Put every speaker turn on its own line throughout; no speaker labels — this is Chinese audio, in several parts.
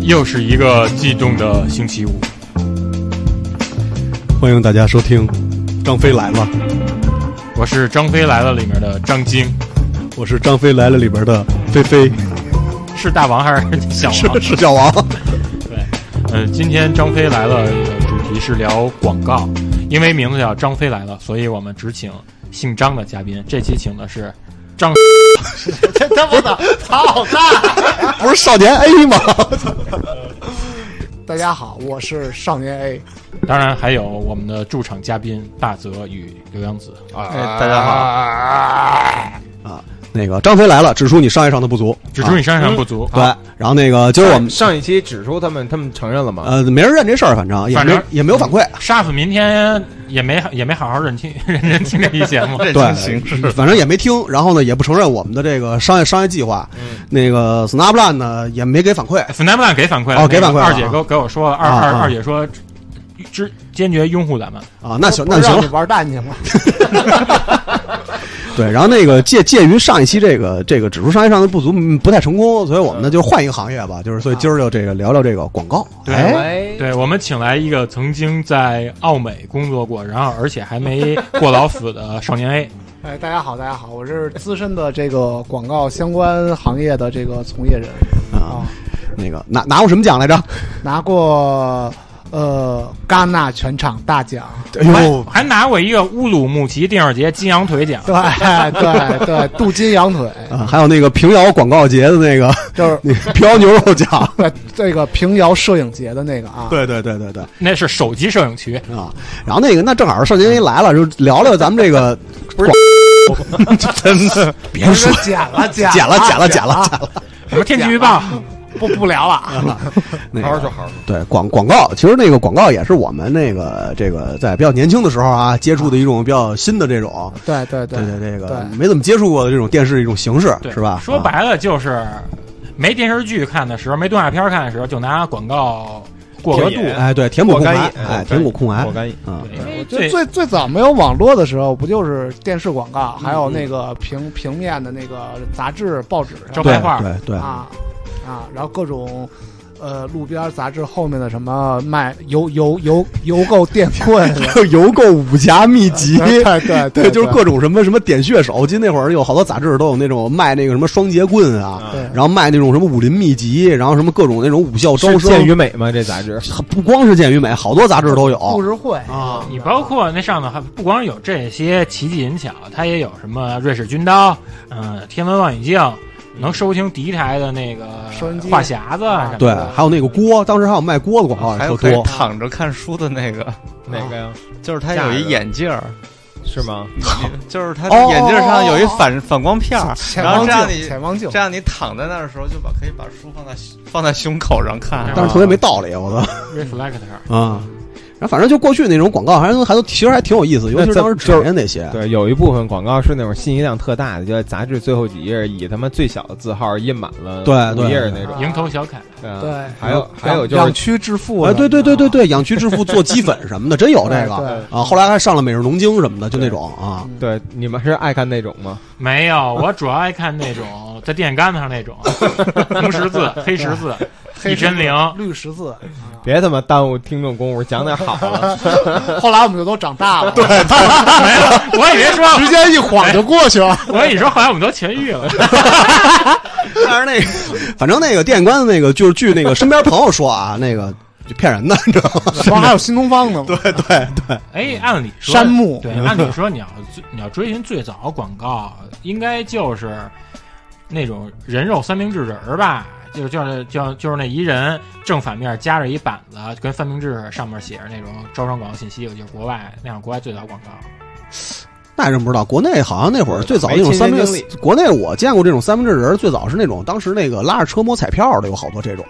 又是一个悸动的星期五。
欢迎大家收听，张飞来了，
我是《张飞来了》里面的张晶，
我是张飞来了里边的飞飞，
是大王还 是小王？
是是小王，
呃，今天张飞来了的主题是聊广告，因为名字叫张飞来了，所以我们只请姓张的嘉宾。这期请的是张， 这他妈的操蛋！
不是少年 A 吗？
大家好，我是少年 A。
当然还有我们的驻场嘉宾大泽与刘洋子。
哎，大家好，
啊，那个张飞来了，指出你商业上的不足，
指出你哎身上不足，
啊、对，然后那个今儿我们
上一期指出他们，他们承认了吗？
呃没人认这事儿，反正也
反
没
正
也没有反馈，
沙子明天也没也没好好认听 认真听这期节 目，
对，嗯反正也没听，然后呢也不承认我们的这个商业商业计划，
嗯
那个 Snaplan 呢也没给反馈，
f n a m 给反馈了，
哦给
那个
反馈
二
了
姐给我给我说了，二
啊
二
啊
二姐说，之坚决拥护咱们。
啊，那行
不
那行
让
了
你，玩蛋去吗？
对，然后那个介介于上一期这个这个指出商业上的不足嗯不太成功，所以我们呢就换一个行业吧，就是所以今儿就这个聊聊这个广告。
对
哎
哎，
对我们请来一个曾经在奥美工作过，然后而且还没过劳死的少年 A。
哎，大家好，大家好，我是资深的这个广告相关行业的这个从业人
啊，
啊，
那个拿拿过什么奖来着？
拿过呃戛纳全场大奖，
哎
还
呦，
还拿过一个乌鲁木齐电影节金羊腿奖。
对对对，镀金羊腿，
啊，还有那个平遥广告节的那个
就是
那个平遥牛肉奖。
对这个平遥摄影节的那个啊，
对对对对对
那是手机摄影区，
啊！然后那个，那正好少年一来了，就聊聊咱们这个广， 真的别
不
说
是啊剪了剪
剪了
了
剪了剪
剪
了
了
剪了，
什么天气预报，
不不聊了啊，
那
好好
个
说，好好说。
对广广告，其实那个广告也是我们那个这个在比较年轻的时候啊接触的一种比较新的这种，
对对
对对，这个
对
没怎么接触过的这种电视一种形式
对，
是吧？啊
说白了就是，没电视剧看的时候，没动画片看的时候，就拿广告过个
填
度
补。，哎，对，填补空
干
白
瘾，，
哎，填补空白
啊我，干瘾。
啊，
对因
对
为
我觉得
最
最最早没有网络的时候，不就是电视广告，还有那个平平面的那个杂志、报纸
招
上
白
对
话
对对，
啊啊，然后各种呃路边杂志后面的什么卖邮邮邮邮购电棍，
邮购武侠秘籍。
对对
对，
对，
就是各种什么什么点穴手，我记得那会儿有好多杂志都有那种卖那个什么双截棍啊，
对
然后卖那种什么武林秘籍，然后什么各种那种武校招
是
生
健，与美吗？这杂志
不光是健与美，好多杂志都有
故事会
啊。
你包括那上头还不光有这些奇技淫巧，它也有什么瑞士军刀，嗯、天文望远镜，能收听敌台的那个
收音机
话匣子啊什么的。
对，还有那个锅，当时还有卖锅的广告
还
也
有
特
可以
多。
躺着看书的那个，
哪
啊
个呀？
就是他有一眼镜儿，
是吗？
就是他的眼镜上有一反反光片儿，
潜
然后
望
这样
镜，
你
潜望镜
这。样哦你躺在那儿的时候，就把可以把书放在放在胸口上看。啊
但是特别没道理，我操
reflector，
啊！然后反正就过去那种广告，还都还都其实还挺有意思，尤其是
那这
当时指年那些，
对，有一部分广告是那种信息量特大的，就在杂志最后几页以他妈最小的字号印满了
对对
五页那种。
蝇头小楷，
对
对
还有还有就
两
是
区致富
哎，
的，
对对对对对，养蛆致富做鸡粉什么的，真有这个
对
啊。后来还上了《每日农经》什么的，就那种啊。
对，你们是爱看那种吗？
没有，我主要爱看那种在电线杆子上那 种红十字、黑十字、
黑
一
十
针
字
灵。
绿十字。啊
别他妈耽误听众功夫，讲点好 的。
后来我们就都长 大了，对，
没有，我以为说，
时间一晃就过去了。
我以为说后来我们都痊愈了。
但是那个， 反正那个电线杆子那个，就是据那个身边朋友说啊，那个就骗人的，你知道吗？
不还有新东方呢吗？对，
哎，按理说
山木
对，按理说你要最你要追寻最早广告，应该就是那种人肉三明治人儿吧，就就是就就是那一人正反面夹着一板子，跟三明治上面写着那种招商广告信息，就是国外那样国外最早广告。
那真不知道，国内好像那会儿最早那种三明
没亲身经，
国内我见过这种三明治人儿，最早是那种当时那个拉着车摸彩票的有好多这种，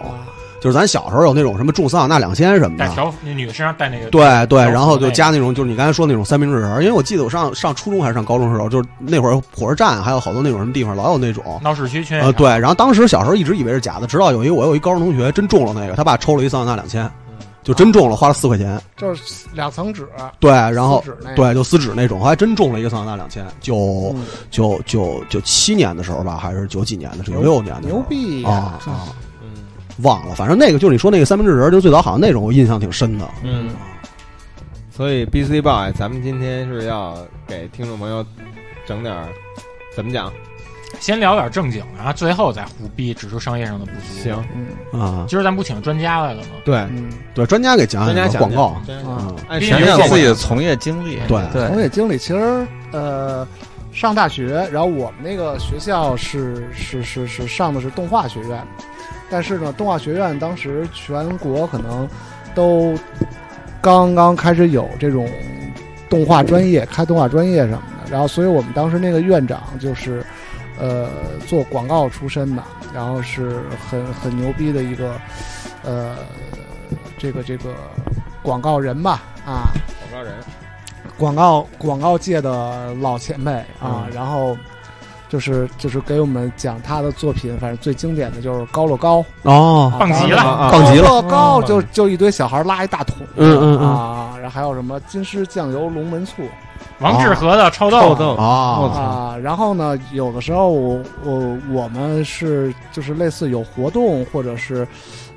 就是咱小时候有那种什么中桑塔纳两千什么
带
的，
条那女的身上带那个
对对，
条幅
然后就
那
加那种就是你刚才说那种三明治人儿，因为我记得我上上初中还是上高中的时候，就是那会儿火车站还有好多那种什么地方老有那种。
闹市区圈
呃，对，然后当时小时候一直以为是假的，直到有一我有一高中同学真中了那个，他爸抽了一桑塔纳两千，就真中了，花了四块钱。
就是两层纸，
对，啊然后
撕纸那个
对就撕纸那种，后来真中了一个桑塔纳两千，九
嗯
九九九七年的时候吧，还是九几年的时候，九六年的时候
牛逼呀
啊啊！
嗯，
忘了，反正那个就是你说那个三明治人，就是最早好像那种我印象挺深的。
嗯，所以 B C 报啊，咱们今天是要给听众朋友整点儿怎么讲？
先聊点正经的，然后最后再胡逼指出商业上的不足。，
行，
嗯
啊，
今儿咱不请专家来了吗？
对，
嗯
对，专家给讲
专家
讲
讲
广告，
讲，
啊。
嗯，
按
毕
想
竟
想
讲讲自己
的
的从业经历。
对
对
从业经历，其实呃，上大学，然后我们那个学校是是是是上的是动画学院，但是呢，动画学院当时全国可能都刚刚开始有这种动画专业，开动画专业什么的，然后所以我们当时那个院长就是。呃，做广告出身的，然后是很很牛逼的一个，呃，这个这个广告人吧，啊，
广告人，
广告广告界的老前辈啊，
嗯
然后就是就是给我们讲他的作品，反正最经典的就是高乐高，
哦，
啊
棒极了
啊
杠极了
高乐高就
嗯
就一堆小孩拉一大桶，
嗯嗯嗯
啊，然后还有什么金狮酱油龙门醋
王致和的臭豆腐，
豆豆，我
啊
操
啊，然后呢，有的时候我我我们是就是类似有活动，或者是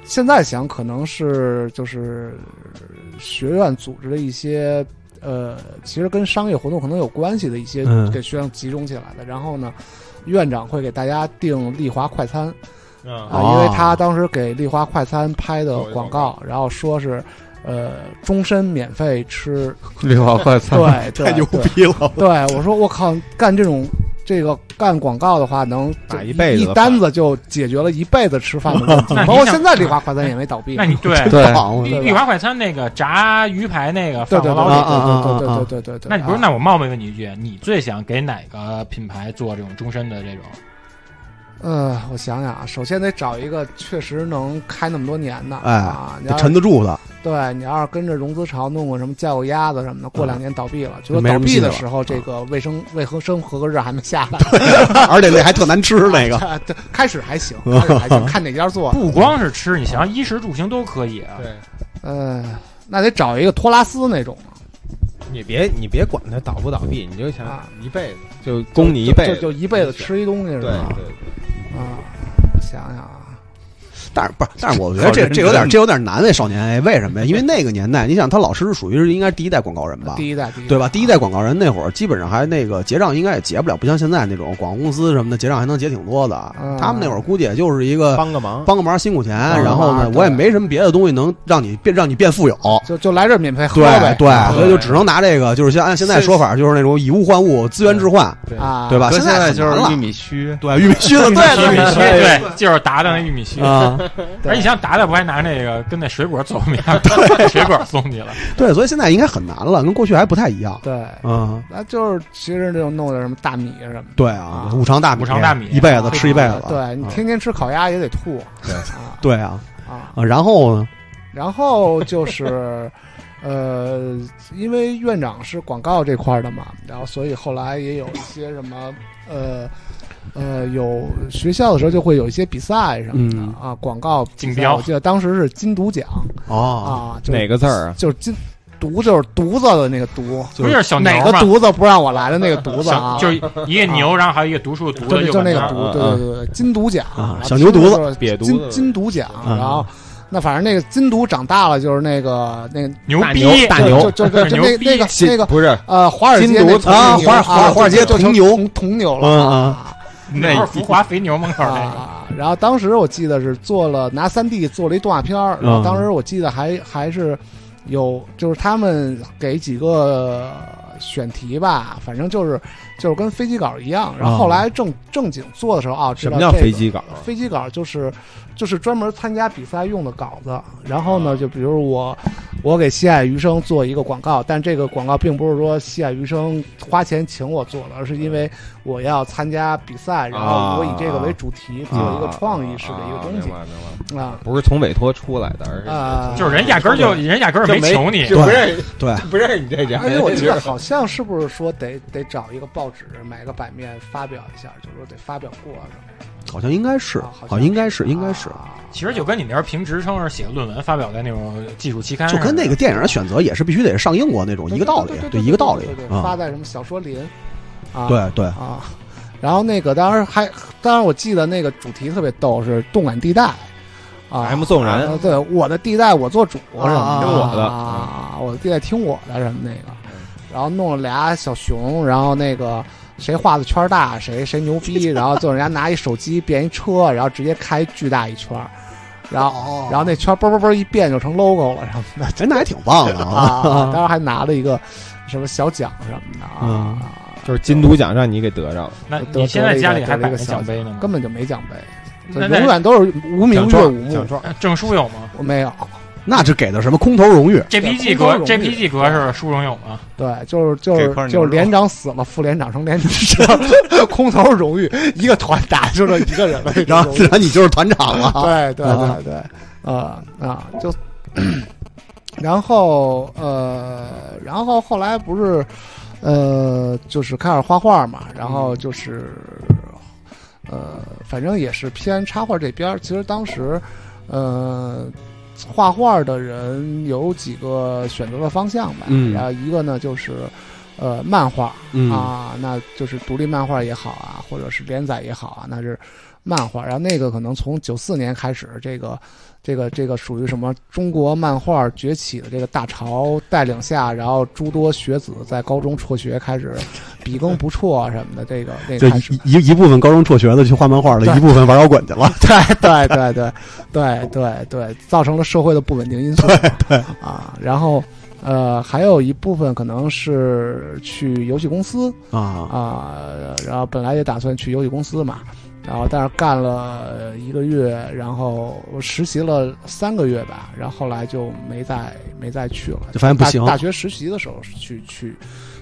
现在想可能是就是学院组织的一些呃，其实跟商业活动可能有关系的一些
嗯
给学院集中起来的，然后呢。院长会给大家定丽华快餐啊，
嗯
因
哦
为他当时给丽华快餐拍的
做一个
广告，然后说是，呃，终身免费吃，
绿化 快餐，
对，对
太牛
对
逼了，
对，我说我靠，干这种这个干广告的话，能
打
就
一辈子
一
的
单子就解决了一辈子吃饭的问题
那。你
包括
想
现在丽华快餐也没倒闭。
那你对
对
棒我
绿
对吧
绿华快餐那个炸鱼排那个
对
放到
对对
老
啊啊
里，
啊
对对
啊啊
对对对对对。
那你不是？
啊
那我冒昧问你一句，你最想给哪个品牌做这种终身的这种？
呃，我想想啊，首先得找一个确实能开那么多年的。
哎
啊，你
得
要
沉
是
得住的，
对你要是跟着融资潮弄过什么叫过鸭子什么的，过两年倒闭了，结果
没
倒
什么
闭
戏
的
了
时候，这个卫生卫生合格证还没下来。
而且那还特难吃那 个，
啊，对，开始还行，开始还行，看哪家做的。
不光是吃，你想想衣食住行都可以啊。
对。
呃，那得找一个托拉斯那种。
你别你别管它倒不倒闭，你就想
啊
一辈子就供你一辈子，
就就一辈子吃一东西是
对
吧？
对，
啊，我想想啊，
但是不是？但是我觉得这
靠
这有点
认真
这有点难哎为少年 A，为什么呀？因为那个年代，你想他老师是属于是应该是第一代广告人吧？
第一代，第一代
对吧？第一代广告人那会儿，基本上还那个结账应该也结不了，不像现在那种广告公司什么的结账还能结挺多的。
嗯
他们那会儿估计也就是一个
帮个忙，
帮个忙辛苦钱，
个忙
然后呢，
对
我也没什么别的东西能让你变让你变富有。
就就来这儿免费喝
对
呗，
对
啊，
所以就只能拿这个，就是像按现在说法，就是那种以物换物、资源置换，
对
啊，
对吧？
哥现
在
在
很
就
难
是玉
了
米 须，
对玉米须子，对
玉米
对
须，
对
对，就是达达那玉米须。
啊。
而你想达达不还拿那个跟那水果走面，把水果送你了？
对，所以现在应该很难了，跟过去还不太一样。
对，
嗯，
那就是其实这种弄点什么大米什么
对啊
啊，
五常大米，
五常大米
一辈子
的，
吃一辈子。
啊
啊
对你天天吃烤鸭也得吐，
对
啊
对啊，
啊，
啊然后呢？
然后就是。呃，因为院长是广告这块儿的嘛，然后所以后来也有一些什么，呃，呃，有学校的时候就会有一些比赛什么的、
嗯
啊，广告比赛
竞标
我记得当时是金读奖
哦，
啊，就
哪个字儿啊？
就是金犊就是犊子的那个犊，
不是小牛
哪个
吗？
犊子不让我来的那个犊子
小
啊？
就是一个牛，然后还有一个读书的读
就
的
是
右
就
半
那个
边儿
犊，
啊
对
啊
对对，金犊奖
啊小牛犊
子
瘪犊子
金金犊奖，
嗯
然后那反正那个金犊长大了就是那个那个
牛
大牛
逼，
大牛
就就就就
牛
那
逼
那个那个
不是
呃华尔街
金
那
犊
铜
啊
牛
华尔华尔
啊
华尔街
就就
铜
成
牛
铜铜牛了
嗯
啊
那是浮华肥牛门口那个。
啊！然后当时我记得是做了拿三 D 做了一动画片儿，然后
嗯
当时我记得还还是有，就是他们给几个选题吧，反正就是就是跟飞机稿一样。然后后来正正经做的时候啊，知
什
道
么叫
这个
飞机稿？
飞机稿就是就是专门参加比赛用的稿子。然后呢，就比如我我给西海余生做一个广告，但这个广告并不是说西海余生花钱请我做的，而是因为我要参加比赛，然
啊
后我以这个为主题做一个创意式的一个东西
啊啊啊啊明白明
啊
白不是从委托出来的，而是
啊，
就是人压根儿就人压根儿
就
没求你，
就不认
对，
不认你这家。
而且
哎
哎我记得好像是不是说得得找一个报纸买个版面发表一下，就说得发表过什么
好像应该是，
啊好
好
像
像应该是，应该是，
啊
其实就跟你那时候评职称是写个论文发表在那种技术期刊
就
上，
跟那个电影的选择也是必须得上英国那种
对
哦一个道理
对对，
对
对
一个道理
对对对发
啊。
在什么小说林啊，
对对，
啊。然后那个当时还，当然我记得那个主题特别逗，是动感地带啊
M 纵然
啊对，我的地带我做主什么的，
听我的嗯
啊，我的地带听我的什么那个，然后弄了俩小熊，然后那个谁画的圈儿大，谁谁牛逼，然后最后人家拿一手机变一车，然后直接开巨大一圈儿，然后
后
然后那圈儿啵啵啵一变就成 logo 了，然后
哎那真的还挺棒的
啊，当
啊！
然还拿了一个什么小奖什么的
嗯
啊，
就是金都奖让你给得着了，
那
得
你现在家里还摆
得了
着
一个小
奖杯呢吗？
根本就没奖杯，就
那
永远都是无名
奖
月
状
无目
奖，状
那证书有吗
我没有。
那是给的什么空头荣誉？
？JPG
空
格
中荣誉
JPG 格是殊荣有吗？
对，就是就
给
是
块牛
就
肉
是连长死了，副连长 成连长，空头荣誉，一个团打就这一个人了， 这
然后
种
自然你就是团长了。
对对对对，啊啊，就，然后呃，然后后来不是，呃，就是开始画画嘛，然后就是，呃，反正也是偏插画这边儿。其实当时，呃，画画的人有几个选择的方向吧，
嗯
然后一个呢就是。呃，漫画
嗯
啊，那就是独立漫画也好啊，或者是连载也好啊，那是漫画，然后那个可能从九四年开始，这个这个这个属于什么中国漫画崛起的这个大潮带领下，然后诸多学子在高中辍学开始笔耕不辍什么的，这个这
就
个开始
一，一一部分高中辍学的去画漫画了，
对
一部分玩摇滚去 了。
对对对对对对对，造成了社会的不稳定因素， 对对啊，然后呃，还有一部分可能是去游戏公司，
啊
啊、然后本来也打算去游戏公司嘛，然后但是干了呃一个月，然后我实习了三个月吧，然后后来就没再没再去了，
就发现不行
大。大学实习的时候是去去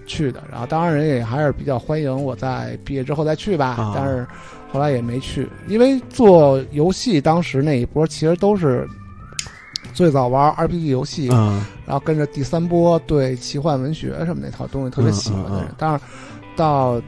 去的，然后当然人也还是比较欢迎我在毕业之后再去吧，
啊
但是后来也没去，因为做游戏当时那一波其实都是最早玩 RPG 游戏，
嗯，
然后跟着第三波对奇幻文学什么那套东西特别喜欢的
嗯嗯
人，当然到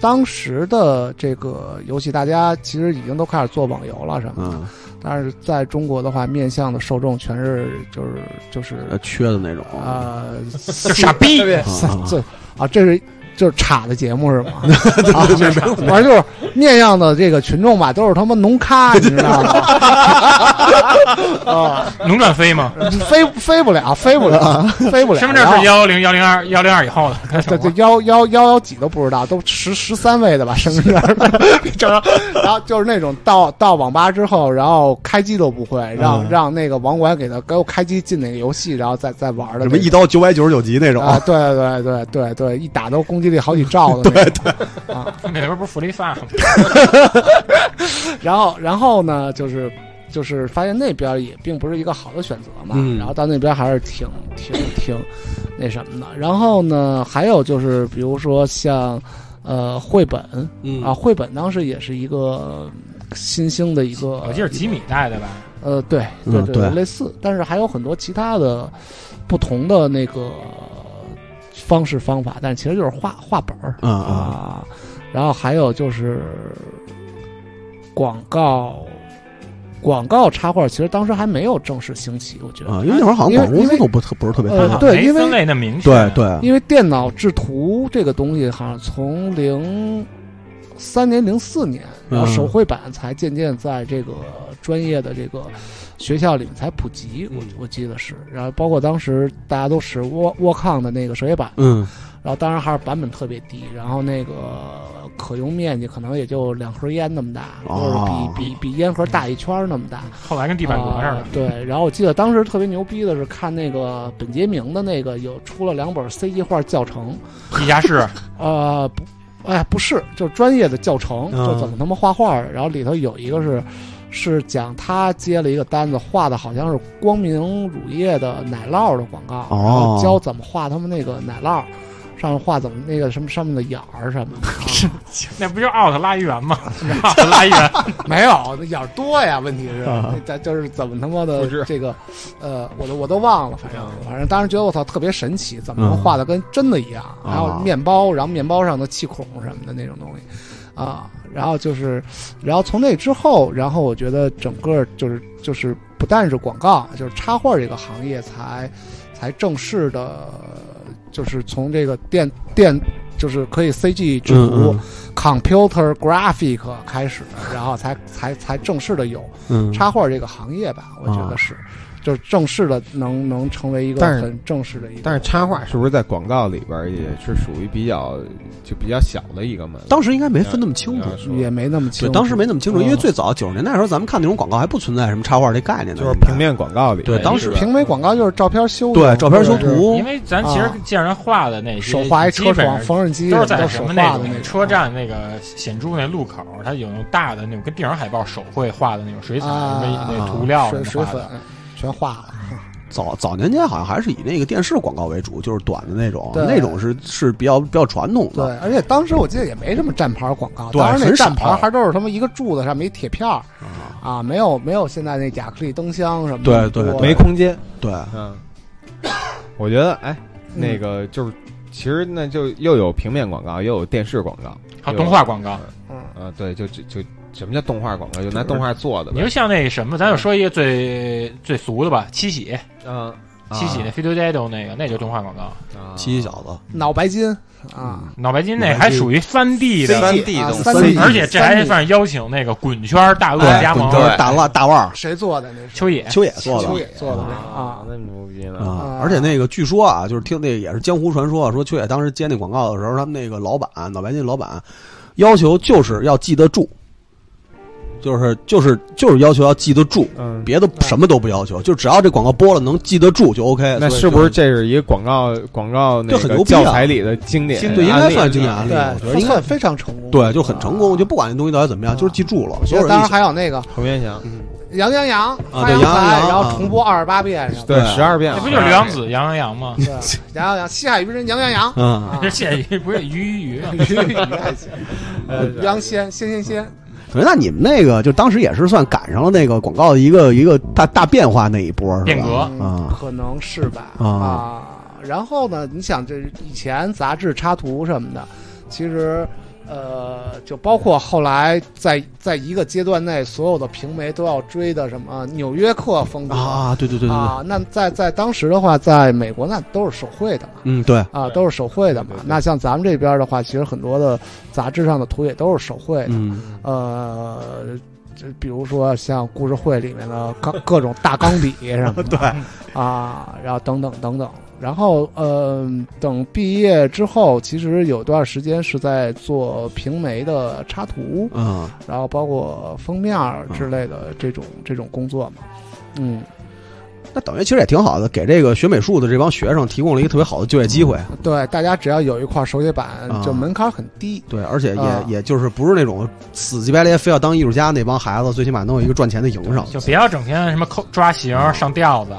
当时的这个游戏，大家其实已经都开始做网游了什么的，
嗯，
但是在中国的话，面向的受众全是就是就是
呃缺的那种
呃，
就傻逼，
啊
这啊，这是就是岔的节目是 吗？啊
对对对
反正就是面向的这个群众吧，都是他妈农咖，你知道 吗？啊。
能转飞吗？
飞飞不了，飞不了，
嗯
飞不了。
身份证
然后
是幺幺零、幺零二、幺零二以后 的，开始
对对，幺幺幺幺几都不知道，都十十三位的吧，身份证儿，整上然后就是那种到到网吧之后，然后开机都不会，让、
嗯
让那个网管给他给我开机进那个游戏，然后再再玩的
什
那
么
种、
一刀九百九十九级那种。
啊，对对对对对，一打都攻击力好几兆的那 种。
那边不是福利发吗？
然后然后呢，就是就是发现那边也并不是一个好的选择嘛，
嗯
然后到那边还是挺挺挺那什么的。然后呢，还有就是比如说像呃绘本
嗯
啊，绘本当时也是一个新兴的一个，
我记得是吉米带的吧？
呃，对
嗯
对对，
对
类似，但是还有很多其他的不同的那个方式方法，但其实就是画画本儿。
嗯啊
啊，然后还有就是广告，广告插画其实当时还没有正式兴起，我觉得，
啊！因为那会儿好像
因为
广告公司
因为
都不特不是特别
呃
发达。
对
没
因为
分类那么明显。
对，对，
因为电脑制图这个东西好像从零三年、零四年，然后
嗯
手绘板才渐渐在这个专业的这个学校里面才普及，我
嗯
我记得是，然后包括当时大家都使沃沃康的那个手写板。
嗯
然后当然还是版本特别低，然后那个可用面积可能也就两盒烟那么大，
哦
或者比比比烟盒大一圈儿那么大，
后来跟地板革似
啊
的。
对，然后我记得当时特别牛逼的是看那个本杰明的那个有出了两本 C 级画教程，
地下 室，
呃不。哎，不是，就是专业的教程，
嗯
就怎么他妈画画儿。然后里头有一个是，是讲他接了一个单子，画的好像是光明乳业的奶酪的广告，然
哦
后教怎么画他们那个奶酪，上面画怎么那个什么上面的眼儿什么的。
那不就奥特拉圆吗？奥特拉 圆，
啊、没有，那眼儿多呀，问题是
啊，
咱、就是怎么他妈
复
的
制
这个，呃，我都我都忘了，反正反正当时觉得我操特别神奇，怎么能
嗯
画的跟真的一样？
啊
然后面包，然后面包上的气孔什么的那种东西，啊，然后就是，然后从那之后，然后我觉得整个就是就是不但是广告，就是插画这个行业才才正式的，就是从这个电电就是可以 CG 制
嗯
图、
嗯
computer graphic 开始，然后才才才正式的有
嗯，啊
插画这个行业吧，我觉得是，就是正式的能能成为一个
但是
很正式的一个，
但是插画是不是在广告里边儿也是属于比较就比较小的一个门类？
当时应该没分那么清楚，
也没那么清
嗯对，
楚，
当时没那么清楚，
嗯
因为最早九十年代的时候，咱们看那种广告还不存在什么插画这概念呢，
就是
应该
平面广告里边儿，
对当时
平媒广告就是照片修
对照片修
或者是
图
因，为咱其实
啊
见人画的那些，
手画一车
基本
床、
上
缝纫机
都是
什么
在
都
什
手
么
画的
种
种
车站那个显著那路口，它有那种大的那种跟电影海报手绘画的那种水彩、
啊
什么那涂料什
水
么
水
画
粉
的。
全画了。
早早年间好像还是以那个电视广告为主，就是短的那种，
对
那种是是比较比较传统
对
的，，
而且当时我记得也没什么站牌广告，
对
当时那
很少
站牌还都是他妈一个柱子上面一铁片儿
啊
啊，没有没有现在那亚克力灯箱什么的，
对对
多
没空间。
对，
嗯， 我觉得哎，
嗯
那个就是其实那就又有平面广告，又有电视广告，
还有动画广告，
嗯
啊，对，就就就什么叫动画广告？就拿动画做的
你
呗
就。像那什么，咱就说一个最最俗的吧，七喜，
啊
嗯，
七喜那 Fido Dido 那个，那就是动画广告。
那
七小子，
脑白金啊，
脑白金那还属于三 D 的，
三 D
啊
动
三
画
D，
而且这还
3D
算是邀请那个滚圈大鳄
对，
加
哎滚
盟
圈大腕大腕儿，哎
谁做的那是？
秋野，
秋野做
哎秋
的
野做的那个
啊
啊，，
那牛逼了！
啊
啊，
而且那个据说啊，就是听那也是江湖传说啊，说秋野当时接那广告的时候，他们那个老板脑白金老板要求就是要记得住，就是就是就是要求要记得住，
嗯，
别的什么都不要
嗯
求，就只要这广告播了能记得住就 OK。所
那
以就
是不是这是一个广告广告那
这很
个
牛逼啊
教材里的经典案例？
对应该算经典案例？我觉得
对，
应
算
该
非常成功，
对，就很成功，
啊
就不管那东西到底怎么样，
啊
就是记住了。
我
所
觉
有人
得当
一
时
起
还有那个
彭元祥，
杨洋洋
啊
发
对杨洋
财，
洋
然
啊
后重播二十八遍，
对啊
十二遍，
那不就是刘洋子、杨阳洋吗？
对，杨洋洋，西海渔人杨洋洋
嗯，
啊
这，现在不是鱼鱼啊，
鱼鱼还行，
呃
杨仙仙仙仙，
所以那你们那个就当时也是算赶上了那个广告的一个一个大大变化那一波，是吧
变革
嗯，
啊
可能是吧
啊
然后呢，你想这以前杂志插图什么的，其实呃，就包括后来在在一个阶段内，所有的平媒都要追的什么呃纽约客风格
啊，对对对对对，
啊那在在当时的话，在美国那都是手绘的嘛。
嗯对，
啊，都是手绘的嘛
对对。对
那像咱们这边的话，其实很多的杂志上的图也都是手绘的。
嗯
呃，这比如说像故事会里面的钢各种大钢笔什 么的，对啊，然后等等等等。然后，嗯、等毕业之后，其实有段时间是在做平媒的插图，
嗯。
然后包括封面儿之类的这种、这种工作嘛。嗯，
那等于其实也挺好的，给这个学美术的这帮学生提供了一个特别好的就业机会。
对，大家只要有一块手写板，就门槛很低。
对，而且也、
啊
也就是不是那种死乞白赖非要当艺术家那帮孩子，最起码能有一个赚钱的营生。
就别要整天什么抠抓形、上调 子。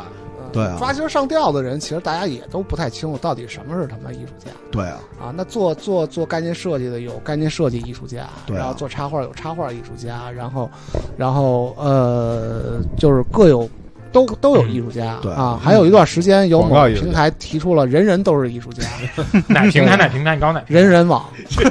对啊
嗯抓阄上吊的人，其实大家也都不太清楚到底什么是他妈艺术家。
对啊，
啊，那做做做概念设计的有概念设计艺术家，
对啊
然后做插画有插画艺术家，然后，然后呃，就是各有都都有艺术家、
对
啊。还有一段时间有
嗯广
某
告
个
艺术家
平台提出了人人都是艺术家，
哪平台哪平台，你搞哪？
人人网，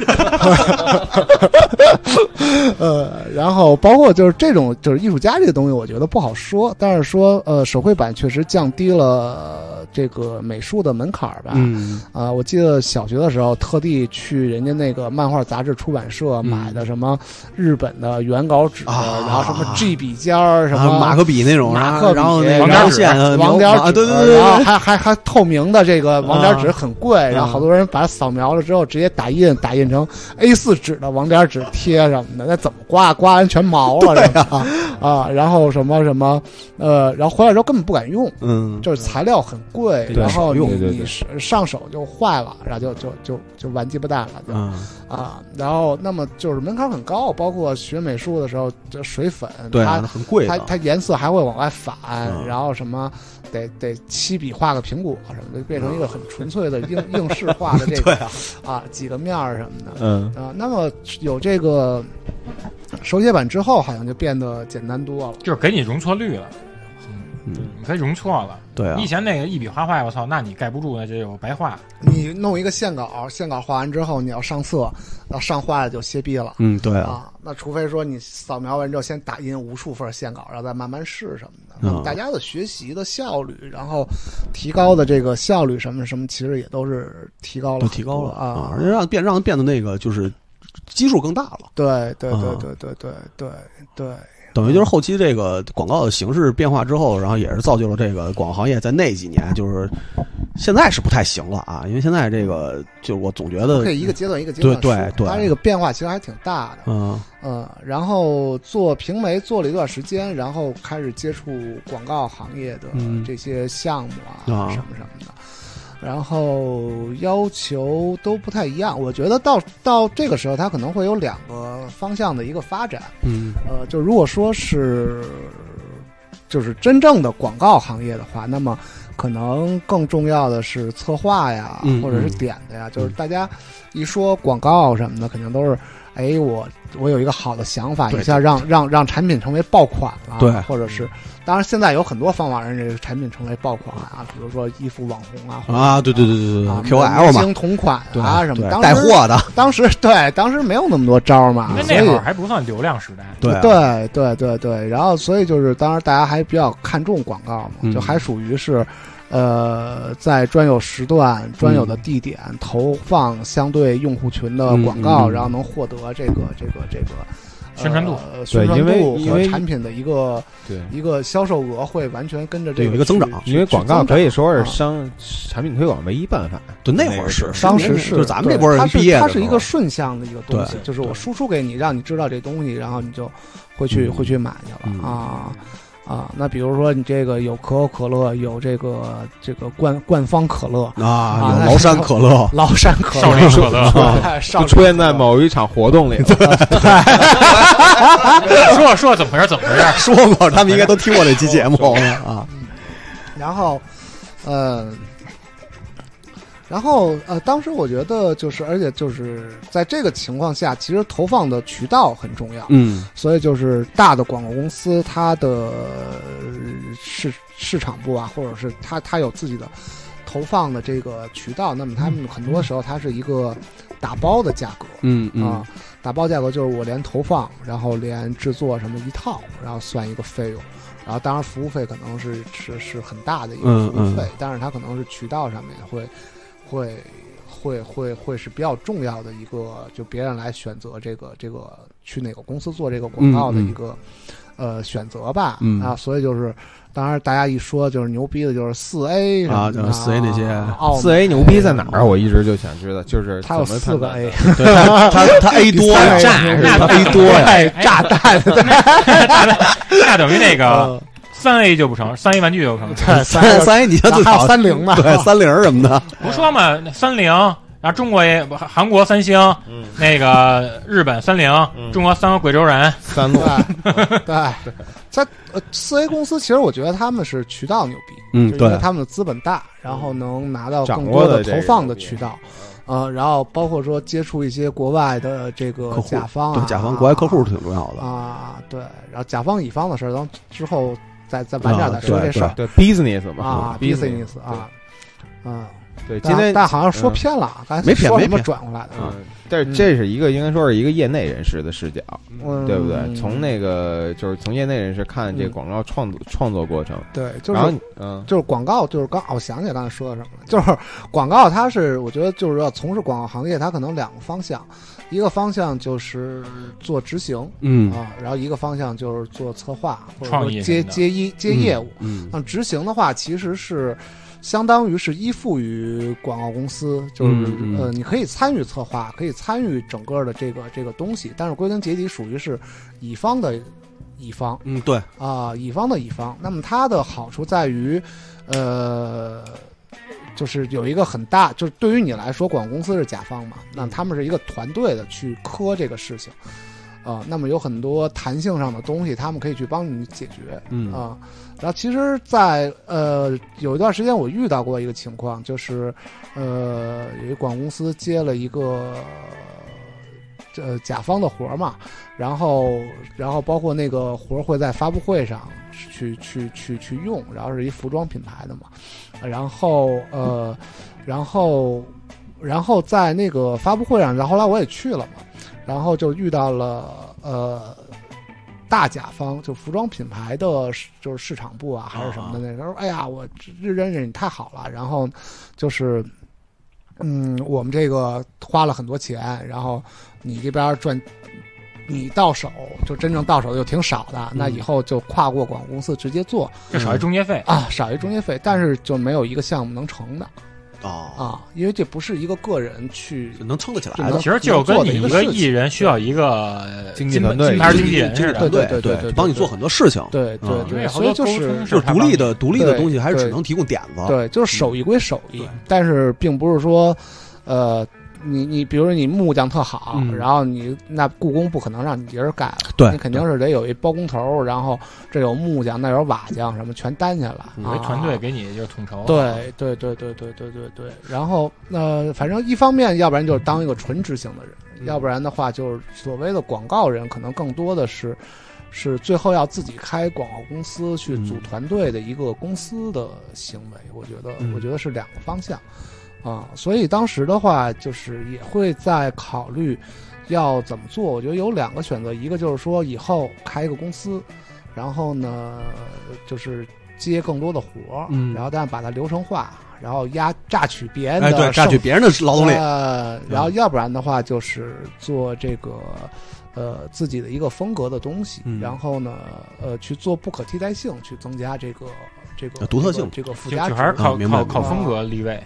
呃，然后包括就是这种就是艺术家这个东西，我觉得不好说，但是说呃，手绘版确实降低了这个美术的门槛儿吧，
嗯，
啊，我记得小学的时候，特地去人家那个漫画杂志出版社买的什么日本的原稿纸，
嗯啊
然后什么 G 笔尖儿，什么
啊马克笔那种，
马
然
克
后
笔
然后那
网点
毛
纸
线啊
网点
描
纸，
啊，对对对对
然后
对，
还还还透明的这个网点纸
啊
很贵，然后好多人把它扫描了之后，直接打印，打印成 A 4纸的网点纸贴什么的，那怎么刮？刮完全毛
啊
了，是吧？啊，然后什么什么，呃，然后回来之后根本不敢用。
嗯，
就是材料很贵，
对
然后你
对对对
你是上手就坏了，然后就就就就完鸡巴蛋了，就、
嗯，
啊，然后那么就是门槛很高，包括学美术的时候，这水粉，
对啊，
它
那很贵
它
的，
它颜色还会往外反，
嗯
然后什么得得七笔画个苹果什么的，变成一个很纯粹 的应应试画的这
对
个
啊，
啊几个面儿什么的，
嗯，
啊，那么有这个手写板之后，好像就变得简单多了。
就是给你容错率了。嗯
嗯，
你可以容错了。
对啊
你以，前那个一笔画坏，我操，那你盖不住，那这就白画。
你弄一个线稿，线稿画完之后你要上色，要上坏了就歇逼了。
嗯，对啊，
啊，那除非说你扫描完之后先打印无数份线稿，然后再慢慢试什么的。那么
嗯
大家的学习的效率，然后提高的这个效率什么什么，其实也都是提高了
都
很多，
提高了
啊。
而且让变让变得那个就是基数更大了，
对对
啊
对对对对对对，
等于就是后期这个广告的形式变化之后，然后也是造就了这个广告行业在那几年就是现在是不太行了啊，因为现在这个就是我总觉得
可以一个阶段一个阶段
对对
说
对
它这个变化其实还挺大的。
嗯
嗯，然后做平媒做了一段时间，然后开始接触广告行业的
嗯
这些项目啊，
啊
什么什么的，然后要求都不太一样。我觉得到到这个时候，它可能会有两个方向的一个发展。
嗯
呃，就如果说是就是真正的广告行业的话，那么可能更重要的是策划呀，
嗯
或者是点子呀，就是大家一说广告什么的，肯定都是。哎，我我有一个好的想法，
对
一下让让让产品成为爆款了，
对
或者是，当然现在有很多方法让这个产品成为爆款啊，比如说衣服网红啊，或者
啊，对对对对对
啊
，QL
明
嘛
星同款
对
啊什么，
对
当
带
时
货的，
当时对当时没有那么多招儿嘛
因，为
所以
那会儿还不算流量时代，
对啊
对对对对，然后所以就是，当然大家还比较看重广告嘛，
嗯
就还属于是，呃，在专有时段、专有的地点、投放相对用户群的广告，
嗯嗯嗯
然后能获得这个这个这个。呃
宣传度，
宣传
因为
度
因
和
为
产品的一个
对，
啊
一个销售额会完全跟着这
对有一个增长
去
因为广告可以说
啊
是
去
商产品推广唯一办法。
对那会儿是
当时
就是是咱们
对
这波
它
人
是
毕业的
它
时
是一
候
个顺向的一个东西
对，
就是我输出给你，让你知道这东西，然后你就会去
嗯
会去买去
嗯
了啊啊。那比如说你这个有可口可乐，有这个这个罐罐方可乐、
啊，
啊
有崂山可乐，
崂山可
少林
乐，
舍 得。
啊
对少
就
林
出现在
可乐
某一场活 动里了，
说着说着怎么回事？怎么回事？
说过，他们应该都听过这期节 目啊。
然后，呃，然后呃，当时我觉得就是，而且就是在这个情况下，其实投放的渠道很重要。
嗯
所以就是大的广告公司，它的呃市市场部啊，或者是它它有自己的投放的这个渠道，那么他们很多时候它是一个打包的价格。
嗯
啊，打包价格就是我连投放，然后连制作什么一套，然后算一个费用，然后当然服务费可能是是是很大的一个
嗯
服务费，但是它可能是渠道上面会会会会会是比较重要的一个，就别人来选择这个这个去哪个公司做这个广告的
嗯嗯
一个、呃选择吧，
嗯
啊，所以就是。当然，大家一说就是牛逼的，就是四 A 什么的
啊4 A 那些
奥美
四 A 牛逼在哪儿？我一直就想知道，就是
它有
怎么
四
判
个
断
A，
的
对，他他
啊
他 A 多呀，
炸
是
那
吧
那
A 多呀，
哎炸弹，嗯
那等于那个
呃
三 A 就不成，三 A 玩具就不 成。
三三 A 你像最
还有
早
三菱嘛，
对三零什么的，
不说嘛，那三菱，然后中国也不韩韩国三星，
嗯
那个日本三菱，
嗯
中国三个贵州人，
三路，
对对，在嗯呃四 A 公司，其实我觉得他们是渠道牛逼，
嗯
就是因为
对，
他们的资本大，然后能拿到
掌
更
握
多
的
的
这个
投放的
牛逼
渠道，呃，然后包括说接触一些国外的这个
客户
甲方啊
对，甲方国外客户挺重要的，
啊，对，然后甲方乙方的事儿，咱之后再再晚点再说
啊对
这事儿
对 business 嘛
啊
，business
，business 啊，嗯，
对，今
但
天
但好像说
嗯
偏了啊，刚才
没偏
说
没
什么
偏
转过来的啊，
嗯，但是这是一个应该说是一个业内人士的视角，
嗯
对不对？从那个就是从业内人士看这
嗯
广告创作创作过程，
对，就是
然后你嗯，
就是广告，就是刚哦我想起来刚才说的什么了，就是广告，它是我觉得就是要从事广告行业，它可能两个方向，一个方向就是做执行
嗯
啊，然后一个方向就是做策划或者
创
说
意
接
什么的
接一接业务。
嗯
那执行的话，其实是相当于是依附于广告公司，就是、
嗯嗯
呃，你可以参与策划，可以参与整个的这个这个东西，但是归根结底属于是乙方的乙方。
嗯对，
啊，乙方的乙方。那么它的好处在于，呃，就是有一个很大，就是对于你来说，广告公司是甲方嘛，那他们是一个团队的去磕这个事情，啊、那么有很多弹性上的东西，他们可以去帮你解决
嗯
啊、然后其实在，呃有一段时间，我遇到过一个情况，就是呃，有一广告公司接了一个。呃甲方的活儿嘛，然后然后包括那个活儿会在发布会上去去去去用，然后是一服装品牌的嘛，然后呃，然后然后在那个发布会上，然后后来我也去了嘛，然后就遇到了呃。大甲方就服装品牌的市，就是市场部啊，还是什么的那个，他说：“哎呀，我认认识你太好了。”然后就是，嗯，我们这个花了很多钱，然后你这边赚，你到手就真正到手就挺少的，那以后就跨过广告公司直接做
这少一中介费，
啊，少一中介费，但是就没有一个项目能成的
哦，
啊，因为这不是一个个人去
就能撑得起
就
来
能
的
其。实就跟你
能做的一个
个
事
艺
情
人需要一个
经纪团队
还是经纪人似的
对，对
对
对对对
帮你做很多事情，
对对
啊
因
对，
为好
所以
多
就
沟
是
通
就是
还
独立
帮
的独立的
对
东西，还是只
对
能提供点子。
对，就
嗯
是手艺归手艺
对，
但是并不是说，呃，你你比如说你木匠特好，
嗯
然后你那故宫不可能让你一人干了，
对
你肯定是得有一包工头，然后这有木匠，那有瓦匠，什么全担下来，
嗯
有
啊
一团队。给你就是统筹。啊
对对对对对对对对，然后呃，反正一方面，要不然就是当一个纯执行的人，要不然的话，就是所谓的广告人，可能更多的是是最后要自己开广告公司去组
嗯
团队的一个公司的行为，我觉得
嗯
我觉得是两个方向啊、所以当时的话，就是也会在考虑要怎么做。我觉得有两个选择，一个就是说以后开一个公司，然后呢就是接更多的活儿，
嗯
然后但把它流程化，然后压榨取别人的
哎，对，榨
剩
取别人的劳动力，嗯
呃，然后要不然的话就是做这个呃自己的一个风格的东西，
嗯
然后呢呃去做不可替代性，去增加这个这个
呃独特性
这个这个附
就
加
就
值，啊
还是靠
明白
靠靠
明白
风格立位，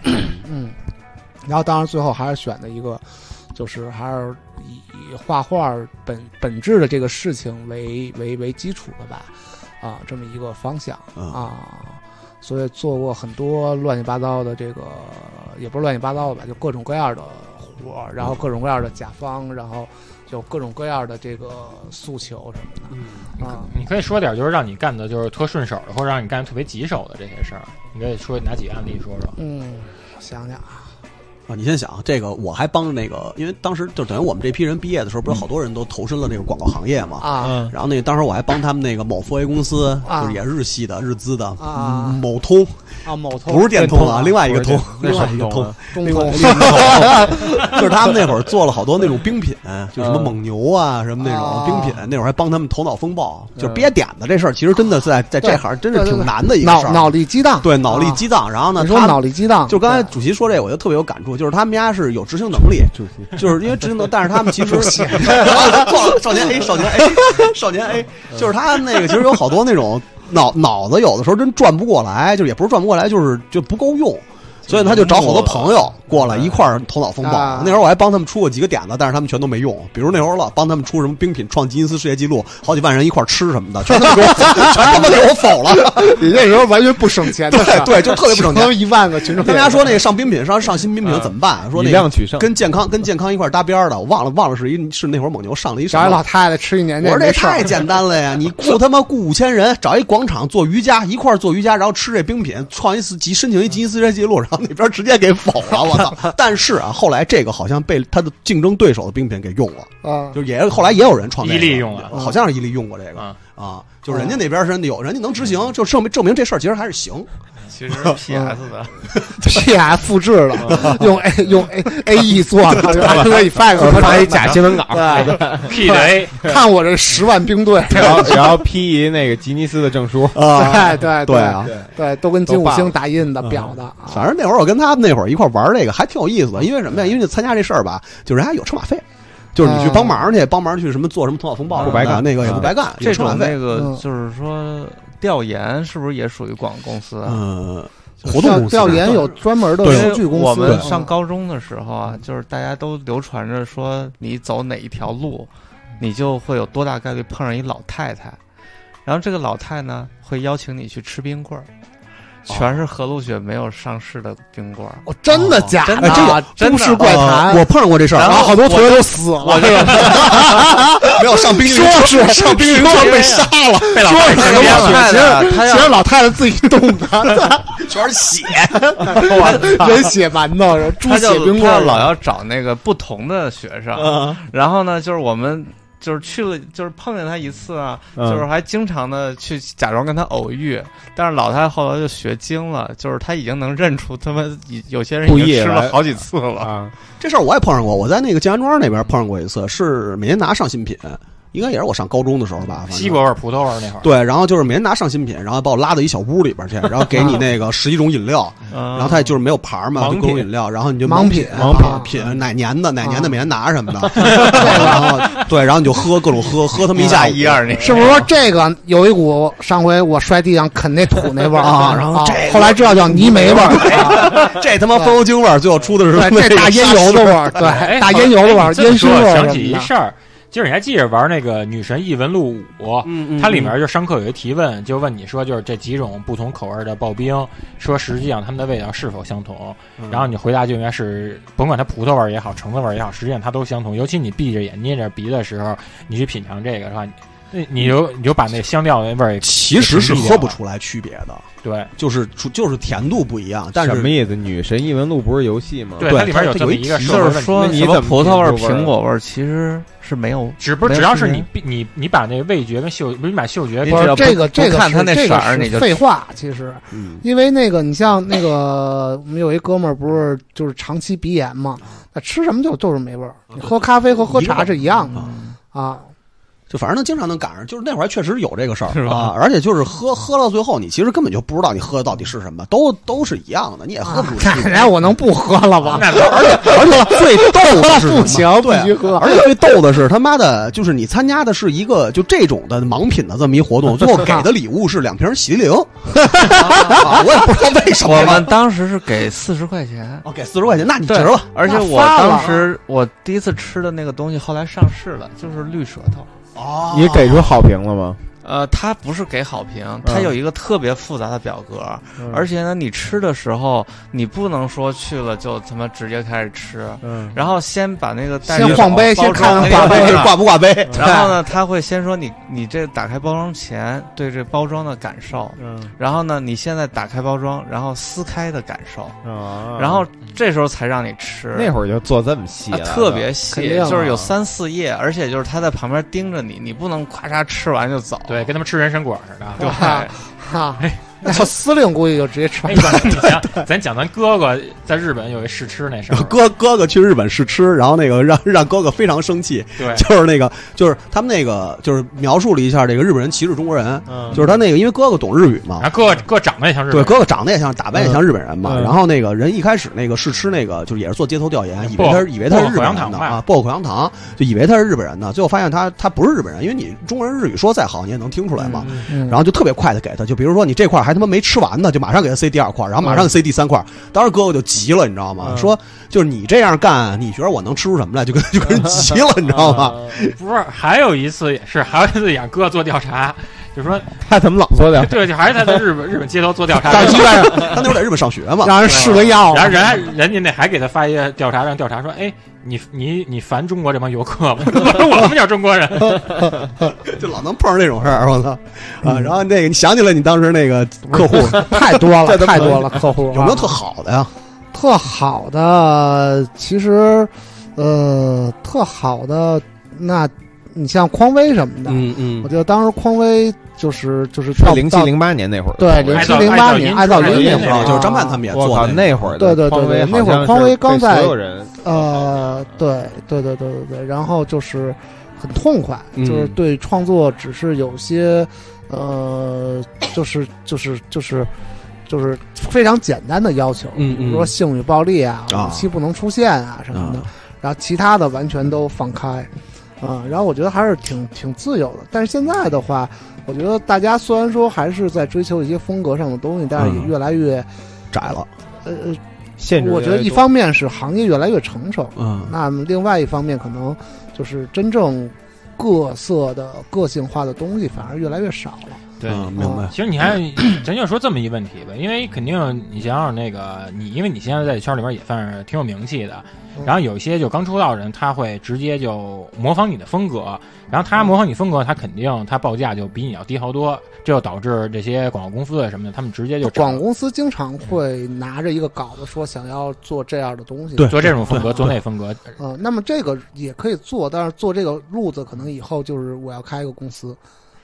嗯，然后当然最后还是选的一个，就是还是以以画画本本质的这个事情为为为基础的吧，啊，这么一个方向
嗯
啊，所以做过很多乱七八糟的这个，也不是乱七八糟的吧，就各种各样的活
嗯
儿，然后各种各样的甲方，然后有各种各样的这个诉求什么
嗯
的啊。
你可以说点就是让你干的就是特顺手的，或者让你干得特别棘手的这些事儿，你可以说拿几个案例说 说。
嗯，我想想啊，
啊，你先想这个，我还帮着那个，因为当时就等于我们这批人毕业的时候，不是好多人都投身了这个广告行业嘛。
嗯啊
嗯，
然后那当时我还帮他们那个某 4A 公司，
啊
就是也是日系的、日资的
啊
某通，
啊，某通
不是电通啊，另外一个通，
那
另
什
外一
么
个
啊懂
通，
啊？
中
另外一
通
个 通，就是他们那会儿做了好多那种冰品，就
嗯
什么蒙牛啊，什么那种
啊
冰品，那会儿还帮他们头脑风暴，就
嗯
憋点子这事儿，其实真的是在在这
对
行真是
对对
挺
对
难的一个
脑
事儿，
脑力激荡，
对脑力
啊
激荡。然后呢，
你说
他
脑力激荡，
就刚才
对
主席说这，我就特别有感触，就是他们家是有执行能力，就是因为执行能，但是他们其实 少少年 A 少年 A 少年 A，就是他那个其实有好多那种脑脑子有的时候真转不过来，就是也不是转不过来，就是就不够用。所以他就找好多朋友过来一块儿头脑风暴。
啊
那会儿我还帮他们出过几个点子，但是他们全都没用。比如那会儿我老帮他们出什么冰品创吉尼斯世界纪录，好几万人一块儿吃什么的，全他妈给我 全他妈给我否了。
你那时候完全不省钱的事儿，
对对就特别不省钱
请他们一万个群众，
他们家说那个上冰品上上新冰品怎么办？说
嗯以
那个
量取胜，
跟健康跟健康一块儿搭边儿的，我忘了忘了是一是那会儿蒙牛上了一什
找一老
么。
太太吃一年
我说这
哎没事儿
太简单了呀！你雇他妈雇五千人，找一广场做瑜伽，一块儿做瑜伽，然后吃这冰品，创一次吉申请一吉尼斯世界纪录，然后那边直接给否了，我 操！但是啊，后来这个好像被他的竞争对手的冰品给用了，
啊
就是也后来也有人创这个
伊利用了
好像是伊利用过这个
啊
啊，就是人家那边真的有，人家能执行，就证明证明这事儿其实还是行。
其实是 PS 的，
，P I 啊复制了，用 A 用 A A E 做的，然后可以 fax
呃发一
出
假新闻稿，
来，对，
P 的哎 A，
看我这十万兵队，
然后然后批一那个吉尼斯的证书，
对对
对啊，
对，都跟金
都
五
罢了
星打印的表的啊，
反正那会儿我跟他们那会儿一块儿玩这个，还挺有意思的。因为什么呀？因为你参加这事儿吧，就是人家有车马费，就是你去帮忙去，帮忙去什么做什么头脑风暴，
不白干
那个也啊不白干，啊有
这
车马
种
费。
那个
嗯
就是说调研是不是也属于广告公司啊？
嗯，活动公司
调研有专门的
对
数据公司，
我们
嗯
上高中的时候啊，就是大家都流传着说，你走哪一条路，你就会有多大概率碰上一老太太，然后这个老太呢会邀请你去吃冰棍儿。全是河路雪没有上市的冰棍儿。
哦，真的假
真的
这
啊
个
真的
都市怪谈，
呃我碰上过这事儿
然
啊，
后
好多同学都死了。
我这个
没有上冰
说是
上冰凌
说
被
是
杀了，
被老
说是
太
老
太
太太，
的 她
其
要
实其实老太太自己冻的，
全是血。
人血馒头，人猪
他
血
就啊
冰棍
他
儿，
老要找那个不同的学生，
嗯
然后呢，就是我们就是去了，就是碰见他一次啊，
嗯
就是还经常的去假装跟他偶遇，但是老太太后来就学精了，就是她已经能认出他们已有些人
故
已
意
经吃
来
了好几次了。
啊，
这事儿我也碰上过，我在那个江家庄那边碰上过一次，是每年拿上新品，应该也是我上高中的时候吧，反正
西瓜味儿、葡萄味儿那会儿，
对，然后就是每人拿上新品，然后把我拉到一小屋里边去，然后给你那个十一种 饮料，
嗯然
然后他也就是没有牌儿嘛，
盲
就
品
各种饮料，然后你就
盲
品
品
啊
盲
品哪年的哪年的
啊
每年拿什么 的，然后对，然后你就喝各种喝，喝他们一下
下
午
一二那
是不是说这个有一股上回我摔地上啃那土那味儿
啊然后
啊
这个
后来知道叫泥煤味儿，
这他妈风油精味儿，最后出的是
对，这大烟油的味儿，对，
哎
大烟油的味
哎
儿，
你这
啊烟
么
熏
说
味儿
想
什
起
么
一
的
事儿，就是你还记着玩那个《女神异闻录五》，
嗯
它里面就上课有一提问，就问你说就是这几种不同口味的刨冰，说实际上它们的味道是否相同？
嗯
然后你回答就应该是，甭管它葡萄味儿也好，橙子味儿也好，实际上它都相同。尤其你闭着眼、捏着鼻的时候，你去品尝这个是吧？那你就你就把那香料那味儿也
其实是喝不出来区别的，
对
就是出就是甜度不一样，但
什么
是
意思？女神异闻录不是游戏吗？
对
它里面有这么一个
它它有
社会
一
问
就是
题
说
那你
什么
怎么
葡萄味儿、
评估味儿
苹果味儿其实是没有，
只不
没
只
有
要是
区别
你闭你你把那味觉跟嗅，不是你把嗅觉
你
跟
只要
不是这个
不
这个
看
是
它那
这
色
个
儿
是
你就
废话，其实
嗯
因为那个你像那个我们有一哥们儿不是就是长期鼻炎嘛，那吃什么就就是没味儿，你喝咖啡和喝茶是一样的
嗯
啊。
就反正能经常能赶上，就是那会儿还确实有这个事儿
是吧
啊，而且就是喝喝到最后，你其实根本就不知道你喝的到底是什么，都都是一样的，你也哎喝 不出
啊
区别。
奶啊奶，我能不喝了吗？
那
而且而且最逗的是什么
不行，必
对，
须喝。啊
而且最逗的是，他妈的，就是你参加的是一个就这种的盲品的这么一活动，最后给的礼物是两瓶喜力灵， 啊我也不知道为什
我们
么。
当时是给四十块钱，
哦，给四十块钱，那你值了。
而且
那
我
发了
当时我第一次吃的那个东西后来上市了，就是绿舌头。
哦，
你给出好评了吗？
呃，它不是给好评，它
嗯
有一个特别复杂的表格，而且呢，你吃的时候你不能说去了就他妈直接开始吃，
嗯，
然后先把那个袋
先
子
晃
包
杯
包
先看
装那个
看
袋
晃杯
子
挂不挂杯？
然 后呢，他会先说你你这打开包装前对这包装的感受，
嗯
然后呢，你现在打开包装，然后撕开的感受，
啊
然后这时候才让你吃。
那会儿就做这么细
啊
了，
特别
肯
细，
定啊
就是有三四页，而且就是他在旁边盯着你，你不能咔嚓吃完就走。
对，跟他们吃人参果似的。
对，
哈，啊那司令估计就直接吃
哎，
完
你讲，咱讲咱哥哥在日本有一试吃那事儿，
哥哥哥去日本试吃，然后那个让让哥哥非常生气，
对，
就是那个就是他们那个就是描述了一下这个日本人歧视中国人，
嗯
就是他那个因为哥哥懂日语嘛
然，后哥哥哥长得也像日
对，
本人，
哥哥长得也像，打扮也像日本人嘛。
嗯
然后那个人一开始那个试吃那个，就是也是做街头调研，以为他是以为他是日本人呢啊，薄荷口香糖，就以为他是日本人呢。最后发现他他不是日本人，因为你中国人日语说再好，你也能听出来嘛。
嗯
嗯
然后就特别快的给他，就比如说你这块还他妈没吃完呢，就马上给他塞第二块，然后马上塞第三块。当时哥哥就急了，你知道吗？
嗯
说就是你这样干，你觉得我能吃出什么来？就跟就跟人急了，你知道吗？？
不是，还有一次也是，还有一次养哥做调查，就说
他怎么老做的？
对，就还是他在日本日本街头做调查，
但
然后
是基本上他那会儿在日本上学嘛，
嗯让人试个药，啊
然后人还人家那还给他发一个调查，让调查说，哎，你你你烦中国这帮游客吗？ 我们叫中国人，
就老能碰上这种事儿，我操啊！然后那个你想起来你当时那个客户
太多了，
这都
太多了，客户啊
有没有特好的呀？
特好的？其实，呃，特好的，那你像匡威什么的，
嗯
我，记得当时匡威就是就是
是
到
零七
到
零八年那会儿，
对
零
零
爱
七
豆
零八年
爱
爱
豆
豆
林
林
那
那
会
会
儿
儿
就是张曼他们也
我
做
靠，
那
那会儿
对对对
匡威
对
好
那会儿
像
匡威
是
刚
被
在
所有人
呃，对对对对对对，然后就是很痛快，
嗯
就是对创作只是有些呃，就是就是就是就是非常简单的要求，
嗯嗯
比如说性与暴力啊，
啊
武器不能出现啊什么的，然后其他的完全都放开，啊、然后我觉得还是挺挺自由的。但是现在的话，我觉得大家虽然说还是在追求一些风格上的东西，但是也
嗯
越来越、
窄了，
呃呃
嗯限制越来越多，
我觉得一方面是行业越来越成熟，
嗯
那么另外一方面可能就是真正各色的个性化的东西反而越来越少了。
对，
嗯，明白。
其实你还咱就说这么一问题吧，因为肯定你想想那个你，因为你现在在圈里边也算是挺有名气的，
嗯
然后有些就刚出道的人，他会直接就模仿你的风格，然后他模仿你风格，他肯定他报价就比你要低好多，这就导致这些广告公司啊什么的，他们直接就找
广告公司经常会拿着一个稿子说想要做这样的东西，
对
做这种 风格，
对
做那风格，
呃，那么这个也可以做，但是做这个路子可能以后就是我要开一个公司，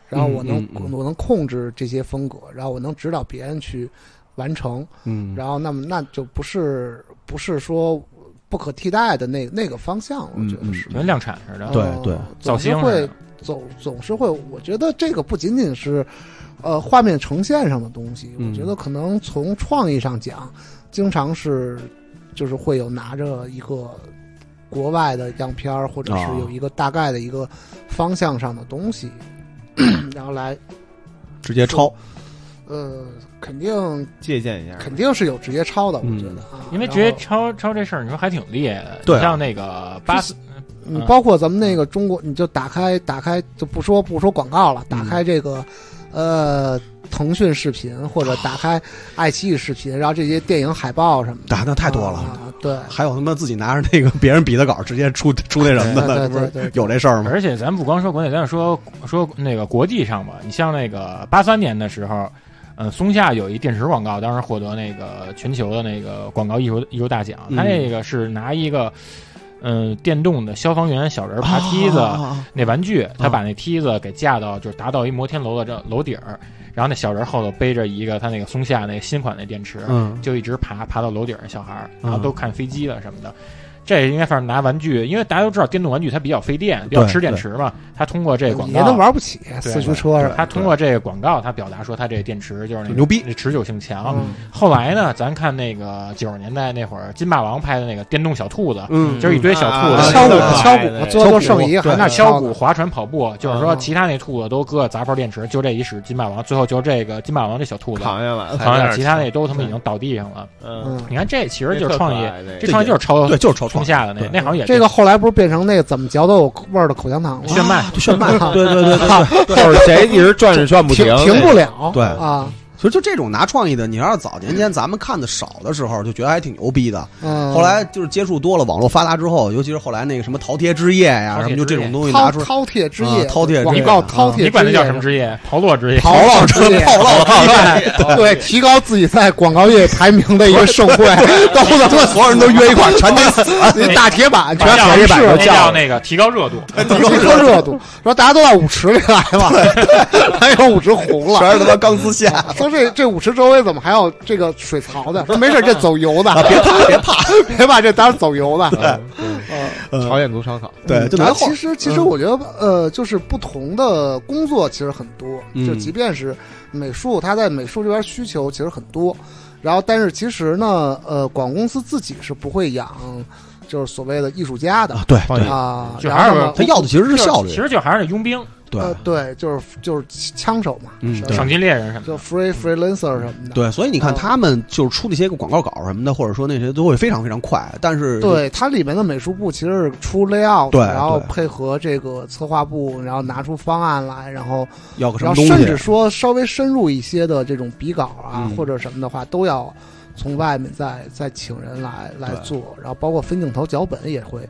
然后我能、
嗯嗯嗯
我能控制这些风格，然后我能指导别人去完成，
嗯，
然后那么那就不是不是说不可替代的那那个方向，我
嗯
觉得
嗯
是。
就跟量产似的。
对
呃
对
造
总是
型似
会
的
总总是会，我觉得这个不仅仅是，呃，画面呈现上的东西，
嗯
我觉得可能从创意上讲，经常是就是会有拿着一个国外的样片儿，或者是
啊
有一个大概的一个方向上的东西， 然后来
直接抄，
呃，肯定
借鉴一下。
肯定是有直接抄的，我
嗯
觉得啊，
因为
然
直接
后
抄抄这事儿，你说还挺厉害的。
对啊
你像那个巴斯，
你
嗯
包括咱们那个中国，你就打开打开，就不说不说广告了，打开这个，呃，腾讯视频或者打开爱奇艺视频，然后这些电影海报什么的
打那太多了。
啊，对，
还有他妈自己拿着那个别人比的稿直接出出那什么的
对
了，
对
这不
对对
是
对
有这事儿吗？
而且咱不光说国内，咱就说说那个国际上吧。你像那个八三年的时候，嗯、松下有一电池广告，当时获得那个全球的那个广告艺术艺术大奖。
嗯
他那个是拿一个嗯、电动的消防员小人爬梯子、
啊
那玩具，他把那梯子给架到就是达到一摩天楼的这楼顶儿，然后那小人后头背着一个他那个松下那新款那电池，
嗯，
就一直爬爬到楼顶儿，小孩儿，
嗯
然后都看飞机了什么的。这应该算是拿玩具，因为大家都知道电动玩具它比较费电，比较吃电池嘛。它通过这个广
你
告，
都玩不起
对
四驱车是吧？
它通过这个广告，它表达说它这个电池就是那个
牛逼
那持久性强。
嗯
后来呢，咱看那个九十年代那会儿，金霸王拍的那个电动小兔子，
嗯
就是一堆小兔
啊
子，
敲
对
鼓
对对
敲
对对
鼓，最后就剩一个，还
那
那
敲鼓、划船、跑步，就是说
嗯
其他那兔子都搁杂牌电池，就这一使金霸王，最后就这个金霸王这小兔子，
扛下来了，
好像其他那都他妈已经倒地上了。
嗯，
嗯。
你看，这其实就是
那特可
创意，
爱那
这
个
创意就是抄
对，就是抄
冲
创
下的那
对
那好像也
这个后来不是变成那个怎么嚼都有味儿的口香糖吗？
炫迈，
炫迈，对对对对对对。
就是谁一直转是转不
停停不了，
对
啊，
所以就这种拿创意的，你要是早年间咱们看的少的时候，就觉得还挺牛逼的。
嗯，
后来就是接触多了，网络发达之后，尤其是后来那个什么饕餮之夜呀、
饕餮之
什
夜
么就这种东西拿
饕
出来，
饕餮之
啊
夜，
饕餮之夜
广告
啊
饕餮之夜，
你管它叫什么职业？陶洛职业。
陶饕之夜，
泡烙之夜，
对，提高自己在广告业排名的一个 盛会，
到他妈所有人都约一块儿，全得 死，
大铁板全
那叫
合一板
那
都叫
叫那个提高热度，
提高热度，说大家都在舞池里来嘛， 还有舞池红了。
全是他妈钢丝线。
说这这舞池周围怎么还有这个水槽的？说没事，这走油的，啊别怕别怕 别怕，这当然走油的。
嗯朝鲜族烧烤，
对，就拿嗯
然后
后
哎其实其实我觉得呃，就是不同的工作其实很多，
嗯
就即便是美术，它在美术这边需求其实很多。然后，但是其实呢，呃，广告公司自己是不会养，就是所谓的艺术家的
啊，对对，
啊。
就还
然
是
后呢，
他要的其实是效
其
率，
实就还是佣兵、
对
呃，对，就是就是枪手嘛，
嗯
是吧
对
赏金猎人什么
就
的。
free freelancer 什么的。
对，所以你看
啊
他们就是出那些个广告稿什么的，或者说那些都会非常非常快，但是
对，它里面的美术部其实是出 layout，
对
然后
对
配合这个策划部，然后拿出方案来，然后
要个什
然
么
后
东
甚
西
至，说稍微深入一些的这种笔稿啊、
嗯
或者什么的话，都要从外面再再请人来来
对
做，然后包括分镜头脚本也会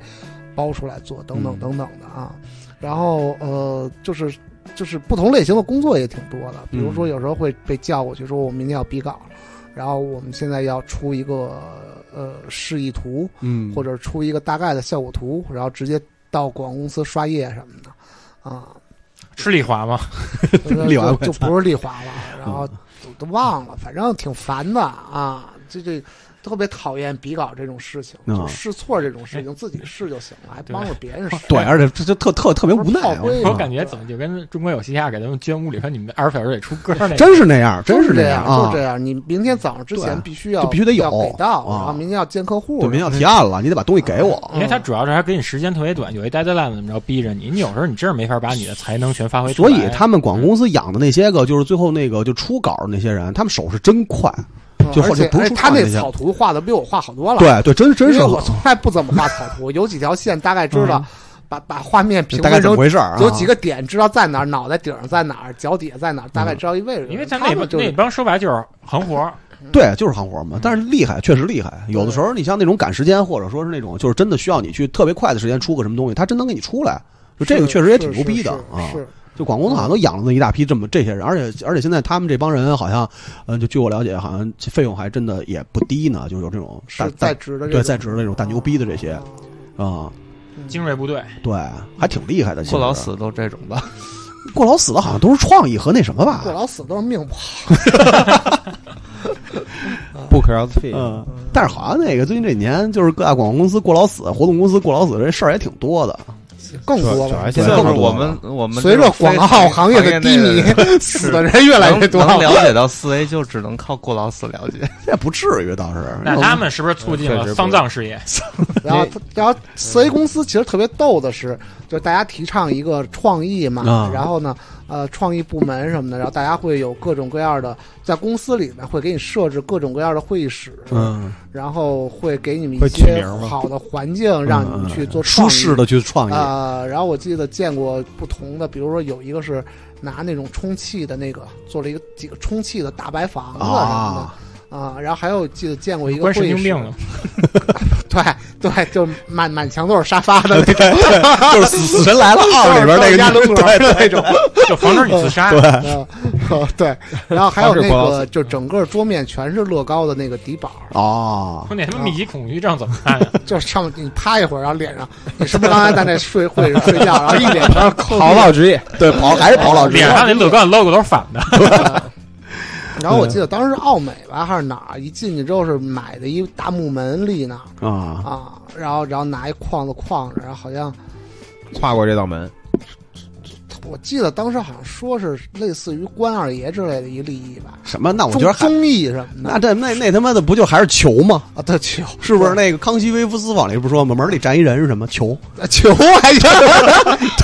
包出来做，等等
嗯
等等的啊。然后呃，就是就是不同类型的工作也挺多的，比如
嗯
说有时候会被叫过去说我明天要笔稿，然后我们现在要出一个呃示意图，
嗯，
或者出一个大概的效果图，然后直接到广告公司刷页什么的啊。
吃丽华吗？
丽华
就
快
就
餐
不是丽华了，然
嗯
后都都忘了，反正挺烦的啊，这这。特别讨厌笔稿这种事情，
嗯
就试错这种事情，自己试就行了，还帮着别人试。
对，而且这这特特特别无奈，
炮灰
我
嘛
感觉怎么就跟中国有嘻哈给咱们捐屋里说你们二十四小时得出歌那个。
真是那样，
真
真是
这
样
就是
啊
这！样。你明天早上之前
对啊
必须要
就必须得有
要给到，
啊
然后明天要见客户，
对，
嗯
民要提案了，你得把东西给我。啊
因为他主要是还给你时间特别短，有一 deadline 怎么着逼着你，你有时候你真是没法把你的才能全发挥出来。
所以他们广告公司养的那些个，就是最后那个就出稿那些人，他们手是真快，
嗯
就或
而
者
且
不是
哎
出
他
创
那
意去
草图画的比我画好多了。
对对，真真
嗯因
是
为
好
我从来不怎么画草图，有几条线大概知道把把画面平
大概
均
怎
成
么回事儿啊？
有几个点知道在哪儿，脑袋顶上在哪儿，脚底下在哪儿，大概知道一位置。
嗯因为咱
他
那
们
帮
就
那
是
帮说白就是行活，
对，就是行活嘛。但是厉害，确实厉害。有的时候你像那种赶时间，或者说是那种就是真的需要你去特别快的时间出个什么东西，他真能给你出来。就这个确实也挺牛逼的
是
啊
是！是
就广工好像都养了那一大批这么这些人，而且而且现在他们这帮人好像，嗯，就据我了解，好像费用还真的也不低呢，就有这种
是
大
是
大
在职的这
对
种
在职的那种大牛逼的这些
啊
啊，
嗯
精锐部队，
对，还挺厉害的。
过劳
其实
死都这种吧，
过劳死了，好像都是创意和那什么吧
过？劳死都是命不好。
不 crossfit，
嗯，但是好像那个最近这几年，就是各大广告公司过劳死、活动公司过劳死这事儿也挺多的。
更
主
多
要主
了
要。
就
现在
是
更多
我
了
们我们
随着广告行业的低迷，死的人 越来越多。
能能了解到四 A 就只能靠过劳死了解。
这不至于倒是。
那他们是不是促进
确实
了
不
丧葬事业？
然后他，然后四 A 公司其实特别逗的是，就是大家提倡一个创意嘛，
啊
然后呢，呃，创意部门什么的，然后大家会有各种各样的，在公司里面会给你设置各种各样的会议室，
嗯，
然后会给你们
会
一
取
些
名吗
好的环境，让你们去做创
嗯舒
意
适的去创意。
啊、然后我记得见过不同的，比如说有一个是拿那种充气的那个做了一个几个充气的大白房子什么
啊，
的啊、然后还有记得见过一个
关神
会议
经
室
病了，
对 对，就满满墙都是沙发 的那种，
就是死死神来了
都
二
是
里边
都
那
是
个
家门口
对
的那种。
就防止你自杀。
嗯哦对，然后还有那
防止过劳
个
死
就整个桌面全是乐高的那个底板儿，
啊
说那他妈密集恐惧症怎么办呀？啊
就是上面你趴一会儿，然后脸上 你是不是刚才在那睡会上 睡觉，然后一脸全是抠
嗯跑老职业，
对，跑还是跑
哦
老
脸上那乐高的 logo 都是反的，
嗯
然后我记得当时是奥美吧还是哪儿，一进去之后是买的一大木门立那儿
啊，
啊，然后然后拿一框子框着，然后好像
跨过这道门，
我记得当时好像说是类似于关二爷之类的一利益吧，
什么？那我觉
中
得还
综艺什么的
那这那那他妈的不就还是球吗？
啊，对，球
是不是？那个康熙微服私访里不说吗？门里站一人是什么 球？
那啊球还行，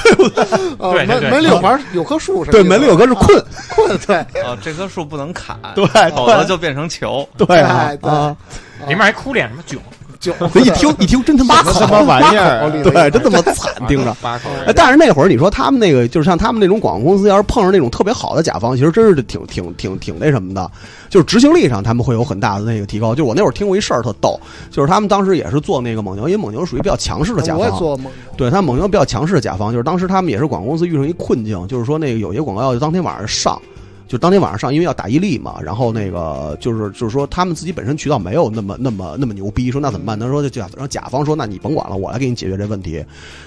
对不
对对
呃门
对
门里有玩有棵树是吧？
对，门里有个是困，
啊困，对
哦，这棵树不能 砍，
对
否则就变成球。
对啊
对
啊！
啊
里面还哭脸什么囧，
酒，
所以一听一听真他 妈
什么
惨，
玩意儿啊？
对，真他妈惨，盯着。
八口人
哎，但是那会儿你说他们那个，就是像他们那种广告公司，要是碰上那种特别好的甲方，其实真是挺挺挺挺那什么的，就是执行力上他们会有很大的那个提高。就是我那会儿听过一事儿特逗，就是他们当时也是做那个蒙牛，因为蒙牛属于比较强势的甲
我也
方。
做梦，
对他们蒙牛比较强势的甲方，就是当时他们也是广告公司遇上一困境，就是说那个有些广告要当天晚上上，就当天晚上上，因为要打伊利嘛。然后那个就是就是说他们自己本身渠道没有那么那么那么牛逼，说那怎么办？他说就甲让甲方说那你甭管了，我来给你解决这问题。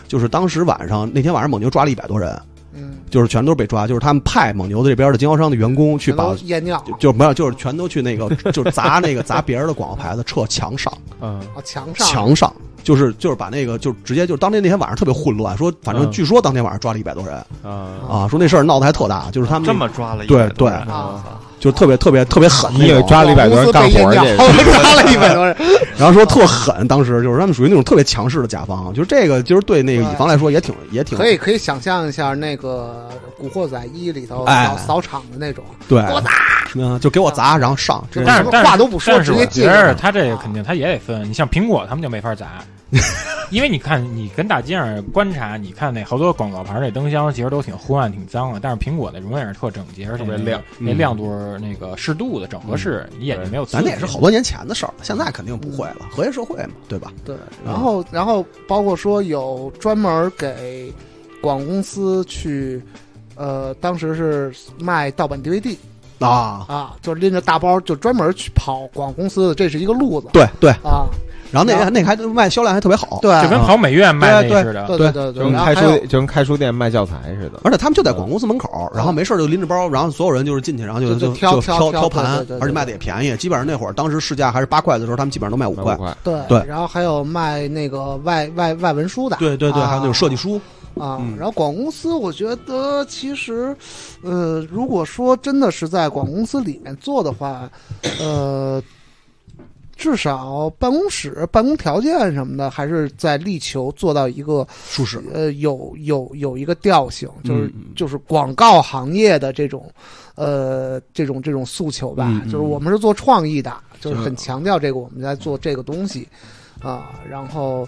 就是当时晚上那天晚上蒙牛抓了一百多人，
嗯，
就是全都是被抓，就是他们派蒙牛的这边的经销商的员工去
全
把
都。夜尿
就就没有，就是全都去那个，就是砸那个砸别人的广告牌子，撤墙上，
嗯，
啊，墙上
墙上，就是就是把那个就直接就当天那天晚上特别混乱，说反正
嗯
据说当天晚上抓了一百多人
啊，
啊，说那事儿闹得还特大，就是他们
这么抓了一
对
百多人
对
啊，
就是特别特别特别狠
你
啊那
有
种，
抓了一百多人干活儿去，
抓了一百多人，
然后说特狠，当时就是他们属于那种特别强势的甲方，就是这个就是对那个乙方来说也挺也挺
可以可以想象一下那个《古惑仔一》里头
哎
扫扫场的那种，
对，嗯，就给我砸，然后上，这
但是
什么
但是
话都不说
但是
直接
我
进
觉得
了
他这个肯定他也得分，你像苹果他们就没法 砸，因为你看你跟大街上观察，你看那好多广告牌那灯箱其实都挺昏暗、挺脏的，但是苹果那永远是特整洁，而且
特别
那个
亮
那
嗯
亮度是那个适度的
嗯
整合式，你眼睛没有刺激。
咱那也是好多年前的事儿了，现在肯定不会了，和谐社会嘛，对吧？
对，然后然后包括说有专门给广告公司去，呃，当时是卖盗版 DVD
啊，
啊，就拎着大包就专门去跑广告公司的，这是一个路子
对对，
啊。
然后那个那个还卖销量还特别好，啊
对
就跟跑美院卖那似的，
啊对对对
就
对，
跟
然后
开
还
书
有
就跟开书店卖教材似的。
而且他们就在广告公司门口，
嗯
然后没事儿就拎着包，然后所有人就是进去，然后就
就就
就
挑
就
挑
挑
挑
盘
对对对，对
而且卖的也便宜，基本上那会儿当时市价还是八块的时候，他们基本上都卖五
卖
块
五。块，
对
对
然后还有卖那个外外外文书的，
对对对，
啊
还有那种设计书，
啊，
嗯
然后广告公司，我觉得其实，呃，如果说真的是在广告公司里面做的话，呃，至少办公室、办公条件什么的，还是在力求做到一个
舒适，
呃有有有一个调性，就是、
嗯嗯
就是广告行业的这种呃这种这种诉求吧，
嗯嗯
就是我们是做创意的，就是
是
很强调这个我们在做这个东西啊、然后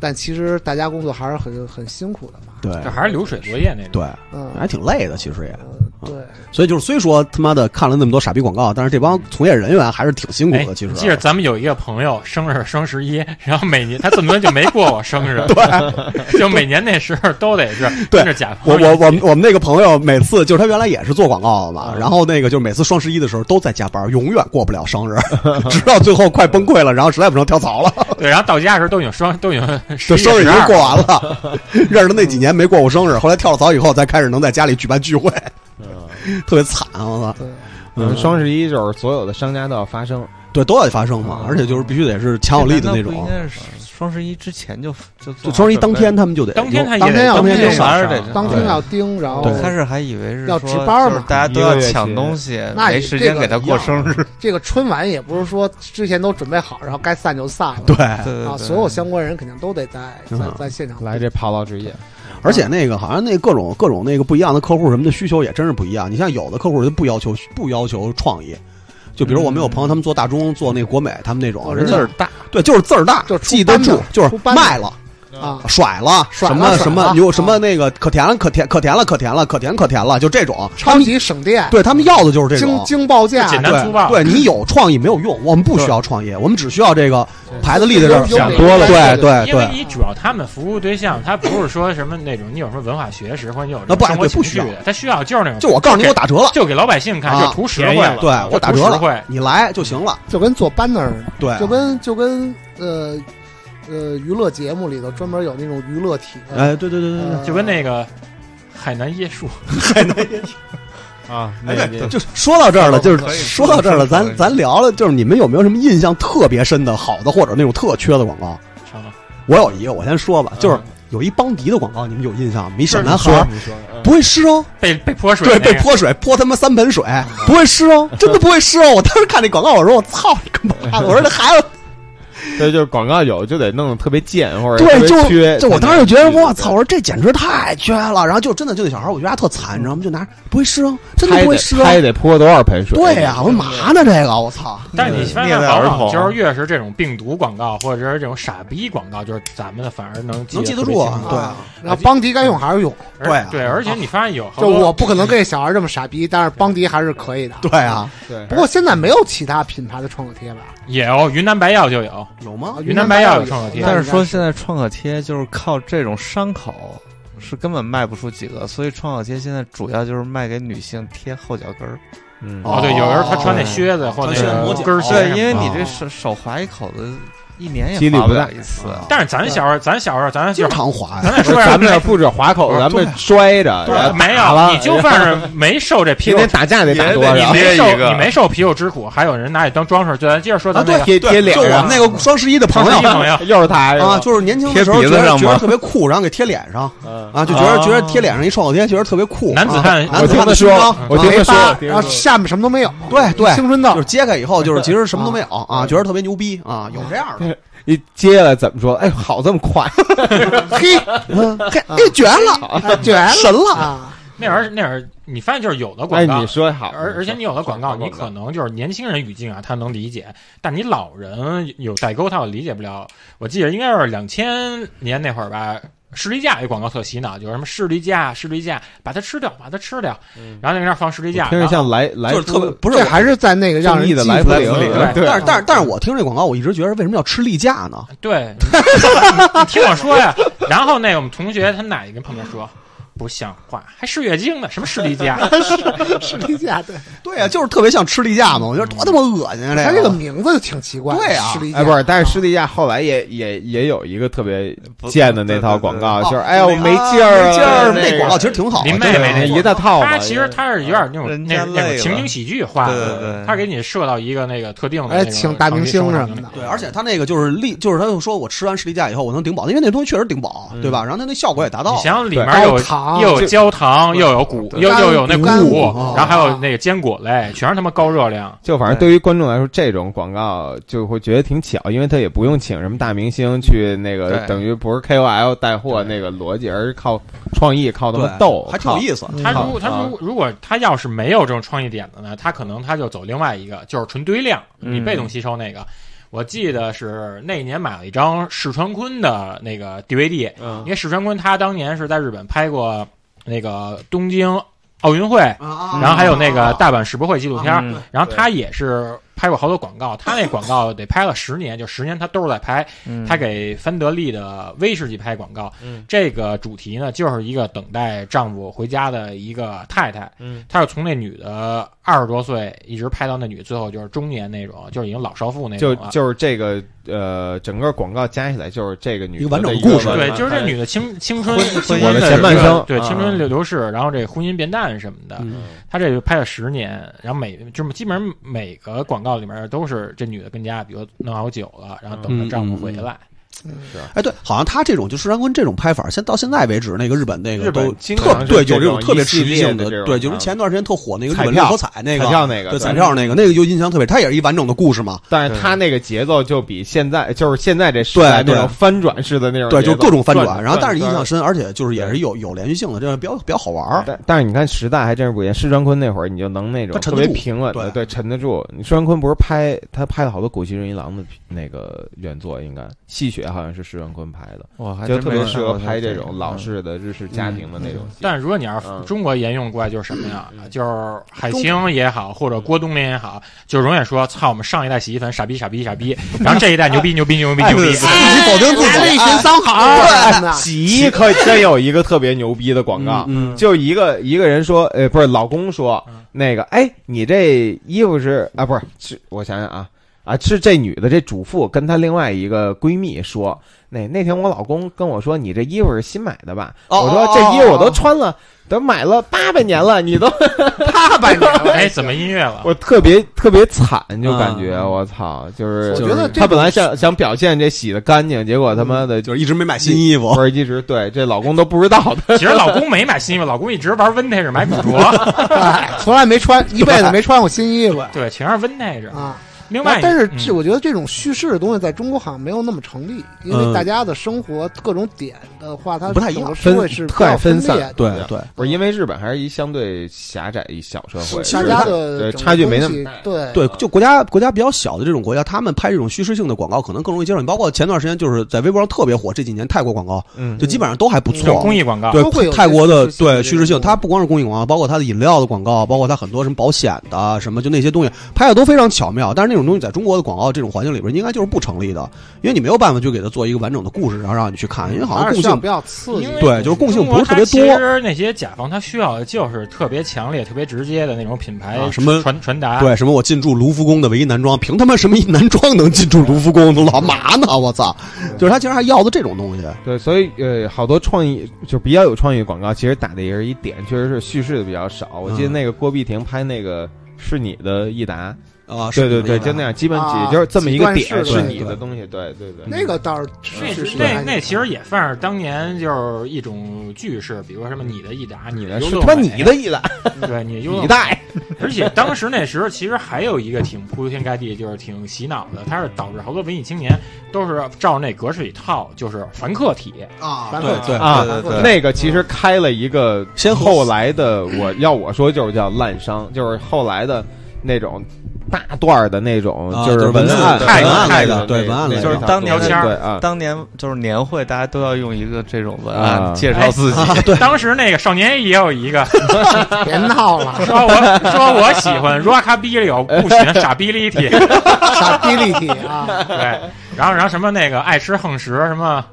但其实大家工作还是很很辛苦的嘛。
对
这还是流水作业那种。
对，
嗯，
还挺累的，其实也。
嗯对，
所以就是虽说他妈的看了那么多傻逼广告，但是这帮从业人员还是挺辛苦
哎
的，其
你记着，
实。啊
咱们有一个朋友生日双十一，然后每年他这么多年就没过我生 日，对， 就每年那时候都得是
对
跟着甲
我
方一起。
我我们我们那个朋友每次就是他原来也是做广告的嘛，
嗯
然后那个就是每次双十一的时候都在加班，永远过不了生日， 直到最后快崩溃了，然后实在不成跳槽了，
对，然后到家的时候都已经双都已经
这
十
生日已经
12
过完了。 认识的那几年没过过生日，后来跳了槽以后才开始能在家里举办聚会，特别惨，啊我操！
对，
嗯，双十一就是所有的商家都要发声，
对都得发生嘛
嗯，
而且就是必须得是强有力的那
这难道
种啊
不。应该是双十一之前就
就
就做
双十一当天他们就得
当天他也
当天
得
要
当
当
天
天
就
就
上
上
上
对
当天要盯，然后
对
我开始还以为是
要
说
值班
就是
嘛
大家都
一
要
个月
抢
期
东西，
那
没
也
时
这
间
个
给他
一
过
样
生日。
这个春晚也不是说之前都准备好，然后该散就散了。
对，
对对
啊，
对
所有相关人肯定都得在在
嗯
在现场
来这跑道之夜，
而且那个好像那各种各种那个不一样的客户什么的需求也真是不一样。你像有的客户就不要求不要求创意，就比如我们有朋友他们做大中做那国美他们那种，
哦
人
嗯是
家
吧
就是
大，
对就是字儿大
就，出
记得
班
住
的，
就是
出班的
卖了。
啊，
甩了，
甩
什
了
么
甩
什么
了
有什
啊
么那个可甜了，可甜可甜了，可甜了，可甜可甜了，就这种，他
超
们
级省电，
对他们要的就是这
精
种，
精报价，
简单粗暴
对，对你有创意没有用，我们不需要创意，我们只需要这个牌子立在这儿，
有
想
多了
对对
因为
哎对，
你主要他们服务对象，他不是说什么那种你有什么文化学识或者你有什
那
么生
啊不
活
对
情
不需
绪
要
的，他需要就是那种
就我告诉你，
给
我打折了，
就给老百姓看，
啊
就图实惠了，
对我打折
就图实惠
了，你来就行了，
就跟坐班那儿，
对，
就跟就跟呃呃娱乐节目里头专门有那种娱乐体，
哎，对对对对对，
嗯就跟那个海南椰树，
啊，那
哎，
那
对，就是说到这儿了，就
可
是
以
说到这儿了，
可以
咱咱聊了，就是你们有没有什么印象特别深的好的或者那种特缺的广告？
啊
我有一个，我先说吧，就是
嗯
有一邦迪的广告，你们有印象吗？一小男孩
说
儿
你说，嗯
不会湿哦，
被被泼水
对，
那
被
个
泼水泼他妈三盆水，不会湿哦，真的不会湿哦。我当时看那广告，我说我操你个妈！我说这孩子，
对，就是广告有就得弄得特别贱或者特
对，
别
就
缺
就我当时就觉得我操，我说
对
这简直太缺了。然后就真的就那小孩，我觉得他特惨，你知道吗？就拿不会湿哦，真的
拍
不
得
会湿哦。
拍得泼多少盆水？
对 啊呀、我说嘛呢这个，我操！
但是你发现
虐待
往
儿
往
童
就是越是这种病毒广告或者是这种傻逼广告，就是咱们的反而能
能记
得
得
特别
住
清
啊
楚，
对
啊，然后邦迪该用还是用，
而
对啊
对，而且你发现有好
就
多
我不可能跟这小孩这么傻逼，但是邦迪还是可以的。
对啊，
对
不过现在没有其他品牌的创可贴吧？
也有云南白药就有，
有吗
啊
云南白药
药
有创可贴
那
但
应
是
该
说现在创可贴就是靠这种伤口是根本卖不出几个，所以创可贴现在主要就是卖给女性贴后脚跟儿。
嗯
哦
哦
对，有时候他穿那靴子或
穿
那
靴子磨
个
脚
跟儿鞋什么的，
对，因为你
哦
这手手划一口子，一年
几
也
率
划
不大
了一次。
啊
但是咱小时候，咱小时候，咱就
经
是
常滑
咱
呀。
再说一下
咱们这不止划口，咱们摔着，然
啊
后
对，没
打了
有，你就算是没受这皮
天
肉，
天打架得打多
也
你
少
得？
没
贴一
受
个
你没受皮肉之苦，还有人拿你当装饰，就咱接着说咱
啊，
那
对
个，
贴贴脸
就我
上
们那个双十一的朋
双
友
十一朋友，
又是他是吧
啊，就是年轻的时候
贴
觉
鼻子
得
上
觉得
吗
特别酷，然后给贴脸上
嗯
啊，就觉得
啊
觉得贴脸上一创可贴，觉得特别酷。
男子
啊
汉
男
我
子
听
汉
他
的啊勋
说
章，
我听
没
他
疤
说，，
然后啊下面什么都没有，
对对
青春
就
痘
是揭开以后就是其实什么都没有啊，觉得特别牛逼啊，有这样的，
一接下来怎么说？哎，好这么快，
嘿
嘿，哎绝了，
啊卷了
哎神了！
啊！
那会儿那会儿，你发现就是有的广
哎，
告
你，说好，
而而且你有的广告，
你
你
说好
可能就是年轻人语境啊，他能理解，但你老人有代沟，他理解不了。我记得应该是两千年那会儿吧。士力架有广告特洗脑，就是什么士力架，士力架，把它吃掉，把它吃掉，
嗯
然后在那儿放士力架，
听着
然后
像来来
就是特别不是
这还是在那个让人
正义的
记
来
住
福
的
灵
对
里，
对
对
但是但是但是我听这广告，我一直觉得为什么要吃例假呢？
对，你你听我说呀。然后那我们同学他奶奶跟旁边说，不像话，还试月经呢，什么视力家？
士力架，对，
对啊呀，哎就是特别像吃例假嘛，我觉得多他妈恶心啊！
它
这
这个名字就挺奇怪的，
对啊
士力架，
哎，不是，但是施蒂亚后来也也也有一个特别
不
贱的那套广告，
哦
就是哎呀，我没劲
啊
儿
没
啊，
劲儿，
那
那广告其实挺好的，
林妹
就是
妹那
一大套嘛。
他其实他是有点那种
人
那
家
那种
累了
情景喜剧化
对对
的，
对
他给你设到一个那个特定的那
哎，
种
请大明星什么的。
对，而且他那个就是立，就是他就说我吃完士力架以后我能顶饱，因为那东西确实顶饱，对吧？然后他那效果也达
你
到了。
想想里面
高
有
糖
又有
就
焦糖，又有谷，又又有那
干
谷
谷
物，然后还有那个坚果类，全是他妈高热量。
就反正对于观众来说，这种广告就会觉得挺巧，因为他也不用请什么大明星去那个，
对
等于不是 KOL 带货那个逻辑，而是靠创意，靠他
对
们逗，
还挺有
靠
意思。
嗯他
好
如果他如果如果他要是没有这种创意点的呢，他可能他就走另外一个，就是纯堆量，你被动吸收那个。我记得是那年买了一张史川坤的那个 DVD，
嗯
因为史川坤他当年是在日本拍过那个东京奥运会，
啊
然后还有那个大阪世博会纪录片，
嗯
然后他也是拍过好多广告，他那广告得拍了十年，就十年他都是在拍。
嗯
他给芬德利的威士忌拍广告，
嗯
这个主题呢就是一个等待丈夫回家的一个太太，
嗯
她是从那女的二十多岁一直拍到那女最后就是中年那种，就是已经老少妇那种啊
就
了。
就是这个呃，整个广告加起来就是这个女
一个完整
的
的
一
故事
完
对，
整
就是这
的
女的青青春
婚
青春
婚姻
流
的前半
生
对
啊
青春流逝，然后这婚姻变淡什么的，
嗯
她这就拍了十年，然后每就是基本上每个广告里面都是这女的跟家，比如弄好酒了，然后等着丈夫回来。
嗯
哎，对，好像他这种就石川坤这种拍法，现到现在为止，那个日本那
日
个
本
都
经
特
常是
对，
这
有这
种
种特别
一系
持续性
列的这
的，
种
对，就是
啊
前段时间特火那个日
彩
本
票
六合彩那
彩
个，
票那个
对彩
对
票那个，那个就印象特别，它也是一完整的故事嘛，
但是他那个节奏就比现在就是现在这时代
对
那
对
种翻转式的那种节
对，
奏，
就各种翻转，
转
然后但是你印
转
象深，而且就是也是
对
有有连续性的，这样比较比较好玩儿。
但但是你看时代还真是不一样，施传坤那会儿你就能那种
他沉
特
得
别
住
平稳的，
对
对，沉得住。你施传坤不是拍他拍了好多古崎润一郎的片那个原作，应该《戏雪》好像是施传坤拍的，
我还
就
真
特别
没
适合
看过
拍
这
这
个嗯
种
嗯
老。式的日式家庭的那种戏。
但如果你要是
嗯
中国沿用过来，就是什么呀？
嗯
就是海清也好，或者郭冬临也好，就永远说“操，我们上一代洗衣粉傻逼傻逼傻逼”，然后这一代牛逼牛逼牛
哎
逼牛逼。
自己否定自己，
一群
脏
哎 呐
洗衣可真有一个特别牛逼的广告，
啊嗯，
就一个一个人说，呃，不是老公说
嗯
那个，哎，你这衣服是啊，不是是，我想想啊，啊，是这女的这主妇跟她另外一个闺蜜说，那那天我老公跟我说，你这衣服是新买的吧？
哦
我说
哦
这衣服我
哦
都
哦
穿了，都买了八百 年了，你都八百年了，
哎，怎么音乐了？
我特别特别惨，就感觉、
嗯
我操，就是
我
就
觉
是
得
她
这
本来想想表现这洗的干净，结果他妈的
嗯就是一直没买新衣服
不。是一直对这老公都不知道的。
其实老公没买新衣服，老公一直玩 vintage 买古 着，
哎从来没穿一辈子没穿过新衣服
对，全是 vintage。
啊。
另外，
但是
嗯
这我觉得这种叙事的东西在中国好像没有那么成立，因
嗯
为大家的生活各种点的话，它
不太一样
整个社会
分
是
特爱分散
比较裂的
对对，
不是因为日本还是一相对狭窄一小社会，
其
大
实
家
它
的整
对
个
差距没那
东
么
西
大
对
对，就国家国家比较小的这种国家，他们拍这种叙事性的广告可能更容易接受。你包括前段时间就是在微博上特别火，这几年泰国广告
嗯
就基本上都还不
这种
错。
公益广
啊
告，
都会
对
有
泰国的
这
对
种叙事性的这
叙事性，
种
它不光是公益广告，啊包括它的饮料的广告，啊包括它很多什么保险的什么，就那些东西啊拍的都非常巧妙。但是那种东西在中国的广告这种环境里边，应该就是不成立的，因为你没有办法去给它做一个完整的故事，然后让你去
嗯
看，因为好像
还
共
是需要
性
比较刺激
因。为
对就是共性
中国
不是特别
它其
多
实那些甲方他需要的就是特别强烈、特别直接的那种品牌
啊什么
传传达。
对，什么我进驻卢浮宫的唯一男装，凭他妈什么一男装能进驻卢浮宫？都老嘛呢？ 我操！就是他竟然还要的这种东西。
对，所以呃，好多创意就比较有创意广告，其实打的也是一点，确实是叙事的比较少。我记得
嗯
那个郭碧婷拍那个。是你的益达，
啊，是这
对对对，
样的
就那样，基本
啊
也就是这么一个
极端式
点，是
的
你
对
的东西，对对对。
那个倒是
那
是是
那
还
那其实也算是当年就是一种句式，比如说什么你的益达，你的
是
优
他
乐
妈
美
你的益达，
对你优乐
你
美
大爷！
而且当时那时候其实还有一个挺铺天盖地，就是挺洗脑的，它是导致好多文艺青年都是照那格式一套，就是凡客体。
啊，
反
对
反
对
啊
对对对，
那个其实开了一个，
先后
后来的我要我说就是叫烂伤，就是后来的那种大段儿的那种，
啊
是
就是文
文
案
太
文案
太
类的
那
对
那
文案类的
那
就是当年
对
签儿
对啊，
当年就是年会，大家都要用一个这种文
啊
案介绍自己，
对，当时那个少年也有 一个
别闹了，
说我说我喜欢 rockabilly，我不喜欢傻逼 l 体。
傻逼立体 啊！
对，然后然后什么那个爱吃横食，什么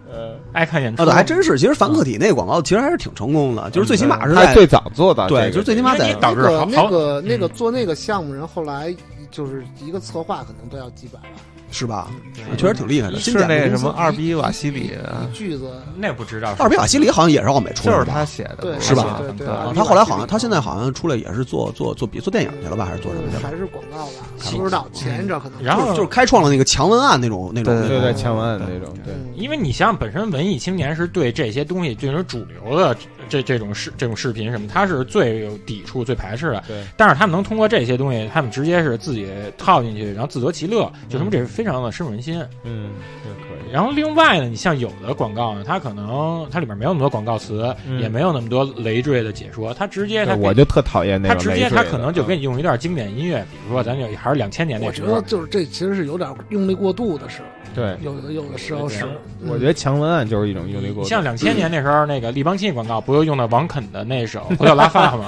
爱看演出，
啊，对，还真是。其实凡客体那个广告其实还是挺成功的，就是最起码是
他
在
最早做的，
对，就是最起码
因为
在
你导
那
致
个
好
那
好
个那个
嗯
做那个项目人后来就是一个策划可能都要几百万，
是吧？啊
对
确实挺厉害的。
是
新剪的
那个
公
什
司
么二逼瓦西里，啊
一句子
那不知道是
二比瓦西里好像也是奥美出
就
的
是嗯
吧
他写的，
对
是吧
对对
啊
对
他后来好像他现在好像出来也是做做做比做电影去了吧，还是做什么去了？
还是广告吧，不知道前一阵可能
然后
就是开创了那个强文案那种那种
对
那
对
种
对
对
强文案那种，对
嗯
因为你想想，本身文艺青年是对这些东西，就是主流的这这种视这种视频什么，他是最有抵触、最排斥的。
对，
但是他们能通过这些东西，他们直接是自己套进去，然后自得其乐，就他们这是非常的深入人心。
嗯，这可以。
然后另外呢，你像有的广告呢，它可能它里面没有那么多广告词，
嗯
也没有那么多累赘的解说，它直接它
对
给
我就特讨厌那
它
种
直
累
接
赘的。
它可能就给
嗯
你用一段经典音乐，比如说咱就还是两千年那
我觉
时
得
候，
就是这其实是有点用力过度的事，
对，
有的有的时候
对
是
然后，
嗯
我觉得强文案就是一种用力
你
过度。
像两千年那时候那个立邦亲广告，不就用的王肯的那首 《不要拉发》吗？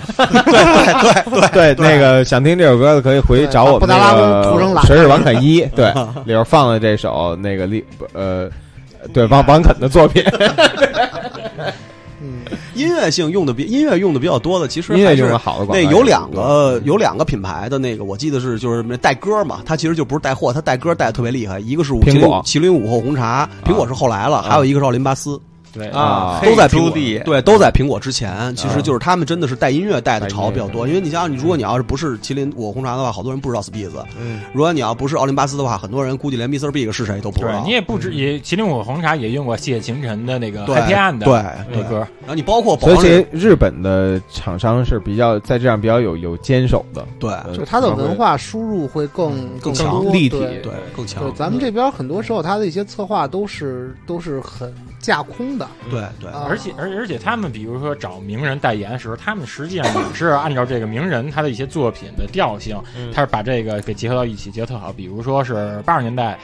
对，那个想听这首歌的可以回去找我们
对
那
布达拉宫屠城
个
栏
《水手王肯一》，对，里边放的这首那个力呃，对王王肯的作品，
嗯，
音乐性用的比音乐用的比较多的，其实
音乐
还
就是是好的广告。
那有两个有两个品牌的那个，我记得是就是带歌嘛，它其实就不是带货，它带歌带的特别厉害。一个是
苹果
麒麟午后红茶，苹果是后来了，还有一个是奥林巴斯，
对
啊
都在苹
朱
果
棣，嗯
对，都在苹果之前。其实
啊
就是他们真的是带音乐带的潮比较
带音乐
多，因为你想想，你如果你要是不是麒麟午后红茶的话，好多人不知道 Speed；
嗯
如果你要不是奥林巴斯的话，很多人估计连 Mr. Big 是谁都不知
对
道
你。也不止，也麒麟舞红茶也用过谢琴晨的那个
嗯对
Happy End
对
那
对
歌，
然后你包括宝
所以
矿
这
力
些日本的厂商是比较在这样比较有有坚守的，呃
对
就是它的文化输入会更
嗯更强
多
立体
对
对更强
对，，咱们这边很多时候它的一些策划都是都是很架空的，
对对
啊
而且而而且他们比如说找名人代言的时候，他们实际上也是按照这个名人他的一些作品的调性，
嗯
他是把这个给结合到一起，结合特好。比如说是八十年代，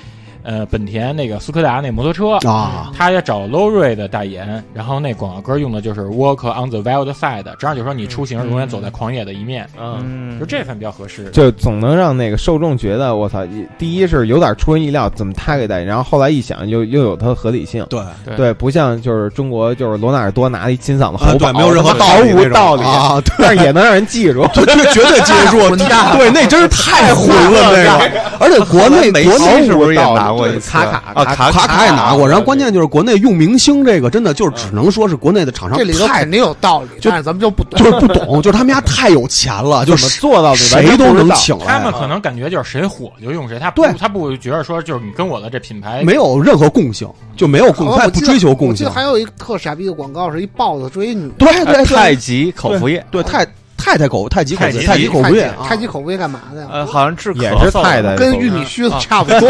呃，本田那个斯柯达那摩托车。
啊，
他也找 l o r i 的代言，然后那广告歌用的就是 Walk on the Wild Side，这样就说你出行永远走在狂野的一面，
嗯。
嗯
就这份比较合适。
就总能让那个受众觉得我操，一第一是有点出人意料，怎么他给代言，然后后来一想又又有它的合理性，
对。
对
对，不像就是中国就是罗纳尔多拿一金嗓子
啊
喉宝，
对，没有任何道
毫
理那
无
种，
道理，
啊！对
但是也能让人记住。
绝绝对记得住，对，那真是太混了，那个，而且国内国内
是不是也
道理
拿过一次
卡卡
啊
卡
卡
卡卡也拿过，然后关键就是国内用明星这个，真的就是只能说是国内的厂商
这里头
太
肯定有道理，
就
但是咱们就不懂
就。是不懂，就是他们家太有钱了，就
怎么
是
做到的？完
谁
全
都
不知
能
道
请
他
来
们，可能感觉就是谁火就用谁，他不
对
他不觉得说就是你跟我的这品牌
没有任何共性，就没有共，
好
他也
吧哦我
不
记得
追求
我
共
记
性
得，还有一个特傻逼的广告，是一豹子追一女，
对对
太
对
极口服液，
对，太太太狗太极口
太
味
极
太极口
太
味
极
啊
太极口碑干嘛的呀？
呃，好像治
也
咳
是
嗽
太
的，
太
跟玉米须子差不多，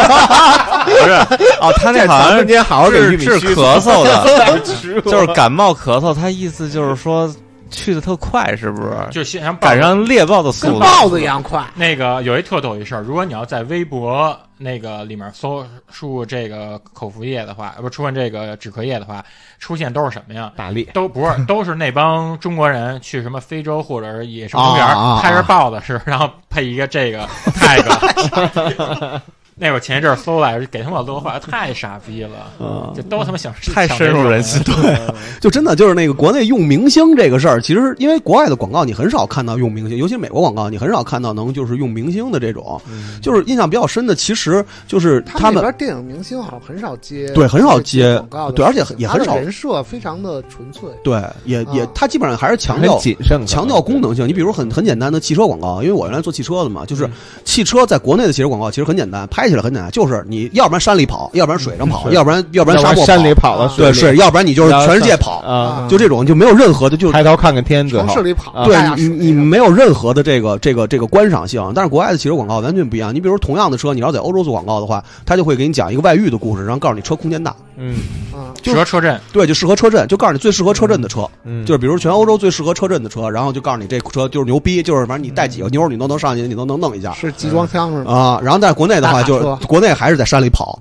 不是哦，他那好像
咱们今天好好给玉米
治治
须
咳嗽的， 就是感冒咳嗽，他意思就是说去的特快，是不是？
就先想
赶上猎豹的速
跟
度，
豹子一样快。
那个有一特逗一事儿，如果你要在微博那个里面搜输这个口服液的话，呃不出现这个止咳液的话，出现都是什么呀？
大力，
都不是，都是那帮中国人去什么非洲或者是野生公园
啊啊啊
拍着豹子是， 然后配一个这个 tag。那会儿前一阵儿搜来，给他们老乐坏了，太傻逼了，
嗯
这都他妈想
太深入人心。
想这种
就真的就是那个国内用明星这个事儿，其实因为国外的广告你很少看到用明星，尤其美国广告你很少看到能就是用明星的这种，就是印象比较深的，其实就是他
们
们
那边电影明星好像很少接，
对很少接
广告的
对而且
事情
也很
他的
少
人设非常的纯粹。
对也也
啊
他基本上还是强
很
调。
谨慎，
强调功能性，你比如很很简单的汽车广告，因为我原来做汽车的嘛，就是汽车在国内的汽车广告其实很简单，拍起来很简单，就是你要不然山里跑，要不然水上跑，
是
要不然要不然
要
沙
往
漠
山里
跑，
跑了，
对
水
水，要不然你就是
然后
全世界
上
跑，
啊，
就这种就没有任何的就
抬头看看天最
城
好
市。里跑，
啊
大雅
对
水
你，你没有任何的这个这个这个观赏性，但是国外的汽车广告完全不一样。你比如说同样的车，你要在欧洲做广告的话，他就会给你讲一个外遇的故事，然后告诉你车空间大，
嗯
啊，
适合车震，
对，就适合车震，就告诉你最适合车震的车，
嗯，
就是比如全欧洲最适合车震的车，然后就告诉你这车就是牛逼，就是反正你带几个妞儿你都能上去，你都能弄一下
是集装箱是吗？
啊。然后在国内的话，
嗯大卡
就
车
国内还是在山里跑，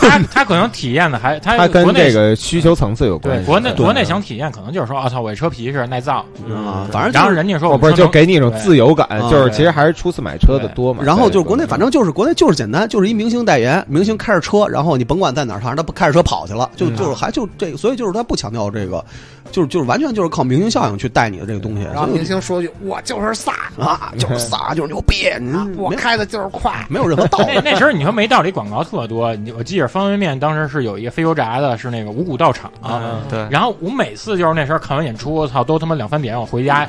他他可能体验的还他
它跟
国内
这个需求层次有关
对
系。啊
国内
对
国内想体验，可能就是说啊操，我这车皮是耐造
啊反正就是
然后人家说
哦，
我
不是
车
就
能
给你一种
对
自由感，
啊
就是其实还是初次买车的多嘛。
然后就是
在
国内，
这
反正就是国内就是简单，就是一明星代言，明星开着车，然后你甭管在哪儿，反正他不开着车跑去了，就
嗯
就是还就这个，所以就是他不强调这个，就是就是完全就是靠明星效应去带你的这个东西。
然后
所以
明星说句：“我就是飒，
啊，就是撒，就是牛逼，你
啊我
嗯没有
开的就是快。
没有任何道
那
理。
那时候你说没道理，广告特多。你我记着方便面当时是有一个非油炸的，是那个五谷道场。
啊，对，
然后我每次就是那时候看完演出，我操，都他妈两三点，我回家。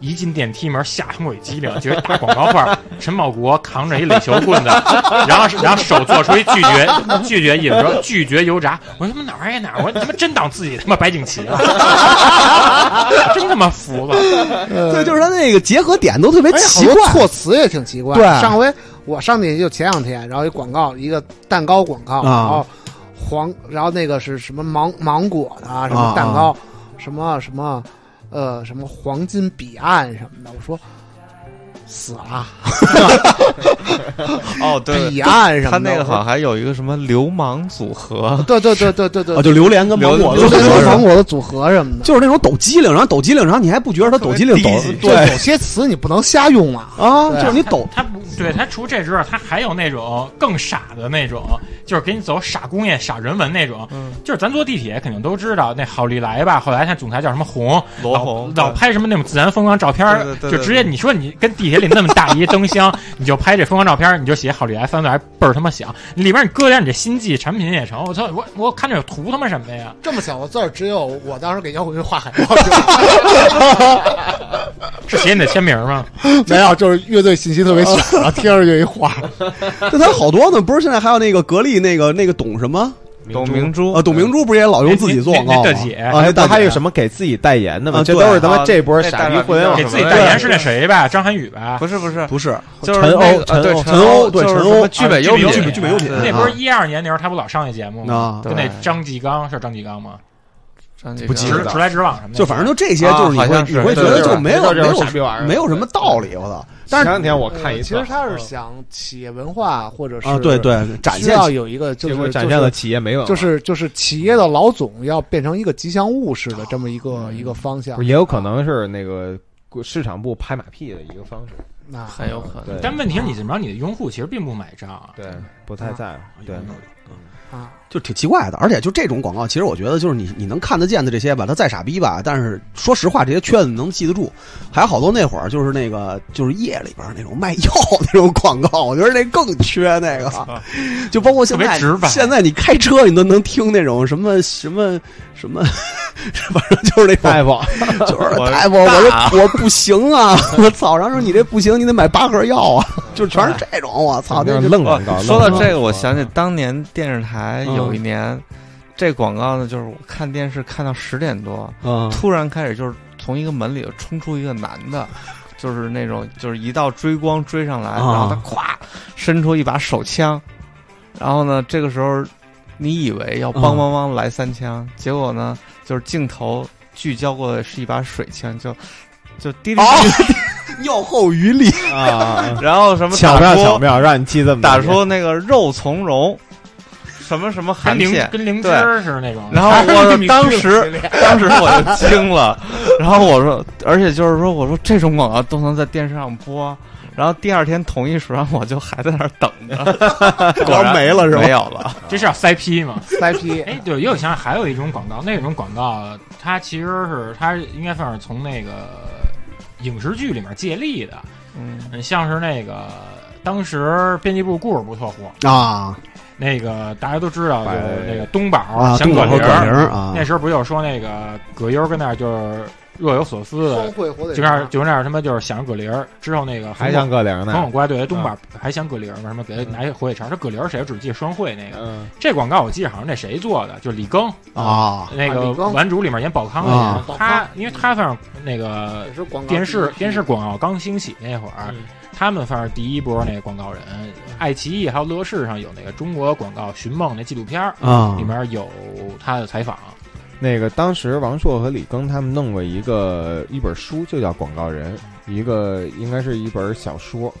一进电梯门，吓他妈我一激灵，觉得大广告 画儿陈宝国扛着一垒球棍子， 然后然后手做出一拒绝 拒绝引说拒绝油炸，我说他妈哪玩意儿啊哪儿，我他妈真当自己他妈白景琦了， 真他妈服了。
对，就是他那个结合点都特别
而且哎好
奇
多
怪。
措辞也挺奇怪。
对
上回我上去就前两天，然后一广告，一个蛋糕广告，
啊
然后黄，然后那个是什么芒芒果的啊，什么蛋糕，什么什么，呃，什么黄金彼岸什么的。我说死了，
哦，对，
彼岸什么的。
他那个好
我
像还有一个什么流氓组合
说，，对对对对对对
啊，，就榴莲跟芒果的
榴
组
就
榴
合
跟
莲
是吧
芒果的组合什么的。
就是那种抖机灵，然后抖机灵，然后你还不觉得他抖机灵抖
特别低级
就有些词你不能瞎用啊。
啊，
对
就是你抖
他不对，他除这之外，他还有那种更傻的那种，就是给你走傻工业、傻人文那种。
嗯
就是咱坐地铁肯定都知道，那郝利来吧，后来他总裁叫什么红，
罗红
老老拍什么那种自然风光照片儿
对对对，对
就
对
直接你说你跟地铁里那么大一灯箱， 你就拍这风光照片儿，你就写郝利来三个字儿，倍儿他妈响。你里边你搁点你这新技产品也成。我操，我我看这有图他妈什么呀？
这么小的字儿，只有我当时给摇滚乐画海报，
是写你的签名 吗？
没有，就是乐队信息特别 小，然后贴上去一画。
那他好多呢，不是现在还有那个格力那个那个董什么
董明珠
啊？董明珠不是也老用自己做广告
那那
吗？
那大姐
啊，那
还
大姐
还有什么给自己代言的吗？
啊
这
对
都是他妈
啊
这波
那
傻逼啊
大
互联网
大
给
什
自
么
己
呀
代言是那谁吧？张涵予吧？
啊不是不是，
不是
就是
陈
那
欧
个呃对
陈
陈
欧对
就是
陈
什么
欧
聚美
啊
品，
聚美
聚美优品
对
那不是一二年那时候他不老上一节目吗？
啊？
就那
对
张纪刚是张纪刚吗？
张继
不
科
记
直
得
的
直来直往什么的，
就反正就这些，
啊
就是你
好
会
像是
你会觉得
对对对
就没有
对
没
对对傻逼玩意
有
儿
没有什么道理，我操！但
前
是
两天我看一
呃其
次嗯
实，他是想企业文化或者是
啊，对，对，展
需
现
要有一个就
结果
是
展现了企业没有，啊
就是就是企业的老总要变成一个吉祥物似的这么一个一个方向
不，是也有可能是那个市场部拍马屁的一个方式，
那
很有可能。
对
但问题是，你怎么着？你的用户其实并不买账啊。
对，不太在乎，对，
啊，
就挺奇怪的，而且就这种广告，其实我觉得就是你你能看得见的这些吧，它再傻逼吧，但是说实话，这些圈子能记得住。还有好多那会儿就是那个就是夜里边那种卖药那种广告，我觉得那更缺那 个，就包括现在
特别直白
现在你开车你都能听那种什么什么什么， 反正就是那种
哎
大夫，
就是
我
大夫，我说我不行啊， 我操！然后说你这不行，你得买八盒药 啊，就全
哎
是这种，我操！那
愣
啊
广告
哦。说到
愣啊
这个，
广
我
告
想起当年电视台
嗯
有一年，这广告呢，就是我看电视看到十点多，
嗯
突然开始就是从一个门里头冲出一个男的，就是那种就是一道追光追上来，然
啊
后他咵伸出一把手枪，然后呢，这个时候你以为
啊
要梆梆梆来三枪，结果呢，就是镜头聚焦过的是一把水枪，就就滴滴，
药后余力，
啊，
然后什么
巧
打
妙
出
巧妙，让你记这么多
打
年
出那个肉苁蓉，什么什么
跟
含
灵
蟹。
跟灵芝
对
是那种，
然后 我当时，当时我就惊了，然后我说，而且就是说，我说这种广告都能在电视上播，然后第二天同一时间我就还在那儿等着，
然后没了是吧
没有了，
这是要塞批吗？
塞 批
哎，对，又想还有一种广告，那种广告它其实是它应该算是从那个影视剧里面借力的，
嗯，
嗯，像是那个当时编辑部故事部特火，
啊
那个大家都知道，就
百
是那个东宝、
啊，
响
东
葛
莞和
铃
葛
儿，
儿啊，
那时候不就说那个葛优跟那儿就是若有所思
双
的，
汇火腿
就那儿就那儿他妈就是想着葛铃儿，之后那个
还想葛玲
冯
呢，
巩怪对东宝还想葛铃儿嘛，什么给他拿一火腿肠，说葛铃儿谁只记得双汇那个。
嗯，
这广告我记得好像那谁做的，就是李庚，
啊，
那
啊
个
李庚
《顽主》里面演宝康
啊
的人，
宝康
他因为他算是那个
也是广告
电视电视
广
广告刚兴起那会
嗯
儿，他们算是第一波那个广告人。爱奇艺还有乐视上有那个中国广告寻梦那纪录片儿，
啊
里面有他的采访。
那个当时王朔和李庚他们弄过一个一本书，就叫《广告人》，一个应该是一本小说，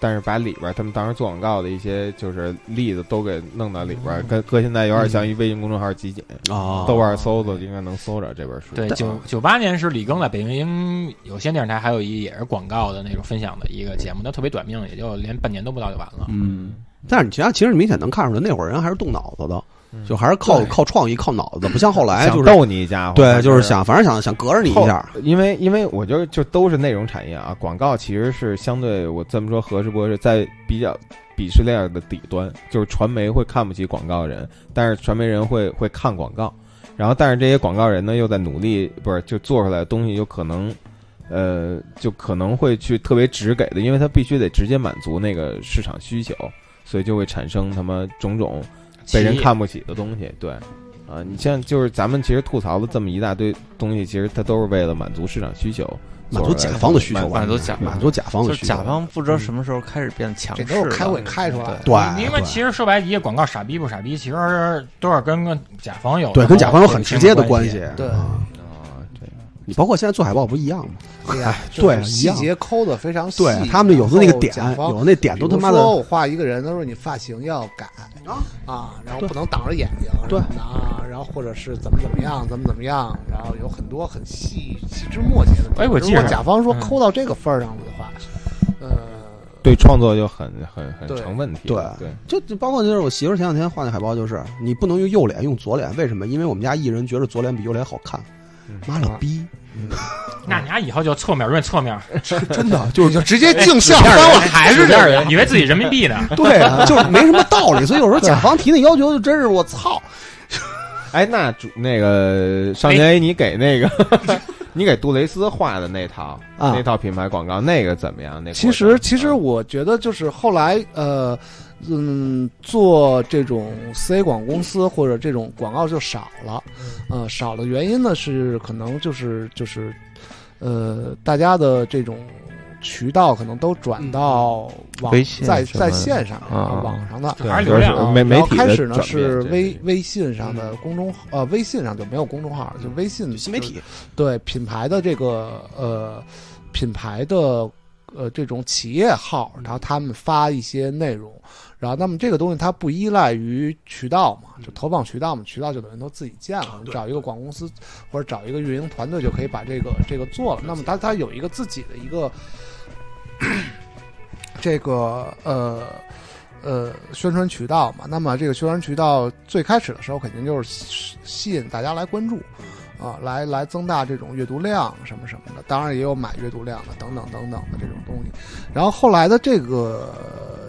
但是把里边他们当时做广告的一些就是例子都给弄到里
嗯
边，跟搁现在有点像一微信公众号集锦，
啊，
豆瓣搜搜应该能搜着这本书。
对，九九八年是李庚在北京有线电视台还有一也是广告的那种分享的一个节目，但特别短命，也就连半年都不到就完了。
嗯。但是你其实其实明显能看出来，那会儿人还是动脑子的，
嗯
就还是靠
对
靠创意、靠脑子，不像后来
想
哎就是
逗你一家伙，
对，
但
就是想反正想想隔着你一下
后因为因为我觉得就都是内容产业啊，广告其实是相对我这么说合适不合适，在比较鄙视链的底端，就是传媒会看不起广告人，但是传媒人会会看广告，然后但是这些广告人呢又在努力，不是就做出来的东西有可能。呃，就可能会去特别直给的，因为他必须得直接满足那个市场需求，所以就会产生他妈种种被人
其
看不起的东西，对，啊，你像就是咱们其实吐槽了这么一大堆东西，其实它都是为了满足市场需求，
满足甲方的需求吧，
满足甲
满足甲方
就
的
是
需
甲
求。
方不知道什么时候开始变强势
这
了，
都是开会开出来的
对
对，
你因为
对
其实说白了，一个广告傻逼不傻逼，其实都是跟跟甲方有
对跟甲方有很直接的
关
系。。
对
啊
啊，这样
你包括现在做海报不一样吗？
对呀，
哎对啊
就是
一
细
样
节抠的非常细。
对他们有的那个点，
然后甲方
有的那点都他妈
比如说
的
我画一个人，他说你发型要改啊，然后不能挡着眼睛，
对
什么的啊，然后或者是怎么怎么样，怎么怎么样，然后有很多很细细枝末节的东西。
哎我记
如
着
果甲方说
嗯
抠到这个份儿上了的话，呃，
对创作就很很很
对
成问题。
对
对，
就就包括就是我媳妇儿前两天画那海报，就是你不能用右脸，用左脸，为什么？因为我们家艺人觉得左脸比右脸好看。妈了逼，
嗯
那你俩以后就侧面论侧 面，
真的就是哎
就直接镜像
翻
翻
了
了，还是这
样
样。
以为自己人民币呢。
对啊，就是没什么道理。所以有时候甲方提那要求，就真是我操，
哎，那主那个
哎
上前，你给那个 你给杜蕾斯画的那套
啊
那套品牌广告，那个啊怎么样？那
其实，其实
嗯
我觉得就是后来，呃，嗯，做这种 C 广公司或者这种广告就少了，
嗯
呃，少的原因呢是可能就是就是，呃，大家的这种渠道可能都转到网
微信
在
什么
在
的
线上的、
啊
网 上的。
对
还是流量
就是
啊
媒媒
然后
体的
开始呢
转变
是
对
微
对
微信上的公众号，呃，微信上就没有公众号了，就微信
嗯新媒体
对品牌的这个呃品牌的呃这种企业号，然后他们发一些内容，然后那么这个东西它不依赖于渠道嘛，就投放渠道嘛，渠道就等于都自己建了，你找一个广告公司或者找一个运营团队就可以把这个这个做了。那么它它有一个自己的一个 这个呃。呃，宣传渠道嘛，那么这个宣传渠道最开始的时候肯定就是吸吸引大家来关注，啊，来来增大这种阅读量什么什么的，当然也有买阅读量的等等等等的这种东西。然后后来的这个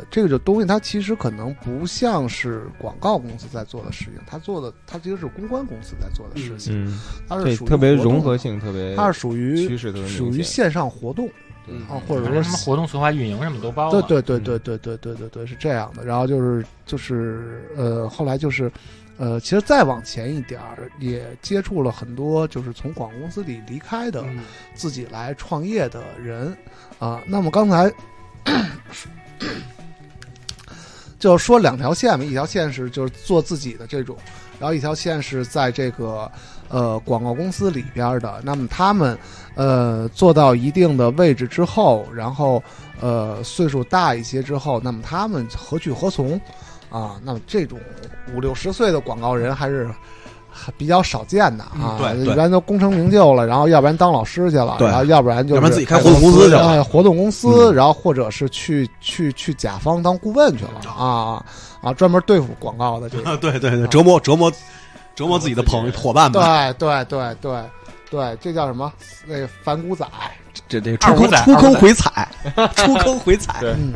这个就东西，它其实可能不像是广告公司在做的事情，它做的它其实是公关公司在做的事情，
嗯，
它
这
是属于
特别
活动
融合，性，特别
它是属于
趋势特嗯别明
属于
显
线上活动
嗯
啊，或者
反
说
正什么活动策划、运营什么都包啊
对
了。
对对对对对对对对，是这样的。然后就是就是呃，后来就是呃，其实再往前一点儿，也接触了很多就是从广告公司里离开的
嗯
自己来创业的人啊。那么刚才 就说两条线嘛，一条线是就是做自己的这种，然后一条线是在这个呃广告公司里边儿的。那么他们呃做到一定的位置之后，然后呃岁数大一些之后，那么他们何去何从啊？那么这种五六十岁的广告人还是。比较少见的
嗯
啊，
对对
一般都功成名就了，然后要不然当老师去了，
对
然后要不然就
要
是
不然自己开活动公司去了。
呃，活动公司，
嗯
然后或者是去去去甲方当顾问去了啊啊，专门对付广告的这个，
啊，对对对，折磨折磨折磨自己的朋友伙伴吧。
对对对对对，这叫什么？那个反骨仔，
这这
二五
出坑
仔
出坑回踩，出坑回踩。
对
嗯，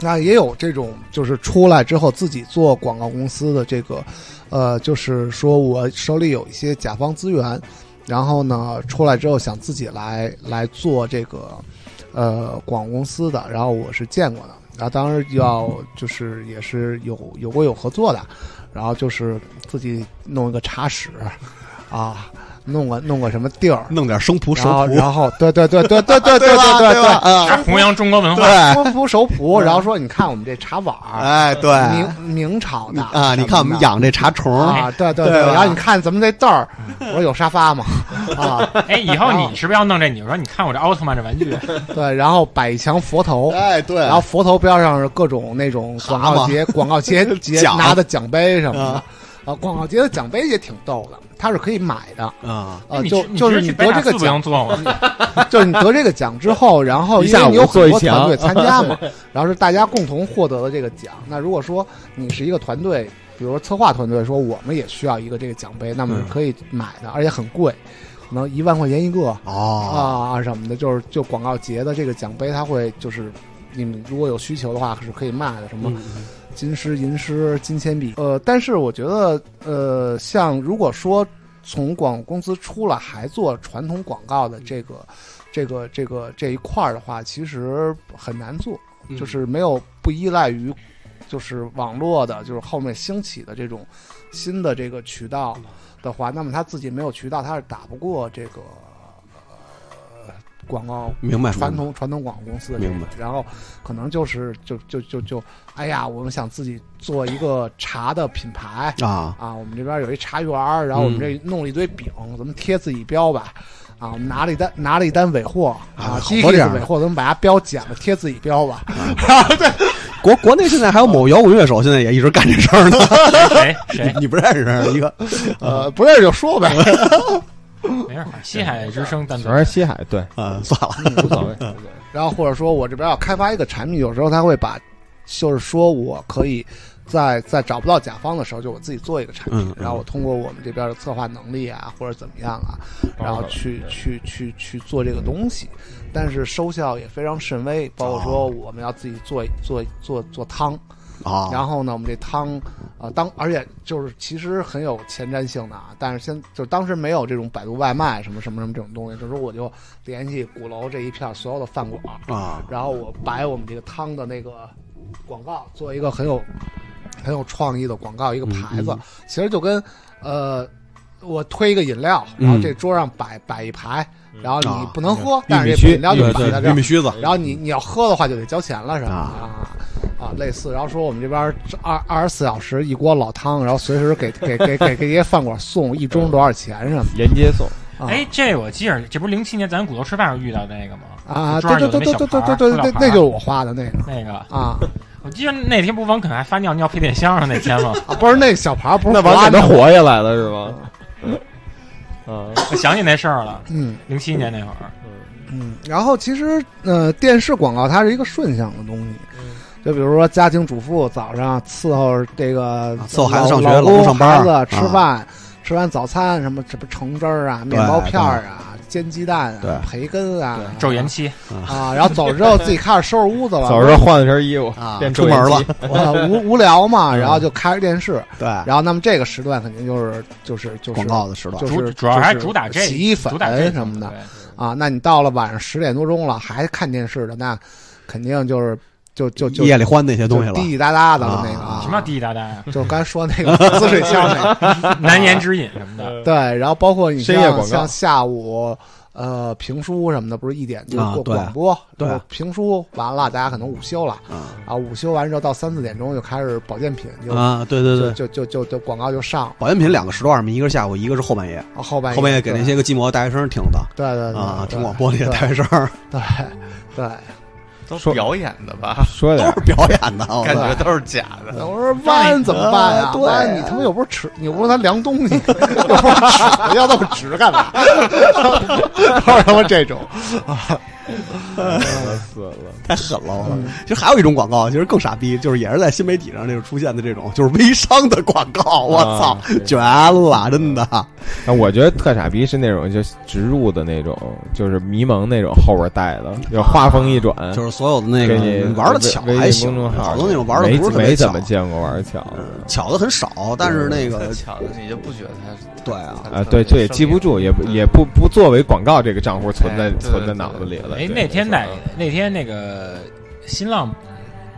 那也有这种，就是出来之后自己做广告公司的这个，呃，就是说我手里有一些甲方资源，然后呢，出来之后想自己来来做这个，呃，广告公司的，然后我是见过的，然后当时要就是也是有有过有合作的，然后就是自己弄一个茶室，啊，弄个弄个什么地儿。
弄点生仆熟
然后，
仆，
然后，对对对对对对对 对
吧？
对
吧？啊，
弘扬中国文化，
对，
说服熟仆，然后说你看我们这茶碗
嗯
儿，
哎，对
明明朝的
啊，你看我们
养
养这茶虫，
啊，对对
对吧
然后你看咱们这凳儿，我说有沙发吗？啊，
哎，以后你是不是要弄这？你说你看我这奥特曼这玩具，
对，然后摆一墙佛头。
哎，对，
然后佛头标上是各种那种广告节、广告节节
奖
拿的奖杯什么的，啊，广告节的奖杯也挺逗的，它是可以买的，
啊，
啊，
哎你
就
直
就是
你
你
直接去
得
北塔
这个
寺不
奖
能做 吗？
就是你得这个奖之后，然后
一
因
下
为
午
你有
做
很
一
多
墙
团队参加 嘛，然后是大家共同获得的这个奖。那如果说你是一个团队，比如说策划团队说我们也需要一个这个奖杯，那么
嗯
是可以买的，而且很贵，可能一万块钱一个
哦，
啊什么的，就是就广告节的这个奖杯，它会就是你们如果有需求的话是可以卖的，什么金狮、银狮、金铅笔。呃，但是我觉得，呃，像如果说从广告公司出来还做传统广告的这个、这个、这个这一块儿的话，其实很难做，就是没有不依赖于就是网络的，就是后面兴起的这种新的这个渠道的话，那么他自己没有渠道，他是打不过这个。呃广告
明白，
传统传统广告公司的这
嗯明白
种，然后可能就是就就就就，哎呀，我们想自己做一个茶的品牌
明白啊，
啊，我们这边有一茶园儿，然后我们
嗯
这弄了一堆饼，咱们贴自己标吧。啊，我们拿了一单拿了一单尾货
啊
啊，
好
第一
多
批
这
的
样的
尾货，咱们把它标剪了，贴自己 标吧。
国国内现在还有某摇滚乐手现在也一直干这事儿呢，
谁谁
你你不认识啊一个
呃，不认识就说呗。
没事儿，西海之声单独
全是西海，对，
啊，算了，
无所谓。
然后或者说我这边要开发一个产品，有时候他会把，就是说我可以在在找不到甲方的时候，就我自己做一个产
嗯
品
嗯，
然后我通过我们这边的策划能力啊，或者怎么样啊，然后去去去去做这个东西，但是收效也非常甚微。包括说我们要自己做做做做汤，
啊，
然后呢，我们这汤啊、呃当而且就是其实很有前瞻性的啊，但是现就当时没有这种百度外卖什么什么什么这种东西，就是我就联系鼓楼这一片儿所有的饭馆。
啊，
然后我摆我们这个汤的那个广告，做一个很有很有创意的广告，一个牌
嗯
子，
嗯
其实就跟呃，我推一个饮料，然后这桌上摆、摆一排，然后你
啊
不能喝，
玉
但
米
是
须
这饮料就摆在这
玉
儿
米，须子
然后你你要喝的话就得交钱了，是吧？
啊
啊啊，类似，然后说我们这边儿二二十四小时一锅老汤，然后随时给 给给给给这些饭馆送，一盅多少钱什么
沿街送，
的。啊、
哎，这我记着，这不是零七年咱骨头吃饭时候遇到那个吗？
啊，
桌上
对
有
对
那
对
小
对
牌
对
儿
对对
塑料
对，
牌
那
儿
就是我画的那个
那个，
啊。
我记得那天不王肯还发尿尿配电箱上那天吗？
啊，不是那小牌儿， 不是
那
华
王给
的
他活下来了是吗？ 嗯，
我想起那事儿了，
嗯
零七年那会儿，
嗯，然后其实呃，电视广告它是一个顺向的东西，
嗯
就比如说家庭主妇早上啊伺候这个
啊伺候孩子
老
上学
老
老公上班儿
孩子吃
啊
饭、吃完早餐什么什么橙汁儿啊、面包片儿啊、煎鸡蛋
对
啊、培根啊，
昼延期，
啊，然后走之后自己开始收拾屋子了，
早上换了身衣服
啊，
变
出门了
抽烟 机，
啊无无聊
嗯
嘛，然后就开着电视，
对，
然后那么这个时段肯定就是就是就是
广告的时段
就
主
是
主要还
就是
主啊打这
洗衣粉
主打这
什么的，
对
啊，那你到了晚上十点多钟了还看电视的，那肯定就是就就就
夜里欢那些东西
就滴
了，
滴答答的了那个
啊
啊，
什么滴滴答答呀、
就是刚才说那个滋水枪那个，
啊
难言之隐什么的，
对，然后包括你
深夜广
像
告
像下午。呃，评书什么的不是一点就是
啊
过
对
广播，
对
然后评书完了，大家可能午休了
啊
啊，午休完之后到三四点钟就开始保健品就
啊，对对
就
对，
就就就就广告就上了
保健品两个时段嘛，一个是下午，一个是后半夜，
啊后半夜
后半夜给那些个寂寞的大学生听的
对对对对
啊，
对
听广播那些
对
大学生
对对，
都
说
表演的吧？
说
都
点
是表演的，我
感
操
觉都是假的。
我说弯怎么办呀？
对啊
弯你他妈又不是尺，你又不是他量 东西，又不是尺，要那么直干嘛？都是他妈这 种，
儿死了。
太狠了！我操其实还有一种广告，其实更傻逼，就是也是在新媒体上那个出现的这种，就是微商的广告，我操
啊，是
绝了，真的。
啊，我觉得特傻逼是那种就植入的那种，就是迷蒙那种后边带的，就画风一转，
啊就是所有的那
给
个
你
玩的巧
微
还
微
行
信公众，号
好多那种玩的
没
不是特别
没
巧
怎，么见过玩巧的。
嗯巧的很少，但是那个
巧的你就不觉得它是
对啊，
啊，对，这也记不住，也不也不不作为广告这个账户存在
哎对
存在脑子里了。
哎，
嗯对
那天
没
哪
错
那天那个新浪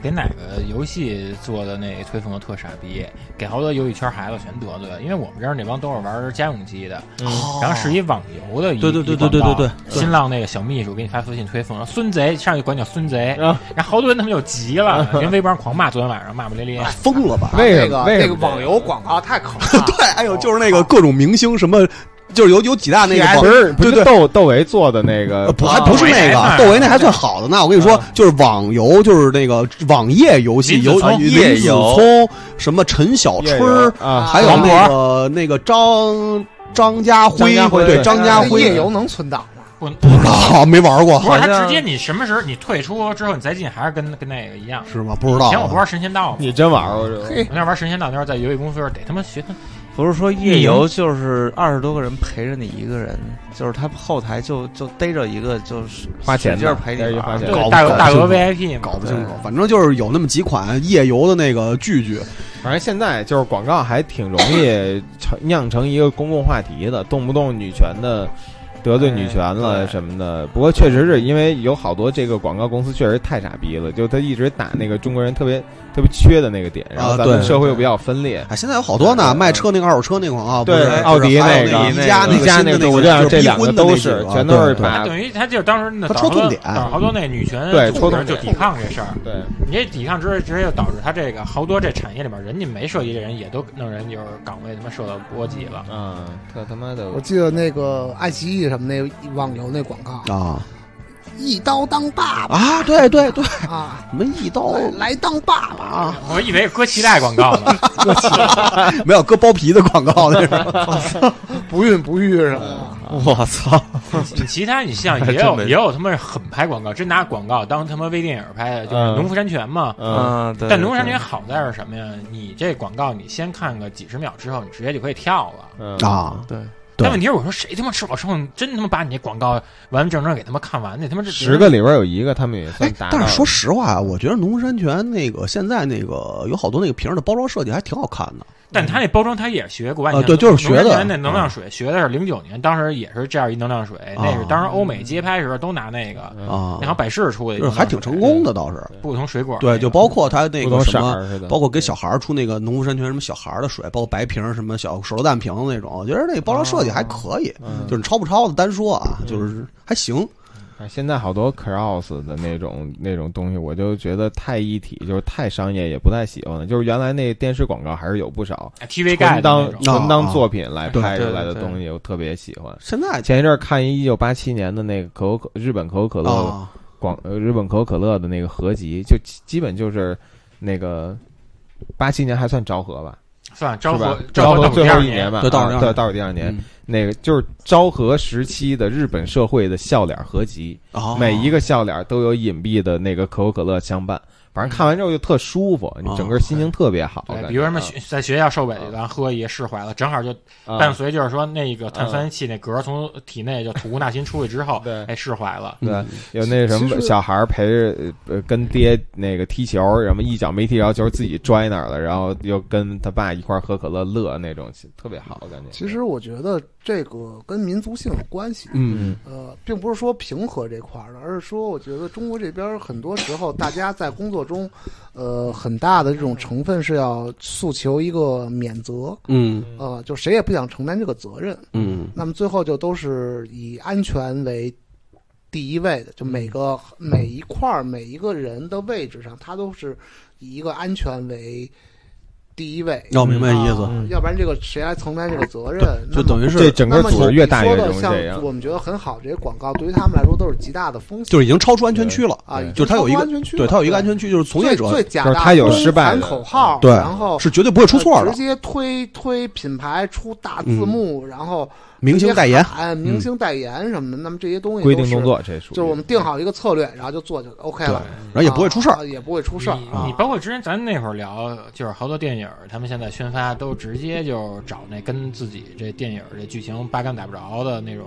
给哪个游戏做的那推送的特傻逼，给好多游戏圈孩子全得罪了，因为我们这儿那帮都是玩家用机的，
嗯
然后是一网游的一，
哦对对对
一广
对对
告
对对
新浪那个小秘书给你发私信推送，然后孙贼上去管叫孙贼，
啊
然后好多人他们就急
啊
了，人微博上狂骂，昨天晚上骂骂咧咧
哎。疯了吧？
为什
那个
么为
那
什
个
么
网游广告太可怕了。哦
对，哎呦，就是那个各种明星什么，就是有有几大那个网
不是不
对
是
对。
窦窦唯做的那
呃
个
不，还不是那
啊我
个窦唯那还算好的呢。我跟你说，
啊
就是网游，就是那个网页游戏，
林子
游
聪
林
夜
子
游
聪，什么陈小
啊夜
春
游
儿，
啊，
还有
黄
那个那个张张家
张
辉
家，辉
对
对呃
张家
那
辉
夜游能存档吗？
不
不知道没玩过
不是，
好
他
像
直接你什么时候你退出之后你再进，还是跟跟那个一样。
是吗？不知道啊
以前我不玩神仙道嘛，
你真玩过是吧？
我那玩神仙道那会儿在游戏公司得他妈学他
不是说夜
嗯
游就是二十多个人陪着你一个人，就是他后台就就逮着一个就是
花钱的
使劲儿陪你啊
逮着一花
玩
钱
儿
的搞
对
不
大
搞
鹅大
不
鹅
清楚
VIP 嘛
搞，不清楚，反正就是有那么几款夜游的那个剧剧，
反正现在就是广告还挺容易成酿成一个公共话题的，动不动女权的得罪女权了
对
什么的。不过确实是因为有好多这个广告公司确实太傻逼了，就他一直打那个中国人特别特别缺的那个点，然后
啊
咱们
对
社会又比较分裂。
哎，现在有好多呢，卖车那个二手车那个广告，不是
对奥迪
还有
那个
那宜家
那个
那
宜家
新的
那个
个，
我就想
就是
这两个
逼婚的
都
那
是
几个啊
全都是
对对
把
等于他就是当时那
他
导
戳
致
重
了
点
导好多那女权
对戳
组织
重
就
点
抵抗这事儿，
对，
你这抵抗之直接就导致他这个好多这产业里边人家没涉及的人也都弄人就是岗位他妈受到波及了。
嗯，特他妈的
我记得那个爱奇艺什么那网游那广告，
啊
一刀当爸爸
啊，对对对，
啊，
什么一刀
来来当爸爸
哦
啊，
我以为搁脐带广告呢，
没有割包皮的广告那 种，
不孕不育什么的，
我操！
你其他你像也
真
有
没
也有他妈狠拍广告，真拿广告当他妈微电影拍的，就是
嗯
农夫山泉嘛。
嗯
嗯，对。
但农夫山泉
对
好在是什么呀？你这广告你先看个几十秒之后，你直接就可以跳了。
嗯
啊，
对，
对
但问题是，我说谁他妈吃饱撑，真他妈把你这广告完完整整给他妈看完，那他妈这
十个里边有一个他们也算
哎
达，到了。
但是说实话啊，我觉得农夫山泉那个现在那个有好多那个瓶儿的包装设计还挺好看的。
但他那包装他也学国外，
啊对就是学
农
的嗯
夫山泉那能量水学的是零九年，当时也是这样一能量水，那
哦
是当时欧美街拍时候都拿那个，那
啊
嗯
好像百事出的一能量
就是
水，
还挺成功的，倒是。
不同水果那
对，
个
就包括它那
不
个
同
什
色
么，
儿似的，
包括给小孩儿出那个农夫山泉什么小孩儿的水，包括白瓶儿什么小手榴弹瓶子那种，我觉得那包装设计还可以。
嗯
就是你抄不抄的单说啊，就是还行。
哎现在好多 cross 的那种那种东西，我就觉得太一体，就是太商业，也不太喜欢了。就是原来那电视广告还是有不少
TV 盖的那
纯当
种
纯
哦
当作品来拍出
对
来的
对
东西，我特别喜欢。
现在
前一阵儿看一九八七年的那个可口可日本可口可乐的
啊，
广呃日本可口可乐的那个合集，就基基本就是那个八七年还算昭和吧，
算了，昭
是吧
和？
昭
和到
最
第
后
二
一年吧，
对昭和
啊
第二
对，
年
到第二年
嗯，
那个就是昭和时期的日本社会的笑脸合集，
哦
啊
每一个笑脸都有隐蔽的那个可口可乐相伴。反正看完之后就特舒服，你整个心情特别好。
哦对
感，觉
比如什么
嗯
啊
学在学校受委屈，咱喝一释怀了，正好就
啊，
伴随就是说那
嗯
个碳酸气那嗝从体内就吐故纳新出去之后
对
哎释怀了。
对，有那什
其
么
实
小孩儿陪着呃跟爹那个踢球，什么一脚没踢着球自己拽那儿了，然后又跟他爸一块儿喝可乐乐那种，特别好感觉。
其实我觉得这个跟民族性有关系，
嗯
呃，并不是说平和这块儿的，而是说我觉得中国这边儿很多时候大家在工作中，呃，很大的这种成分是要诉求一个免责，
嗯
呃，就谁也不想承担这个责任，
嗯
那么最后就都是以安全为第一位的，就
嗯
每个每一块儿每一个人的位置上，他都是以一个安全为第一位。
要明白哦意思
啊，
嗯
要不然这个谁来承担这个责任？
就等
于
于
这
是
整个组织越大越容易
像
这样。
我们觉得很好，这些广告对于他们来说都是极大的风险
就是已经超出安全区了
啊，已经
就是它有一
超
个
出安全区了，
对，它有一个安全区，就是从业者
最最假
就是
大
他有
空
失败
喊
的
口号，
对
然后呃
是绝对不会出错
直
的。
接推推品牌出大字幕，然后
明星代言嗯
直接喊，明星代言什么的，那么这些东西
规定
都是
动，作，这属于
就是我们定好一个策略，然后就做就 OK 了，
然后也不会出事儿
啊，也不会出事儿
你
啊
你。包括之前咱那会儿聊，就是好多电影儿，他们现在宣发都直接就找那跟自己这电影儿这剧情八竿打不着的那种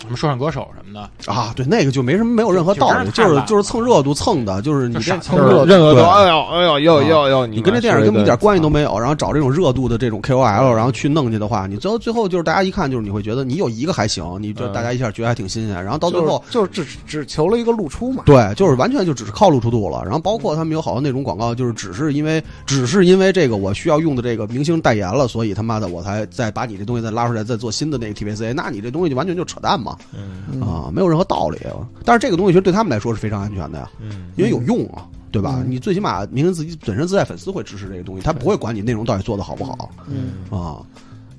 什么说唱歌手什么的，
啊。对，那个就没什么，没有任何
就
道理，
就
就是是
看吧
就是蹭热度蹭的，就是你
就
这
傻蹭
就是
热度。
任何都
对
哎呦哎呦呦呦呦，
你跟这电影根本一点关系都
没
没有，然后找这种热度的这种 KOL，然后去弄去的话，你最后最后就是大家一看就是你会觉得你有一个还行，你就
嗯
大家一下觉得还挺新鲜，然后到最
就是
后。
就是只只求了一个露出嘛，
对，就是完全就只是靠露出度了，然后包括他们有好多那种广告，就是只是因为只是因为这个我需要用的这个明星代言了，所以他妈的我才再把你这东西再拉出来，再做新的那个 TVC，那你这东西就完全就扯淡嘛，
嗯
嗯
啊，没有任何道理。但是这个东西其实对他们来说是非常安全的呀，
嗯
因为有用啊，对吧？
嗯
你最起码明星自己本身自带粉丝会支持这个东西，他不会管你内容到底做的好不好
嗯，
啊。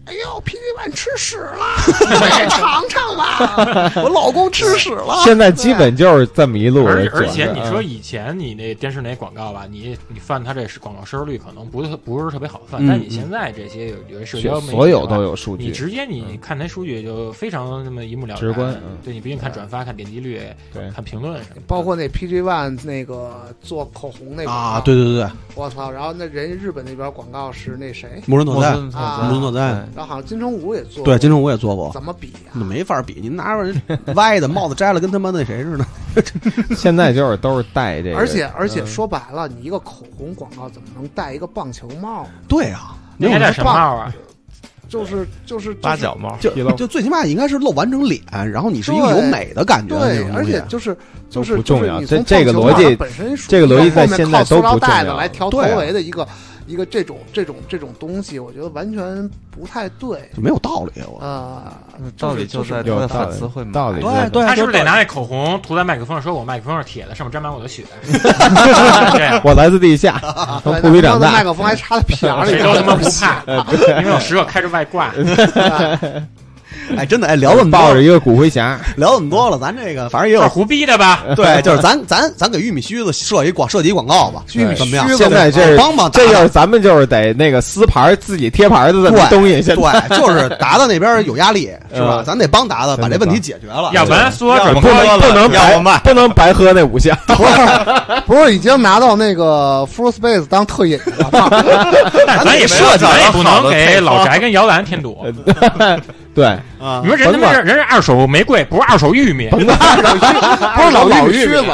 哎呦，PV One 吃屎了，来尝尝吧， 我老公吃屎了，
现在基本就是这么一路的
而
嗯转
而且
变
你说以前你那电视那广告吧，你你算它这是广告收视率可能不是不是特别好算，
嗯
但你现在这些有有些社交
啊
媒体
所有都
有，
有数
你
据，
直接你看它数据就非常那么一目了然，
直观嗯
对你不用看转发、看点击率、
对
看评论什么的，
包括那 PG One 那个做口红那个
啊，对对对对，
我操！然后那人日本那边广告是那谁，
摩人总在，
摩
啊
摩人总在，
然后好像金城武也做过
对，金城武也做
哦
过。
怎么比啊
那？没法比，您拿着歪的帽子摘了，跟他妈那谁似的。
现在就是都是带这个，
而且而且
嗯
说白了，你一个口红广告怎么能戴一个棒球帽呢？
对啊，
那还
有
戴什么帽啊？
就是就是
八角帽，
就
皮了
就最起码应该是露完整脸，然后你是一个有
对
美的感觉的那
对，
种
而
东西啊
且。就是就是
啊不重要
就是你从
这这个
棒球
逻辑
场本身属于
这个逻辑
到后面
在现在
靠塑
都不
料
重
袋子
要
来调头
对啊
围的一个一个这种这种这种东西，我觉得完全不太对
就没有道理，我
啊。
嗯
道理就在
有道
它的反
理
词汇码。
道理
对
他
对，
是
就
不
是
是得拿那口红涂在麦克风上，说我麦克风是铁的，上面沾满我的 血？这样
我来自地下，从
啊对
不比
然
长
后那麦
大。
克风还插在屁眼儿里，
谁都他妈不 怕，因为有时刻开着外挂。
哎，真的哎，聊这么
抱
多
着，一个骨灰匣，
聊这么多了，咱这个反正也
这是
有
胡逼的吧？
对，就是咱咱咱给玉米须子设一广设计一广告吧，
玉米
怎么样？
须子现在这是
帮帮
这要
要
是咱们就是得那个撕牌儿自己贴牌儿的这么
对
东西，现在
对， 就是达达那边有压力是吧？
嗯
咱得帮达达把这问题解决了，
要不然说
哎要
怎么
不能不能
要不卖
白不能白喝那五箱，
不是 不是已经拿到那个 Full Space 当特饮了吗？
但咱也不
设计
咱也
了
不
好
能
的
给
配
老
方哎
翟跟摇篮添堵。
对，
啊
你，说人他妈是人是二手玫瑰，不是二手玉米。
不是老玉须子，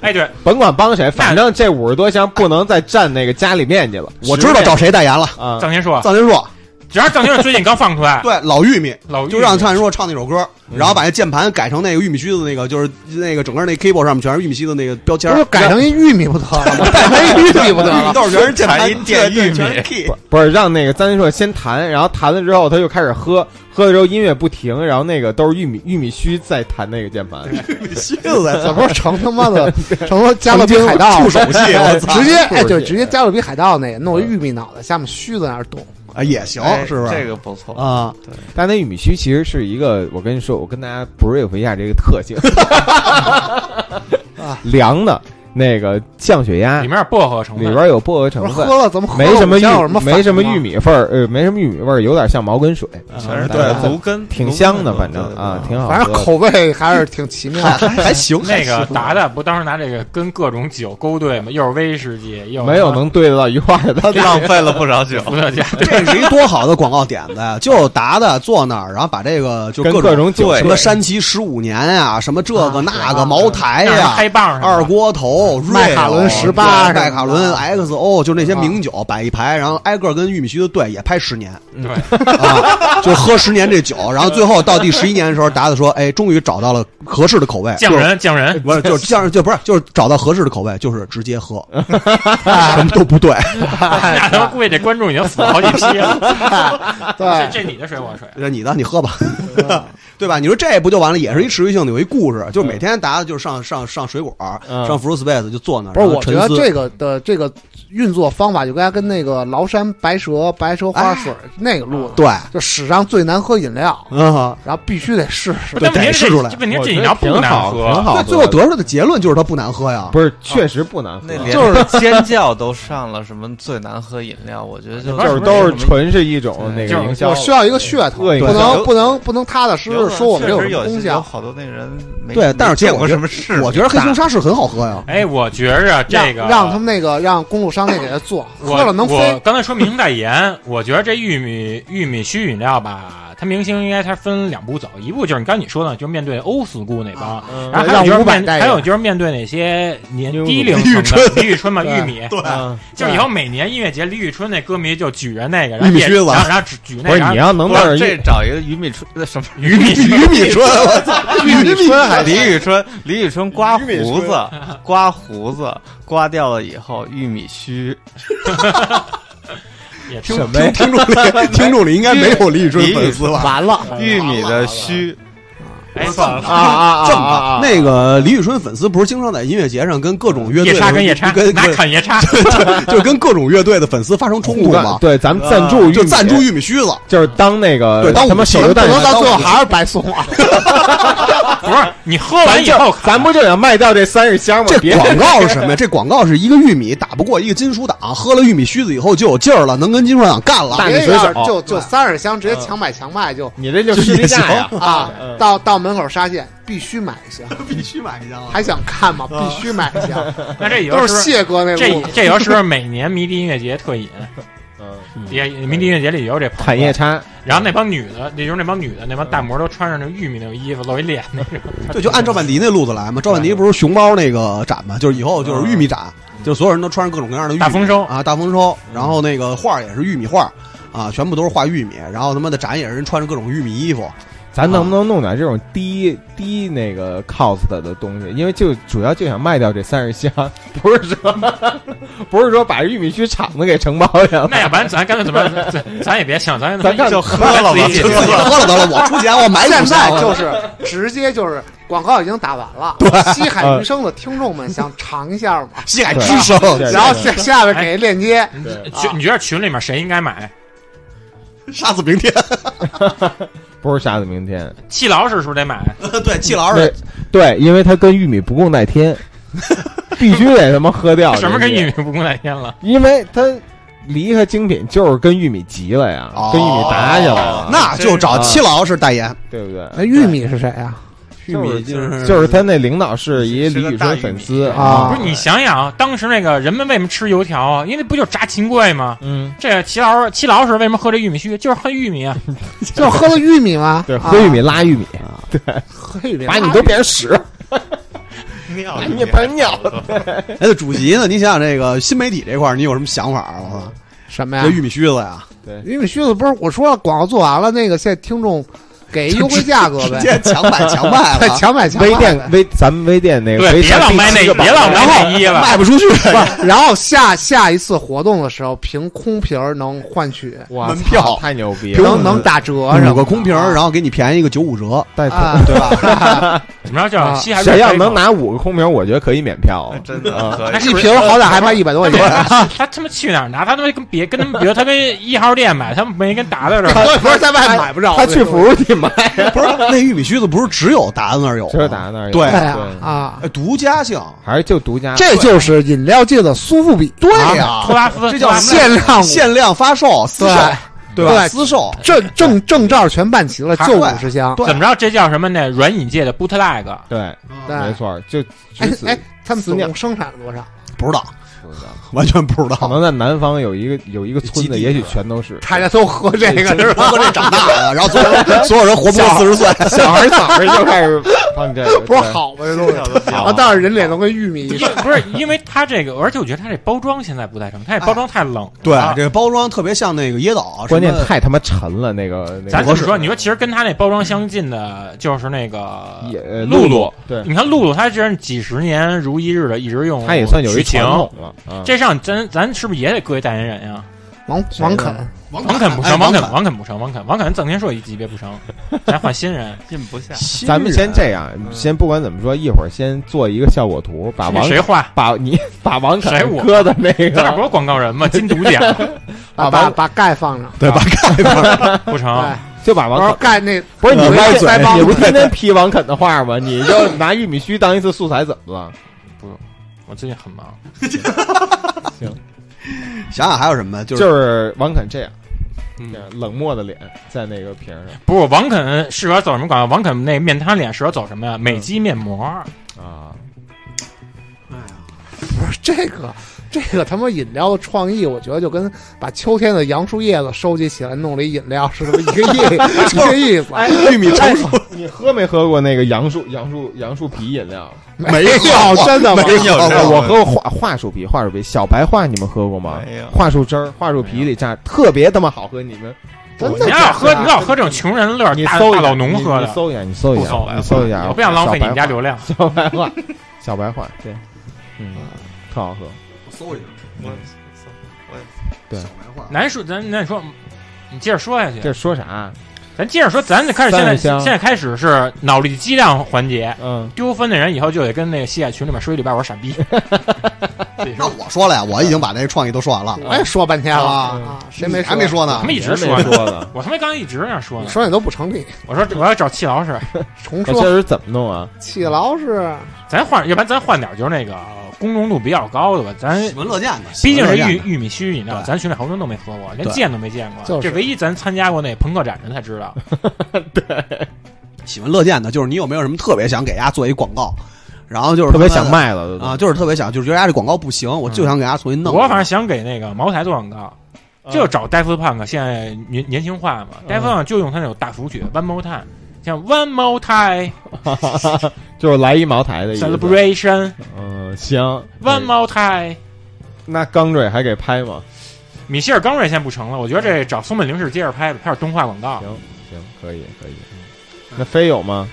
哎，对，
啊
甭管帮谁，反正这五十多箱不能再占那个家里面积了。
我知道找谁代言了，
啊，
藏天硕，
藏天硕，
只要藏天硕最近刚放出来，
对，老玉米。
老玉
就让藏天硕唱那首歌，
嗯
然后把那键盘改成那个玉米须子那个，就是那个整个那 keyboard 上面全是玉米须子那个标签
不
儿
是，改成一玉米不得了 吗？改成一玉米不得
玉米
了？
豆儿全是键盘
产一，电
对
玉米
全是 key。
不不是让那个张天硕先弹，然后弹了之后他就开始喝，喝了之后音乐不停，然后那个都是玉米玉米须在弹那个 键盘，嗯
须子在
怎么成他妈 的成了加勒比海盗
触手戏，我操
直接哎，对，
是
直接加勒比海盗那个弄一玉米脑袋，下面须在那儿动。
啊也行
哎，
是不是？
这个不错，
啊，
但那玉米须其实是一个，我跟你说，我跟大家 brief 一下这个特 性， 凉的那个降血压，
里
里
面有薄荷成分，
边有薄荷成
不是
分
喝。了咱们喝了
没什么
我们家有什么
玉，
反应吗啊
没什么玉，米味儿，呃，没什么玉米味儿，有点像茅根水，
啊
全是
对
大
嗯对
家
芦根
挺香的，反正啊，挺好喝
反
的。
正口味还是挺奇妙
还
的。
还行，
那个达达不当时拿这个跟各种酒勾兑嘛，又是威士忌，又是
没有能对得到一块 儿的，
浪费了不少 酒。
伏特加，
这是一多好的广告点子呀！就达达坐那儿，然后把这个就
跟
各
各种酒
什么山崎十五年啊，什么这个
啊
那个茅台
让人
哎呀、
开棒上
二锅头、瑞
麦卡伦
欧
18什么的
麦卡伦 XO，就那些名酒摆一排，然后挨个跟玉米须子对，也拍十年，
对，
啊，就喝十年这酒，然后最后到第十一年的时候，达达说：“哎，终于找到了合适的口味，
匠人匠 人，
不是，就是这样，就不是，就是找到合适的口味，就是直接喝，什么都不对。
那他妈估计这观众已经死了好几批了。这
啊
对，
这你的水我的水，
这 你的，你喝吧，对吧？你说这不就完了？也是一持续性的，有一故事，就是每天达达就是上上上水果，
嗯
上 Fruit Space 就坐那儿，
不是，
然后
我觉
沉
得
思
这个的这个运作方法就该跟那个崂山白蛇白蛇花
哎
水那个路子，
对，
就史上最难喝饮料，
嗯，
然后必须得试试
不。但问题
得试
是
出来
这问题是
我
这
觉
饮
得
料不
挺
难
好挺
喝，
好喝
那
的。
最后得出的结论就是它不难喝呀。
不是，确实不难喝，
那
就
就是尖叫都上了，什么最难喝饮料，我觉得就
啊就是都是纯是一种那
对
个营销
我。需要一个噱头，
恶意
不
的
能不能不能踏踏实实说我们这
确
什
实
么
有
啊功
有
效。
好多那人没
对，但是其实
见
我
过
觉
什
得
么事？
我觉得黑松沙是很好喝呀。
哎，我觉着这个
让让他们那个让公路商那给他做，
我
喝了能
我
飞。
刚才说明星代言，我觉得这玉米玉米须饮料吧，它明星应该它分两步走，一步就是你刚才你说的，就是面对欧死姑那帮，
嗯
然后还有就是
让伍佰
面
代言
还有就是面对那些年
嗯
低龄层的李宇春嘛，玉米。啊
对
嗯
就是以后每年音乐节，李宇春那歌迷就举着那个，然后
玉米
也
须子
然后然后只举那
不
个，
是
然后
你啊要能
不
弄
是
上
这
一
找一个俞敏春那什么
玉米须
俞敏春，我操，
玉米春还
李宇春，李宇春刮胡子，刮胡子，刮掉了以后，玉米须，
也听
听
什么呀
听听众里 听众里应该没有李宇春粉丝吧？
完了
哎
玉米的须，
哎算
啊
了，
啊
这
啊
么
啊
吧，
啊！
那个李宇春粉丝不是经常在音乐节上跟各种乐
夜
队
叉
的
跟夜叉
跟
拿
跟
砍夜叉，
就跟各种乐队的粉丝发生冲突
互干
嘛，
对，咱们赞助玉米
啊就赞助，玉米须子，
就是当那个
对当
他妈
武器
手榴
不
弹一
能
样，
到最后还是白送啊！
不是你喝
咱
完以后
就咱不就想卖掉这三十箱吗
这？
别
广告是什么呀？这广告是一个玉米打不过一个金属党，喝了玉米须子以后就有劲儿了，能跟金属党干了。
大力
别
水手
要是就就三十箱直接强买强卖就
你这就虚价呀！
啊
嗯，
到到门口杀戒 必须买一箱，
必须买一箱啊
还想看吗？必须买一
嗯
箱，
那这以后
都
是
是
不是
谢哥那
这
路子。
这以后是不是每年迷笛音乐节特饮？也迷笛音乐节里也有这朋友
产业差，
然后那帮女的，也就是那帮女的，那帮大模都穿上那玉米那个衣服，露一脸那种。
对，就按赵半迪那路子来嘛。赵半迪不是熊猫那个展嘛，就是以后就是玉米展，就是所有人都穿着各种各样的玉米
大丰收
啊，大丰收。然后那个画儿也是玉米画儿，啊，全部都是画玉米，然后他妈的展也是人穿着各种玉米衣服，
咱能不能弄点这种低低那个 cost 的东西？因为就主要就想卖掉这三十箱，不是说不是说把玉米须厂子给承包了。
那要不然咱干脆怎么办，咱咱也别想，咱
咱干
就喝了吧
自，己
自己喝了得了，我出钱我买
现
五
在
箱了。
就是直接就是广告已经打完 了，西海余生的听众们想尝一下嘛，
西海
对
之声，
对
然后下下面给链接，
对
群你觉得群里面谁应该买？
杀死明天。
不是傻子明天，
气劳士是不是得买？
对，季老
对
师，
对，因为它跟玉米不共戴天，必须得他妈喝掉。
什么跟玉
米？
米不共戴天了？
因为它离开精品就是跟玉米急了呀，
哦
跟玉米打起来了，
那就找季老师代言。
对不对？
那玉米是谁啊呀？
玉米就是就是他那领导是一李宇春粉丝
啊
不是你想想，当时那个人们为什么吃油条啊？因为不就是炸秦桧吗？
嗯，
这个齐老师，齐老师为什么喝这玉米须？就是喝玉米啊！
就是喝了玉米吗？
对，
啊
喝玉米，拉玉米，
喝玉米，
把你都变成屎，
尿
把你把你尿了。
哎，主席呢？你想想这个新媒体这块儿，你有什么想法啊？我操，
什么呀
这？玉米须子呀，
玉米须子不是我说了，广告做完了，那个现在听众给优惠价格
直
呗，
接强买强卖了，
强买强卖
微
呗
店微咱们微店那个
对，
微
别
商
老
第
卖
七
内，
个
别
版啊
老卖内衣了。
卖不出去。
不是，然后下下一次活动的时候，凭空瓶儿能换取，
哇
门票
操太牛逼了，
能能打折什么的，
五个空瓶儿，然后给你便宜一个九五折，
带头。
啊，对吧？
怎么着叫
啊
西海？
谁要能？拿五个空瓶，我觉得可以免票。
哎真的可以
那。是
一
不是
瓶儿好歹还卖一百多块 钱，
他他妈去哪儿拿？他他妈跟别跟他们，比如他跟一号店买，他们没跟达到这儿。
不是在外买不着，
他去服务地 买，
不是那玉米须子不是只有达恩那儿有吗，
就是打那儿有
对
对啊
对，
啊，
哎独家性，
还是就独家。
这就是饮料界的苏富比，啊对
呀
啊托拉斯，
这叫
限量股，
限量发售，私售对
对
吧？
对
私售，
证证证照全办齐了，
还
就
对
五十箱。
对
怎么着？这叫什么呢？软饮界的 bootleg，
对，
对
没错，就
哎
只此
哎，他们
私酿
总共生产了多少？
不知道，
不知道
完全不知
可
道。
能在南方有一个有一个村
基
子，
地
也许全都是。
大家都喝这 个是吧？
包 括这长大了，然后所有人所有人活不过四十岁，
小孩早上就开始放这个，
不是好吗？这东西，哦啊然后但是人脸都跟玉米一
因
样。
不是因为它这个，而且我觉得它这包装现在不太成，它这包装太冷
哎
了。啊
对，啊这个包装特别像那个椰岛，
关键
什么
太他妈沉了，那个那
咱
个
这么说，你说其实跟它那包装相近的，就是那个
也呃
露嗯
露，对，
你看露露，它这是几十年如一日的一直用，
它也算有一
情
传。统了。啊
这上咱咱是不是也得搁一代言人呀？
王
谁
王
呢
肯，
王
王肯不
哎
成，王
王
肯王肯不成，王肯王肯曾天硕一级别不成，咱换新 人。
进不下。
新
咱们
人
先这样，先不管怎么说，一会儿先做一个效果图，把王
谁换？
把你把王
谁
肯
我
搁的那
咱俩
个
不是广告人吗？金独奖
把
啊
把
王
把盖放上，
对吧？盖吧
不成
对，，
就把
然
王
后
啊
肯
盖那
啊不是你
呃
歪
歪
嘴啊
嘴，
你不天天批王肯的话吗？你就拿玉米须当一次素材怎么了？
我最近很忙。
想想还有什么？就
就是是王肯这样，
嗯
这样冷漠的脸在那个瓶上
不是王肯适合走什么广告？王肯那面瘫脸适合走什么呀？美肌面膜。
啊，
不是 这个，这个他妈饮料的创意，我觉得就跟把秋天的杨树叶子收集起来弄了一饮料是这么一个意 一个意思。
哎
哎
玉米成熟
你喝没喝过那个杨树杨树杨树皮饮料？
没 有
有，真的吗？
没有，
哎我喝过桦桦树皮，桦树皮小白桦，你们喝过吗
没有？
桦树汁儿，桦树皮里榨，特别他妈好喝，你们
真
你
的
要
假
喝，你
的？
老喝这种穷人乐，
你
大
搜
大
一下
老农
你
喝
你
的，
搜一下，你搜一
不
下
搜，
你搜一下，
我不想浪费你们家
小
流量。
小白桦，小白桦，对，嗯，特好喝。
搜一下
我
小白话。
咱说，咱咱说，你接着说下去。
这说啥？啊
咱接着说，咱得开始现在
三十箱
现在开始是脑力激荡环节。
嗯，
丢分的人以后就得跟那个西海群里面说一礼拜我是傻逼。自己
那
说
我说了呀，我已经把那创意都说完了，
我也说半天了
啊
啊，谁没
你还没？说呢
他？们一直
说
说，
说 呢。
我他妈刚一直那样说
你
呢。
说你都不成立，
我说我要找气老师，
重
我这
说
是怎么弄啊？
气牢是啊
咱换，要不然咱换点就是那个呃公众度比较高的吧。咱
喜闻乐见的，
毕竟是
喜闻乐见
玉
的
玉米须，你知道，
对
咱群里好多人都没喝过，连
对
见都没见过。
就是
这唯一咱参加过那朋克展上才知道。
喜闻乐见的，就是你有没有什么特别想给大家做一广告，然后就是
特别
他妈
想卖了
啊，！就是特别想，就是觉得人家这广告不行，我就想给大家重新弄。
嗯我反正想给那个茅台做广告，
嗯
就找 Daft Punk 现在年年轻化嘛，Daft Punk 就用他那首大舞曲《One More Time》，像 One More Time
就是来一茅台的意思。
Celebration
嗯，行。
One More Time，
那钢坠还给拍吗？
米歇尔·冈瑞先不成了，我觉得这找松本零士接着拍吧，拍点动画广告。
行行，可以可以。那非有吗？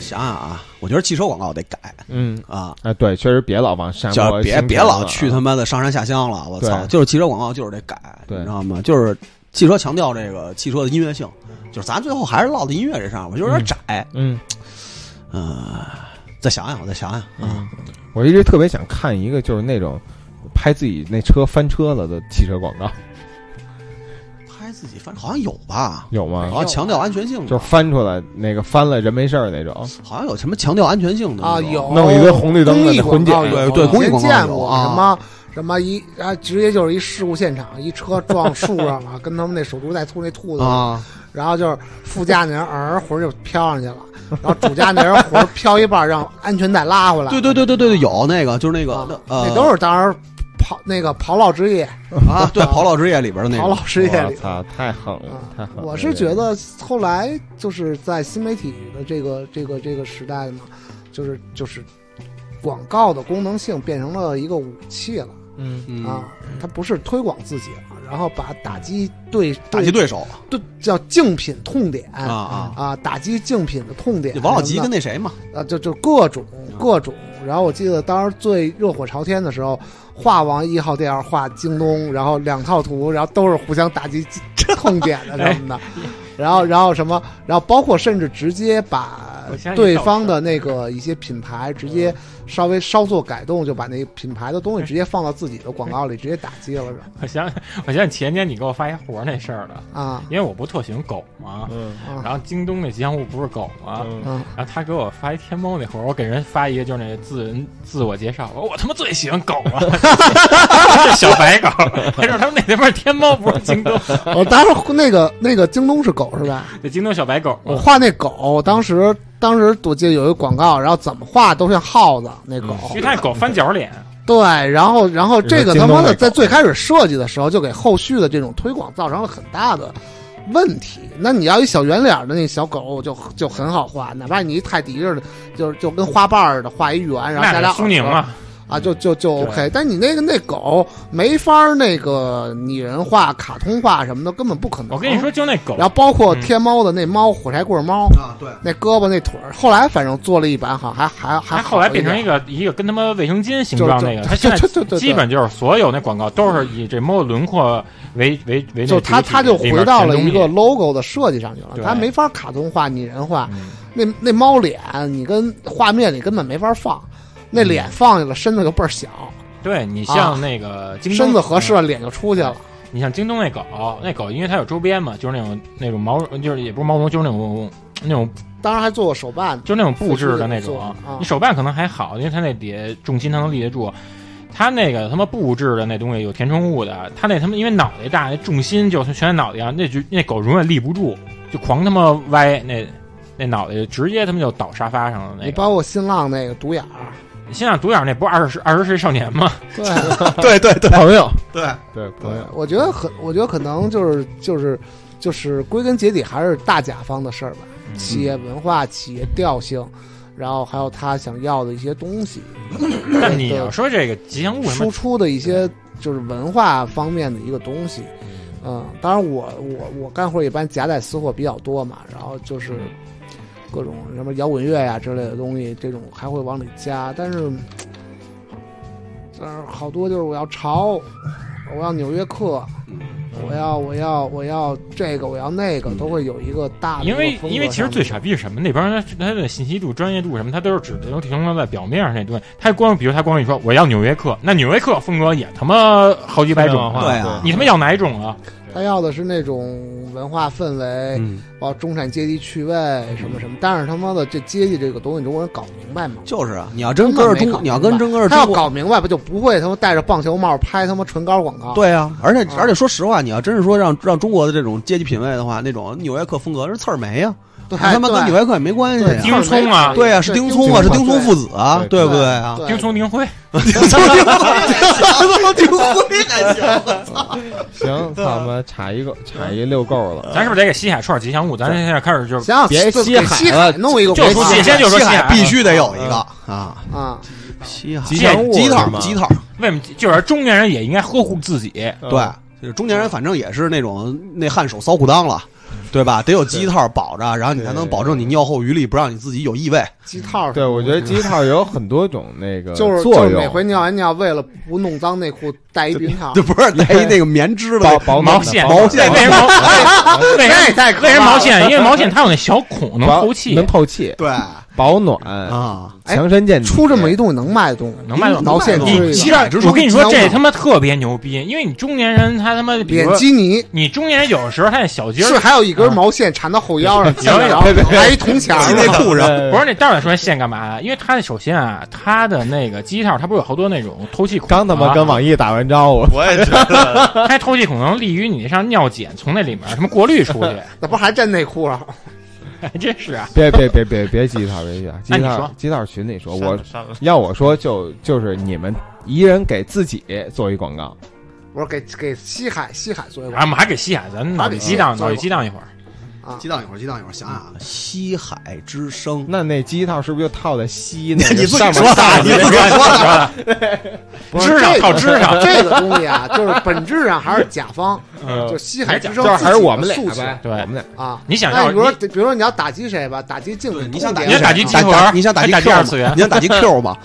想想啊，我觉得汽车广告得改
嗯，
啊，
哎，对，确实别老往沙
就是
漠
别
行
别
程
老
了
去
啊
他妈的上山下乡了，我操！
对
就是汽车广告就是得改，你
对
知道吗？就是汽车强调这个汽车的音乐性，就是咱最后还是落到音乐这上，我觉得有点窄。
嗯，
嗯，再想想，我再想想啊，
嗯
我一直特别想看一个，就是那种拍自己那车翻车了的汽车广告，
拍自己，反正好像有吧，
有
好
嗯
吗？
像强调安全性
嗯就
的，
翻出来那个翻了人没事儿那种，
好像有什么强调安全性的
啊，
那种
有
弄一堆红绿灯的
公益
那
广
混剪
告有
对对
我
公益
之前
广告
见
有
过
啊
什么什么一啊，直接就是一事故现场，一车撞树上了，跟他们那守株待兔那兔子，
啊，
然后就是副驾那人儿魂儿就飘上去了，然后主驾那人魂儿飘一半儿，让安全带拉回来。
对对对对对对，有那个就是那
啊
个呃，
那都是当时跑那个跑老之夜，
啊，对《跑老之夜》里边的那
跑
个
老啊之夜
我
里。
操，太狠了，太狠
啊
了！
我是觉得后来就是在新媒体的这个这个这个时代嘛，就是就是广告的功能性变成了一个武器了
嗯，
嗯
啊，它不是推广自己了，然后把打击对
打击对手
对叫竞品痛点
啊啊，
啊打击竞品的痛点。
王小吉跟那啊谁嘛，
啊，就就各种各种。然后我记得当时最热火朝天的时候，画王一号店儿画京东，然后两套图，然后都是互相打击 痛点的什
哎
么的。然后，然后什么？然后包括甚至直接把
我相信
对方的那个一些品牌直接
嗯
稍微稍作改动，就把那品牌的 东西直接放到自己的广告里，直接打击了，是吧？
我想，我想起前年你给我发一活儿那事儿了，
啊
因为我不特喜欢狗嘛，
嗯，
然后京东那吉祥物不是狗嘛，
嗯
嗯，
然后他给我发一天猫那活儿，我给人发一个就是那自人自我介绍，我说我他妈最喜欢狗 了， 这小白狗，他说他们那他妈天猫不是京 东，
我当时那个那个京东是狗是吧？
这京东小白狗
我
嘛，
画那狗，当时当时我记得有一个广告，然后怎么画都像耗子那狗，
哦
因为他那狗翻脚脸，
对，然后然后这个
你说
他妈
嗯京东那
的
狗
在最开始设计的时候，就给后续的这种推广造成了很大的问题。那你要一小圆脸的那小狗就就很好画，哪怕你一泰迪似的，就是就跟花瓣似的画一圆，
哎
然后
那
加俩
是苏宁
啊
啊，
啊，就就就
对
OK。但你那个那狗没法儿那个拟人化、卡通化什么的，根本不可能。
我跟你。
嗯哦
说就那狗
然，后包括
嗯
天猫的那猫火柴棍猫，
啊，对，
那胳膊那腿儿，后来反正做了一版，好像还还还
它
好
后来
一点
变成一个一个跟他妈卫生巾形
就
状
就
那个，
就
它现在
就就就
基本就是所有那广告都是以这猫的轮廓为为为那主
就它
体
它就
里
回
面
到
全
了
东
一
西
个 logo 的设计上去了，
对
它没法卡通化、拟人化，
嗯
那那猫脸你跟画面里根本没法放，那
嗯
脸放下了，身子就倍儿小，
对你
啊
像那个京东
身子合适
嗯
了，脸就出去了。
你像京东那狗，那狗因为它有周边嘛，就是那种那种毛，就是也不是毛绒，就是那种那种
当然还做过手办，
就是那种布置的那种。
啊
你手办可能还好，因为它那底下重心它能立得住。它那个他妈布置的那东西有填充物的，它那他妈因为脑袋大，那重心就全在脑袋上，那就那狗永远立不住，就狂他妈歪那。那脑袋就直接他妈就倒沙发上了。那
你
个，
包括新浪那个独 眼儿，
现在独眼那不是二十二十岁少年吗？
对
对对 对
朋友，
对，
对
对
朋友，，
我觉得很，我觉得可能就是就是就是归根结底还是大甲方的事儿吧。
嗯
企业文化、企业调性，然后还有他想要的一些东西，
但你要说这个吉祥物什
输
么，
出的一些就是文化方面的一个东西。嗯，当然我我我干活一般夹带私货比较多嘛，然后就是
嗯
各种什么摇滚乐呀、之类的东西，这种还会往里加，但是但是好多就是我要潮，我要纽约客。
嗯
我要我要我要这个我要那个，
嗯
都会有一个大的一
因
个
为
风格
因为其实
上
最
面
傻逼是什么？那帮人他他的信息度、专业度什么，他都是只能停留在表面上那东西。他光比如他光跟你说我要纽约客，那纽约客风格也他妈好几百种
话
啊，
对啊
你他妈要哪种啊？
他要的是那种文化氛围，
嗯，
包括中产阶级趣味什么什么。但是他妈的这阶级这个东西，中国人搞明白吗？
就是啊，你要真跟着
根本没搞
中，你要跟真跟着
他要
中国，
搞明白，不就不会他妈戴着棒球帽拍他妈唇膏广告？，
对啊，而且
啊
而且说实话，你要真是说让让中国的这种阶级品位的话，那种纽约客风格是刺儿梅呀，
对，
他妈跟纽
哎对
约客也没关系
对
呀。
丁葱啊
对呀，是丁葱啊，是丁葱父子啊，
对
不对 啊？
丁葱丁辉，
丁葱，丁葱，丁辉还行。
行，
啊
咱们插一个插一遛够了，
咱是不是得给西海串吉祥物？咱现在开始就是
想想
别
西
西海
西
了
弄一个
就
广
说
告
这些就说西
西海
海
必须得有一个啊，
啊，
西海
吉祥物
吉
是
套
吗
吉套，
为什么就是中年人也应该呵护自己，
嗯
对，就是中年人反正也是那种那汗手骚裤裆了，对吧？得有鸡套保着，然后你才能保证你尿后余力，不让你自己有异味。
鸡套。
对，我觉得鸡套有很多种那个
就是
作
就是
用，
每回尿完尿，为了不弄脏内裤，带一避孕套
这。不是带一那个棉织
保
的，
保暖
毛
的
线，
保暖
对为什么毛？ 为什
这
么？
也太可
为什么
怕
毛
了
线？因为毛线它有那小孔能
保
透气
能，透气，
对
保暖，
啊，
强身健体。
哎出这么一东西能卖动，
能卖动
毛线
能卖动
你
锥
鸡
鸡
子、
蛋
蛋
直，说
我跟你说，
鸡蛋
这
嘛
他妈特别牛逼，因为你中年人他他妈，比如
脸
说
基尼，
你中年人有的时候他那小鸡儿
是还有一根毛线缠到后腰上，
有有
然后还一铜钱儿
系
呢
内裤上。
呃
不是那倒着说线干嘛？因为它首先啊，它的那个机套，它不是有好多那种透气孔？
刚他妈跟网易打完招呼，
我也觉得，
它透气孔能利于你上尿检从那里面什么过滤出去，
那不还粘内裤啊上？
还真是啊。
别别别别别鸡套，别鸡套，
那
鸡
你
套
说
鸡套群里说，我
删了
要我说就就是你们一人给自己做一广告，
我说给给西海西海做一
然
个
啊后我，们还给吸海，咱脑袋激荡，脑袋激荡一会儿。
啊
激荡一会儿，激荡一会儿，想想啊，西海之声，
那那鸡套是不是就套 在西那
你自
个
己
上面
说的
上
啊你
面
自己说的，
不是
知上
这个
靠知上，
这个东西啊，就是本质上还是甲方，
嗯
就西海之
就
争
是还是我们
自己
俩
的诉求
呗，
对
我 们俩。
啊。
你想
那
要
你比如说，
你
比如说你要打击谁吧，打击镜子，
你想打
你想打击鸡
打
腿儿
你想打击
还打
Q
击二次元
吗你想打击 Q 吗？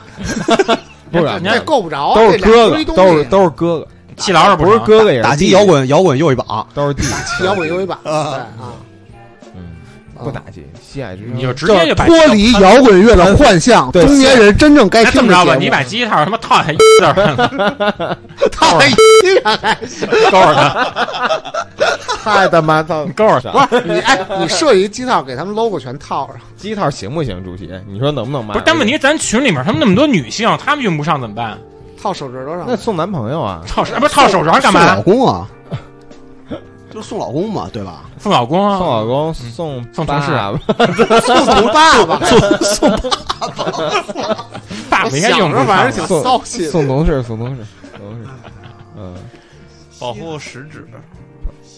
不是，
你要
这够不着啊，
都是
这俩
哥
堆
哥，
东
都是
西
都是哥哥，
气牢着
不是
成
哥哥也是
打击
弟弟
摇，滚摇滚又一榜，
都是弟 弟，
摇滚优一把，对啊，
嗯，
啊
不打击，西海之
你就
声
直接就把
脱离摇滚乐的幻象，
对
中年人真正该
那哎这
听
么
的
着吧，
节目
你把机套他妈套在一字儿上，
套在
哦
衣裳还
勾着它，
太他妈 操，
勾着它。
不是你哎，你设一机套给他们 logo 全套上，
鸡套行不行？主席，你说能不能卖？
不是，但问题咱群里面他们那么多女性，她们用不上怎么办？
套手指头上
那。送男朋友啊，
套手啊不是套手上干
送老
嘛？
公啊，就是送老公嘛，对吧？
送老公
送
啊，
老公，送
送同事
啊，
送爸爸，
爸爸应该用不
我想着反
上
正。 挺
送
骚气的
送同事，送同事，送同事，嗯，
保护食指。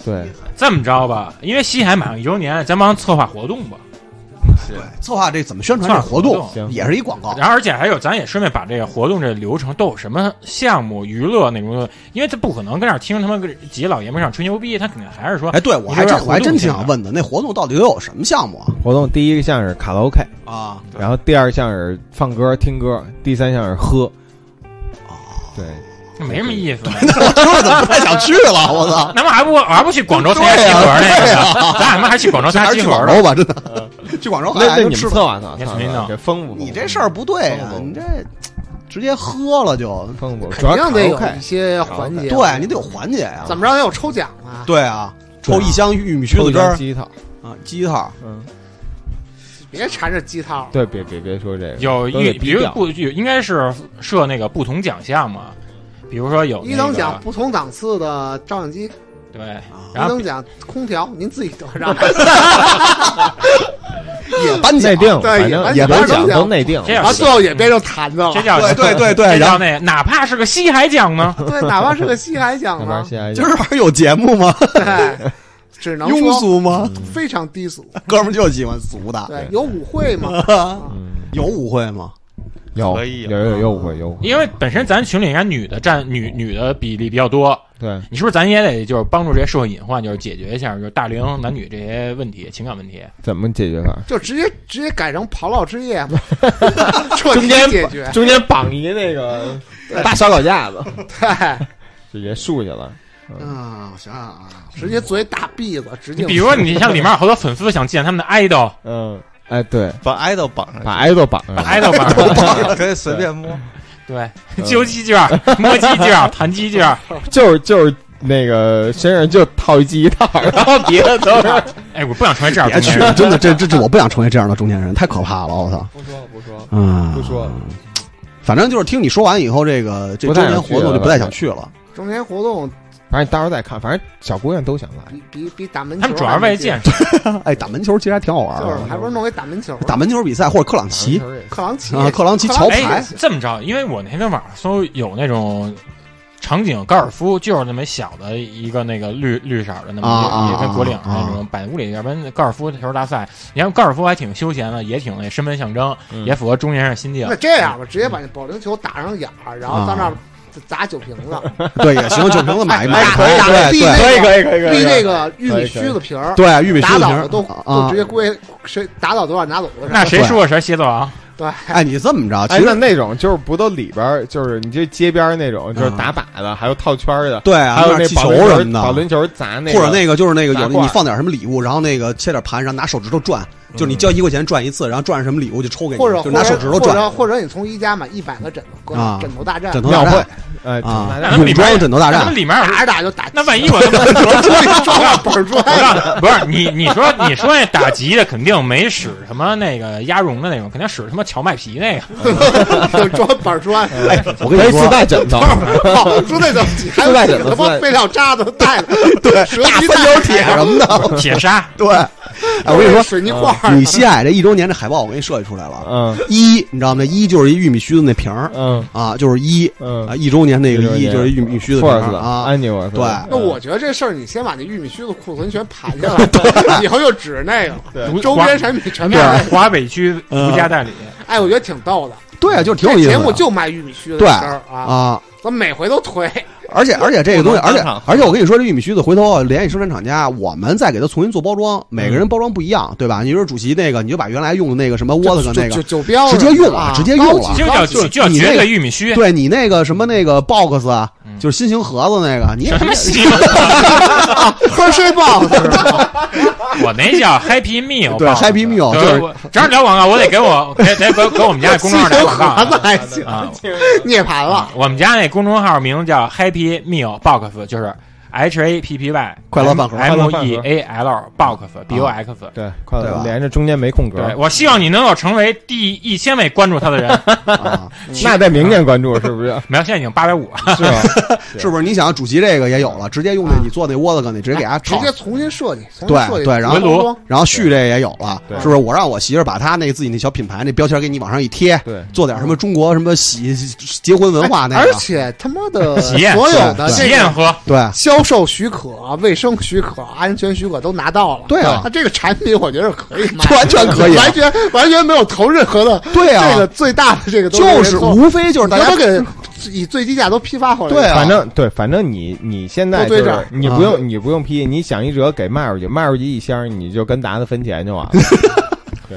对，
这么着吧，因为西海马上一周年，咱帮策划活动吧。
对，策划这怎么宣传这活
策划
动
活
动
也是一广告，
然后，而且还有，咱也顺便把这个活动这流程都有什么项目、娱乐那种的，因为他不可能跟那儿听他妈个几个老爷们儿上吹牛逼，他肯定还是说
哎，对我还
你说点
真
活动
我还真挺
行
想
吗
问的，那活动到底都有什么项目
活动第一个项是卡拉 OK，
啊？啊，
然后第二项是放歌听歌，第三项是喝，对，
没什么意思。
听着怎么不太想去了？我操！
那么还不我还不去广州参加集合那个呢？咱俩他妈还去广州参
还
加
是
集
去
合
广
呢？
州吧，真的，去广州还
那那
能
你
吃
们
饭。
策划策划
你
策
重新
划，
弄
这丰富不丰富？
你这事儿不对啊
丰富，
你这直接喝了就，
丰富不丰富，主
肯
要
定
卡
得
拉
有
OK，
一些环节，
对你得有环节呀。
啊怎么着得有抽奖啊？
对啊，抽一箱玉米须
抽
子
一
汁
张
儿
鸡套，
啊，鸡套。
嗯，
别缠着鸡套，
对，别别别说这个，
有
都得
一，比
低
如
调
不有应该是设那个不同奖项嘛，比如说有
一
那
等
个
奖不同档次的照相机，
对，
一
然后
等奖空调，您自己 得上。
也颁奖
内定，
对
反正
也
有
颁
奖
奖
都内定，
这样
然后最后也变成坛子了
这。叫
对对对对，
这
然
叫
后
那哪怕是个西海奖呢？
对，哪怕是个西 海奖
那边
呢，
现在
今儿还有节目吗？
对，只能
庸
说
俗
嗯
吗？
非常低俗。
哥们儿就喜欢俗
啊
的。
对，有舞会 嘛？
嗯
有舞会吗？
有
可以
有有有误会有误会，
因为本身咱群里应该女的占女女的比例比较多，
对，
你是不是咱也得就是帮助这些社会隐患，就是解决一下就是大龄男女这些问题、情感问题？
怎么解决法？
就直接直接改成刨烙之夜 嘛，彻
中
底
间
解决。
中间绑一那个大烧烤架子，
对，
直接竖起来。
啊，我想想啊，
直接做一大篦子，直
嗯你
接
哎
比如说你像里面有好多粉丝想见他们的 idol
嗯，哎，对，
把挨到绑上，
把挨都绑上，
idol 版，
可以随便摸。
对，揪鸡卷、 摸鸡卷、弹鸡卷，
就是就是那个身上就套一记一套， 然后别的都是。
哎，我不想成为这样的
别去
中年，人
真的，这这这，我不想成为这样的中年人，太可怕了，我操！
不说不说
嗯，
不说，
反正就是听你说完以后，这个这
不
周
太
年
想去
活动
了
就不太想去了。
中间活动
反正到时候再看，反正小姑娘都想来。
比比比打门球
他
还
们
没劲，
主要是为了见识。
哎，打门球其实还挺好玩
就是
的，
还不是弄一打门球，
打门球比赛或者克朗奇
克朗奇
啊，克朗奇
克
桥
朗
哎
牌，
这么着，因为我那天网上搜有那种场景高尔夫，就是那么小的一个那个绿绿色的那么
啊啊
一个也跟
啊
果岭
啊
那种摆屋里，要不然高尔夫球大赛，你看高尔夫还挺休闲的，也挺那身份象征，
嗯
也符合中年人心境
啊
那。这样吧，直接把那保龄球打上眼儿，然后到那儿砸酒 瓶子，
嗯
对，也行，酒瓶子 买一买
哎，
可以，
打
对
地
对
那
可以可以可以可
立
以，
那个玉
可以可以
米须子皮儿，
啊对，玉米须
打
子
倒
瓶
了
儿
都
啊
都直接归谁打倒多少拿走多少。
那谁输了谁蝎子王。
对，
哎，你这么着，
哎，
其
那
实
那种就是不都里边儿就是你这街边儿那种就是
啊
打靶的，还有套圈儿的，
对啊，
还有
那
那
气
保
球
龄球
什
儿
么的，
保龄球儿砸那
或者
个
那个就是那个有
拿
的
罐
你放点什么礼物，然后那个切点盘，然后拿手指头转，就是
嗯
你交一块钱转一次，然后转上什么礼物就抽给你，
或者
就拿手指头
或者
转。
或者你从宜家买一百个枕头，搁
啊
枕头大战，
枕头
庙
大
会
战，
哎
啊
那，
泳
里边
装枕头大
那
战，
里面有
打着打着就打。
那万一我他 妈
装上板砖，
不是你你说你说那打击的肯定没使什么那个鸭绒的那种，肯定使他妈荞麦皮那个。
就装板砖，
哎，
我跟你说
自带枕头，
跑出那种，还有
外
几
枕
个他
子自
妈
带
废料渣子带了，对，折
大
皮
三角铁
带
什么的。
铁砂，
对，哎，我跟你说，
水泥块儿，
女西爱这一周年这海报我给你设计出来了。
嗯
一，你知道吗？一就是一玉米须子那瓶儿
嗯
啊，就是一
嗯，
啊，一周年那个一
一
就
周年
是玉米须子瓶
Force
儿啊。
哎
安妮我
对
那我觉得这事儿，你先把那玉米须子库存全盘下来， 以后就指着 那个
对
独
周边产品全面。
啊
华华北区
嗯
独家代理。
哎，我觉得挺逗的。
对啊，就是挺有
这
意思的。
节目就卖玉米须的
对
事儿啊，
啊，
咱每回都 推。
而且而且这个东西，
不
而
能
且
当场
而且我跟你说，这玉米须子回头啊联系生产厂家，我们再给它重新做包装，每个人包装不一样，对吧？你说主席那个，你就把原来用的那个什么窝子
就
的那
就
个，
酒标
直接用
啊
了，，直接用
高
了
级。
就叫就叫
你
绝
那个
对玉米须，
对你那个什么那个 box 啊
嗯，
就是新型盒子那个，你也
什么西瓜？
喝水 box，
我那叫 Happy Meal，
对
棒子
，Happy Meal，
对
就是
我正好聊广告，我得给 我给得给给我们家的公众号打广告
还行，
啊！
涅盘了
啊，我们家那公众号名叫 Happy Meal Box，就是 H A P P Y
快乐饭盒
M
快
E
乐
A L Box B O X。
啊
对，快
对吧
点连着中间没空格，
对，我希望你能够成为第一千位关注他的 人。
啊，
那得明年关注是不是？
没有，现在已经八百五了。
是吧？
是不是？你想主席这个也有了，直接用那
嗯
啊
你做那窝子哥，你直接给
哎
它
直
炒
接重新设计，重新
对
设计
对然
后
包装
然后旭这也有了，
对
是不是？我让我媳妇儿把她那自己那小品牌那标签给你往上一贴，
对
做点什
嗯
么中国什么喜结婚文化那
哎而
哎
个，
且他妈的
喜宴
所有的
对
喜
这
宴
个
喝，
对
销售许可、卫生许可、安全许可都拿到了。
对啊
那这个产品我觉得是可以卖的，
完全可以啊
完全完全没有投任何的
对啊，
这个最大的这个东西
就是无非就是大
大家
家
给以最低价都批发回来。
对啊
反正对，反正你你现在就
都堆这
是
儿
你不用你不用批，你想一折给卖出去，卖出去一箱你就跟达子分钱 就完了。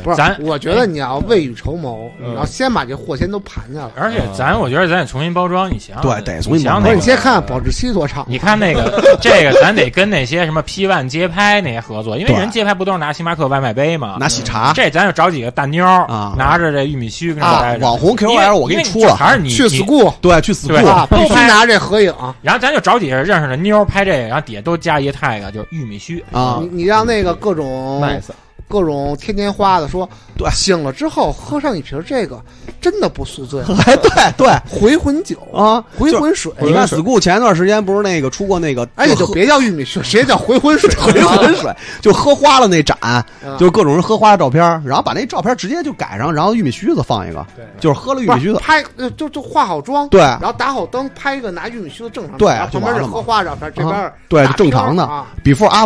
不是，
咱
我觉得你要未雨绸缪，
嗯
你要先把这货先都盘下来。
而且咱我觉得咱得重新包装。你想
对得重新
想
包装
那
不是，
个
你先看看保质期多长。
你看那个 这个，咱得跟那些什么 P One 街拍那些合作，因为
对
人街拍不都是拿星巴克外卖杯吗？
拿喜茶
这咱就找几个大妞儿
啊
拿着这玉米须跟那
啊
待，着。
网红
因为
KOL 我给
因为
出
就
了，
还是你
去
你
school
对，去死库
对
啊，必须
不拍
拿这合影。
然后咱就找几个认识的妞儿拍这个，然后底下都加一 tag，就是玉米须。
啊
你，你让那个各种
nice，
各种天天花的说，
对
醒了之后喝上一瓶这个，真的不宿醉，
哎，对对
回魂酒，
啊，
回
就。
魂水。
你看死库前一段时间不是那个出过那个，
哎，你就
喝？
别叫玉米须，谁叫回魂水
回魂水，就喝花了那展，
啊
就是各种人喝花的照片，然后把那照片直接就改上，然后玉米须子放一个，就是喝了玉
不
米
是
须子，
拍，呃就就化好妆，
对
然后打好灯，拍一个拿玉米须的正常照，
对啊
然后旁边
就完
是
了嘛
荷花照片，这边
啊
儿
对
打
正常的
片儿啊，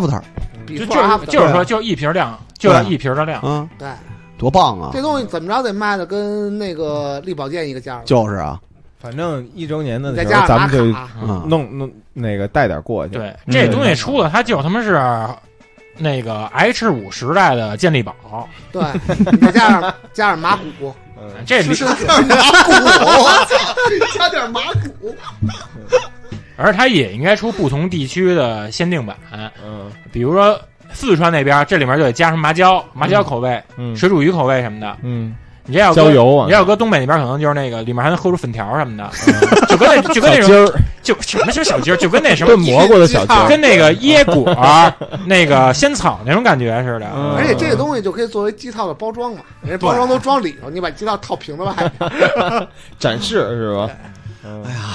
，before after
比
就
如
就是就是
对啊
说，就是一瓶量，就是一瓶的量。
啊，
对
多棒啊
这！东西怎么着得卖的跟那个力保健一个价儿吧，
就是啊，
反正一周年的
再
时
加
候咱
上打
们就
卡，
嗯，
弄弄那个带点过去。
对，
嗯
这东西出了，它就他妈是那个 H 五时代的健力宝。
啊对，你再加上 加上马虎，
嗯，
哎
这
吃
里，
身 马虎，加点马
嗯
虎，
而它也应该出不同地区的限定版，
嗯
比如说四川那边，这里面就得加上麻椒、麻椒口味、
嗯
水煮鱼口味什么的。
嗯，
你这要搁
郊游啊
你，要搁东北那边，可能就是那个里面还能喝出粉条什么的， 就跟那就跟那
嗯小鸡
种
儿
就什么是小鸡儿，就跟那什么
炖蘑菇的小鸡儿，
跟那 个椰果、 那个仙草那种感觉似的。
嗯
而且这个东西就可以作为鸡套的包装嘛，人家包装都装里头，你把鸡套套瓶子外面，
展示是吧？哎呀，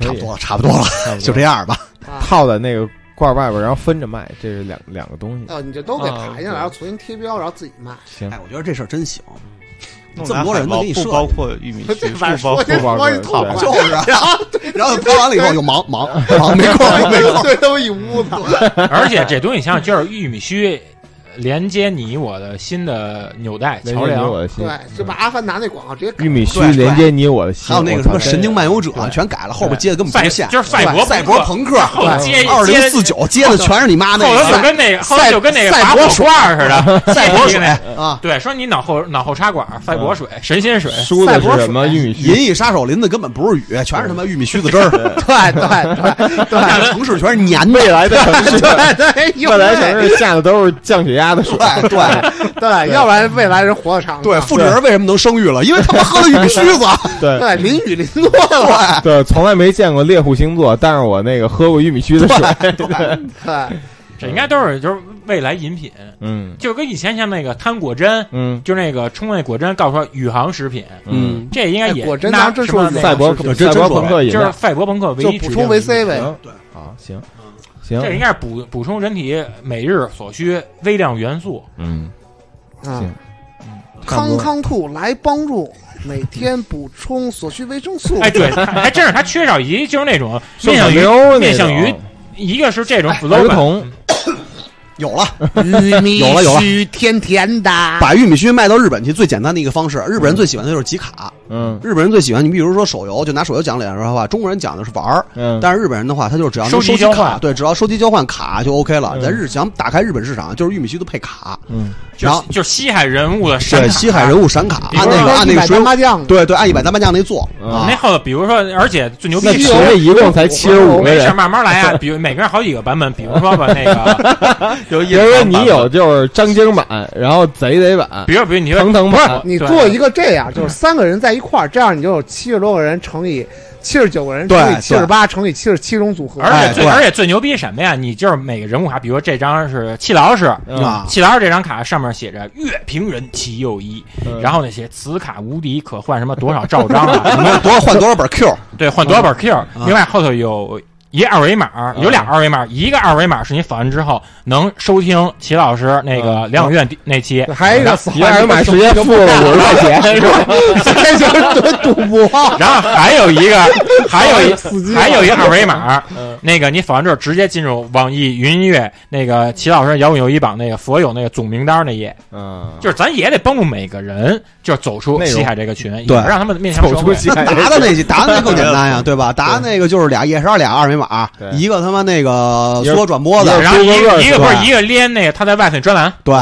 差不多了，差不多了，就这样吧。
套在那个罐儿外边儿，然后分着卖，这是两两个东西。
呃，你就都给
啊
盘下
对
来，然后重新贴标，然后自己卖。
行，
哎哎，我觉得这事儿真行，
弄
这么
俩
多人
海
都
报
给你设
不
计
包括玉 米须，
这
不
反正
包
说
括
这说一套
对
话，
就是啊，然后然后拍完了以后就忙忙 忙没空没空，
对，他们一屋子。
而且这东西你想想，就是玉米须，连接你我的新的纽带
连
桥
接你
梁。
我的心
对，就把阿凡达那广告直接改
玉米须
对
连接你我的心，
还有那个
我
什
操哎
么《神经漫游者》
对
全改了，后边接的根本
赛
不下，
就是赛博
赛博朋克，
后接
二零四九接的全是你妈那
后头就
个
跟那个，后头就跟那个
赛
拔
博
火罐似 的，赛博水。
啊，
对，说你脑后脑后插管，赛博
嗯
水、神仙水，
梳的是
赛
什么
博
玉米
《 银
须？
翼杀手》林子根本不是雨，全是他妈玉米须子汁儿，
对对对对，
那城市全是粘的。
未来 的城市，
对， 因
未
为
来城市下的都是降血压 的水。
对对
对，要不然未来人活得长。啊
对，复制人为什么能生育了？因为他妈喝了玉米须子。
对
对，淋雨淋 多了。
对，从来没见过猎户星座，但是我那个喝过玉米须的水。
对，
这应该都是就是未来饮品，
嗯
就跟以前像那个摊果真，
嗯，
就那个冲那果真告诉说宇航食品，
嗯，
这应该也
哎果真
拿
当真
什么
说是
那
赛博
是是
赛博朋克饮
嗯就是
料，
赛博朋克唯
就
一
补
指
充
定
维
饮品
C 呗。
行
对，
好，行
嗯，
这应
行，
该是补补充人体每日所需微量元 素。
嗯，
嗯，
差不
康
多
康兔来帮助每天补充所需维生素。
哎，对，它还真是它缺少一就是那种面
小
向于，
牛
面向于一个是这种 slogan，
儿童
有了，
玉米
有了有了
须甜甜的，
把玉米须卖到日本去，最简单的一个方式。日本人最喜欢的就是集卡，
嗯
日本人最喜欢你，比如说手游，就拿手游讲两说话。中国人讲的是玩儿，
嗯，
但是日本人的话，他就是只要能
收集
集
交
卡
换
对，只要收集交换卡就 OK 了。
嗯
咱日想打开日本市场，就是玉米须都配卡，
嗯
就
然后
是就是西海人物的山
对
卡
西海人物闪卡，
啊
比如
按
说
那个按那
一
个
百
水
单
浒，
麻将，
对对，按一百单麻将那做
那
啊。
后头，比如说，而且最牛逼
那
的
群
是，
里一共才七十五个
没事，
人，
慢慢来啊。比如每个人好几个版本，比如说吧，那个，
有
因为你有就是张晶版，然后贼贼版，
比如比如你说
腾腾版，
你
对
做一个这样，就是三个人在一块儿，这样你就有七十多个人乘以七十九个人
对
乘以七十八乘以七十七种组合。
而且最
哎对
而且最牛逼是什么呀？你就是每个人物卡，比如说这张是气牢士，
嗯
啊，
气牢士这张卡上面写着“乐平人其右一”，
嗯
然后那些此卡无敌，可换什么多少照章啊？
你 们多少换多少本 Q，
对，换多少本 Q。另外后头有一二维码，有俩二维码，一个二维码是你扫完之后能收听齐老师那个疗养院第那期，
还有一个
然后
扫
一二维码直接付了五十块钱，是吧？
这就是赌博，
然后还有一个，还有
哦
一。
死机了
哎还有一个二维码
嗯，
那个你扫完之后直接进入网易云音乐那个齐老师摇滚友谊榜那个所有那个总名单那页，
嗯，
就是咱也得帮助每个人，就是走出
内容
西海这个群，也
对
让他们面向
走
社
出
会。
西海人
达的那些达的那更简单呀，对吧？达那个就是俩也是俩二维码
对，
一个他妈那个
一个
缩转播的，
然后一
多个
个一个
是
不
吧
是一个连那个他在外头专栏，
对，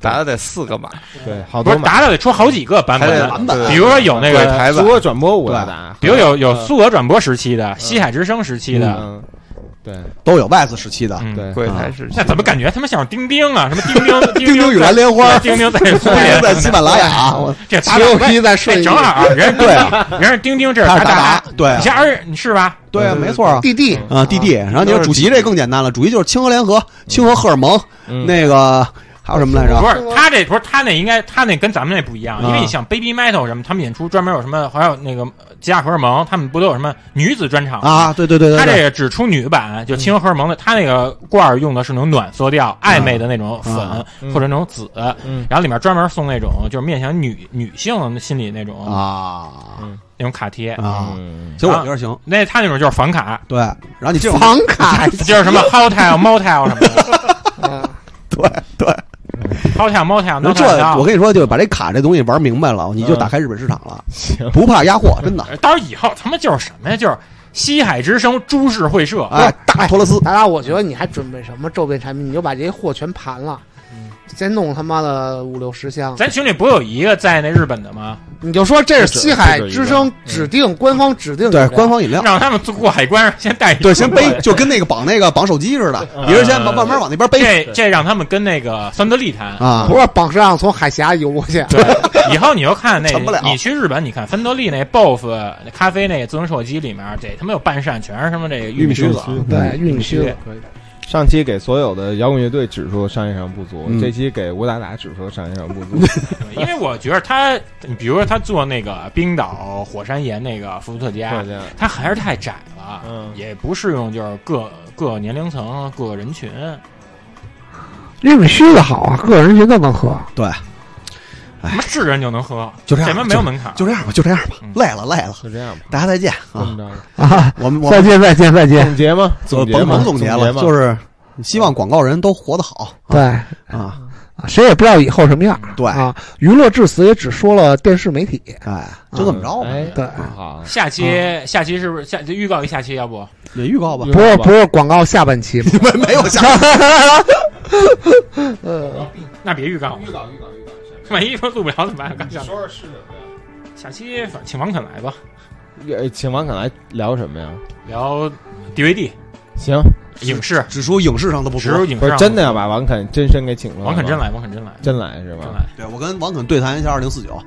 打的得四个码，
对，好
不
多
是
版，
达到得出好几个版
还
本
得
的，
版本
比如说有那
对
个，
台版
苏，俄转播我打，
比如有有苏俄转播时期的、西海之声时期的，
嗯，对
都有 YS 时期的。
嗯，
对。
柜台是
那怎么感觉他们像是丁丁啊？什么丁丁
丁丁与蓝莲花
对，丁丁在苏联，
在喜马拉雅，啊我
这
七
达
六
达
一在
这
顺义
哎正好 人
对啊
家人家丁丁这是
他
达
是达
达，
达，对
你像而你是吧？
对啊，没错啊。
弟弟
啊，D D，然后你说主席这更简单了，主席就是清河联合、清河荷尔蒙，
嗯
那个还有什么来
不
着？
是他这不是他那应该他那跟咱们那不一
嗯
样，因为你像 Baby Metal 什么，他们演出专门有什么，还有那个呃吉亚荷尔蒙，他们不都有什么女子专场吗？
啊，对对对对嗯
他这
对，
个只出女版，就青荷尔蒙的，他那个罐儿用的是那种暖色调、
嗯
暧昧的那种粉
啊
嗯
或者那种紫，
嗯
然后里面专门送那种就是面向女女性心理那种
啊
那种卡贴。
啊，
嗯
其实我觉得行，
那他那种就是房 卡，
对。然后你这
房 卡，
哎
就是什么 hotel、motel 什么的
啊
对对，
，hotel、motel、
那
n
这
o
我跟你说，就把这卡这东西玩明白了，你就打开日本市场了，不怕压货， 真的。
到时候以后他们就是什么呀？就是西海之声株式会社，
哎，大托勒 斯，
达达，我觉得你还准备什么周边产品？你就把这些货全盘了，
嗯
先弄他妈的五六十箱，
咱群里不有一个在那日本的吗？
你就说这是西海
这是一个
之声指定官方指定
对
饮料
官方饮料，
让他们过海关先带一
啊对，先背，就跟那个绑那个绑手机似的，一人先慢慢慢往那边背
这这让他们跟那个桑德利谈
啊
不。是绑上从海峡游过
嗯
去，
对，以后你就看那
成不了，
你去日本，你看芬德利那 BOSS 那咖啡那自动售机里面，这他妈有半扇全是什么这个玉米须子，啊
对，玉米须
须
啊可以。
嗯上期给所有的摇滚乐队指出商业上不足，
嗯
这期给吴达达指出商业上不足。
因为我觉得他，你比如说他做那个冰岛火山岩那个伏特
抱
加，
歉
他还是太窄了，
嗯
也不适用就是各各年龄层各人群。
玉米须子好啊，个人觉得能喝。
什么是人就能喝，
就这样
什么没有门槛，
就这样吧，就这样吧
嗯，
累了累了，
就这样吧，
大家再见
这么
啊！
着吧，
我们我们
再见，再见，再见。
总结吗？
总
结
呃甭
吗？
甭
总
总结
吗
了，就是希望广告人都活得好
对，
啊！
啊谁也不知道以后什么样儿。
对
啊，娱乐至死也只说了电视媒体。
哎，就这么着吧，
哎，
对
好，
下期、下期是不是下预告一下期？要不
也预 告吧，
不是不是广告下半 期，
没没有下
那别预告了，
告预告预告，
万一说录不了怎么办？刚想
哎说说是什么
下期反请王肯来吧，
呀？呃，请王肯来聊什么呀？
聊 DVD
行，
影视，
只说影视上啊的不足
只。有影视
不是
上
真的要把王肯真身给请了吗，
王肯真来，王肯真来，
真来是吧？
真来。
对我跟王肯对谈一下二零四九，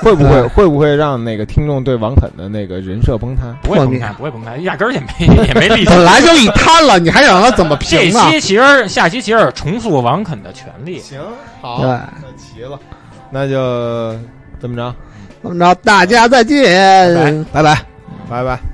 会不会
对
会不会让那个听众对王肯的那个人设崩塌？
不会崩塌，不会崩塌，压根儿也没也没力气。
本来就一摊了，你还想让他怎么
这
评
啊
啊呢？
期其实下期其实重复王肯的权利，
行，好
对，
那齐了，那就这么着，
怎么着？大家再见。
拜拜
拜拜。
拜拜。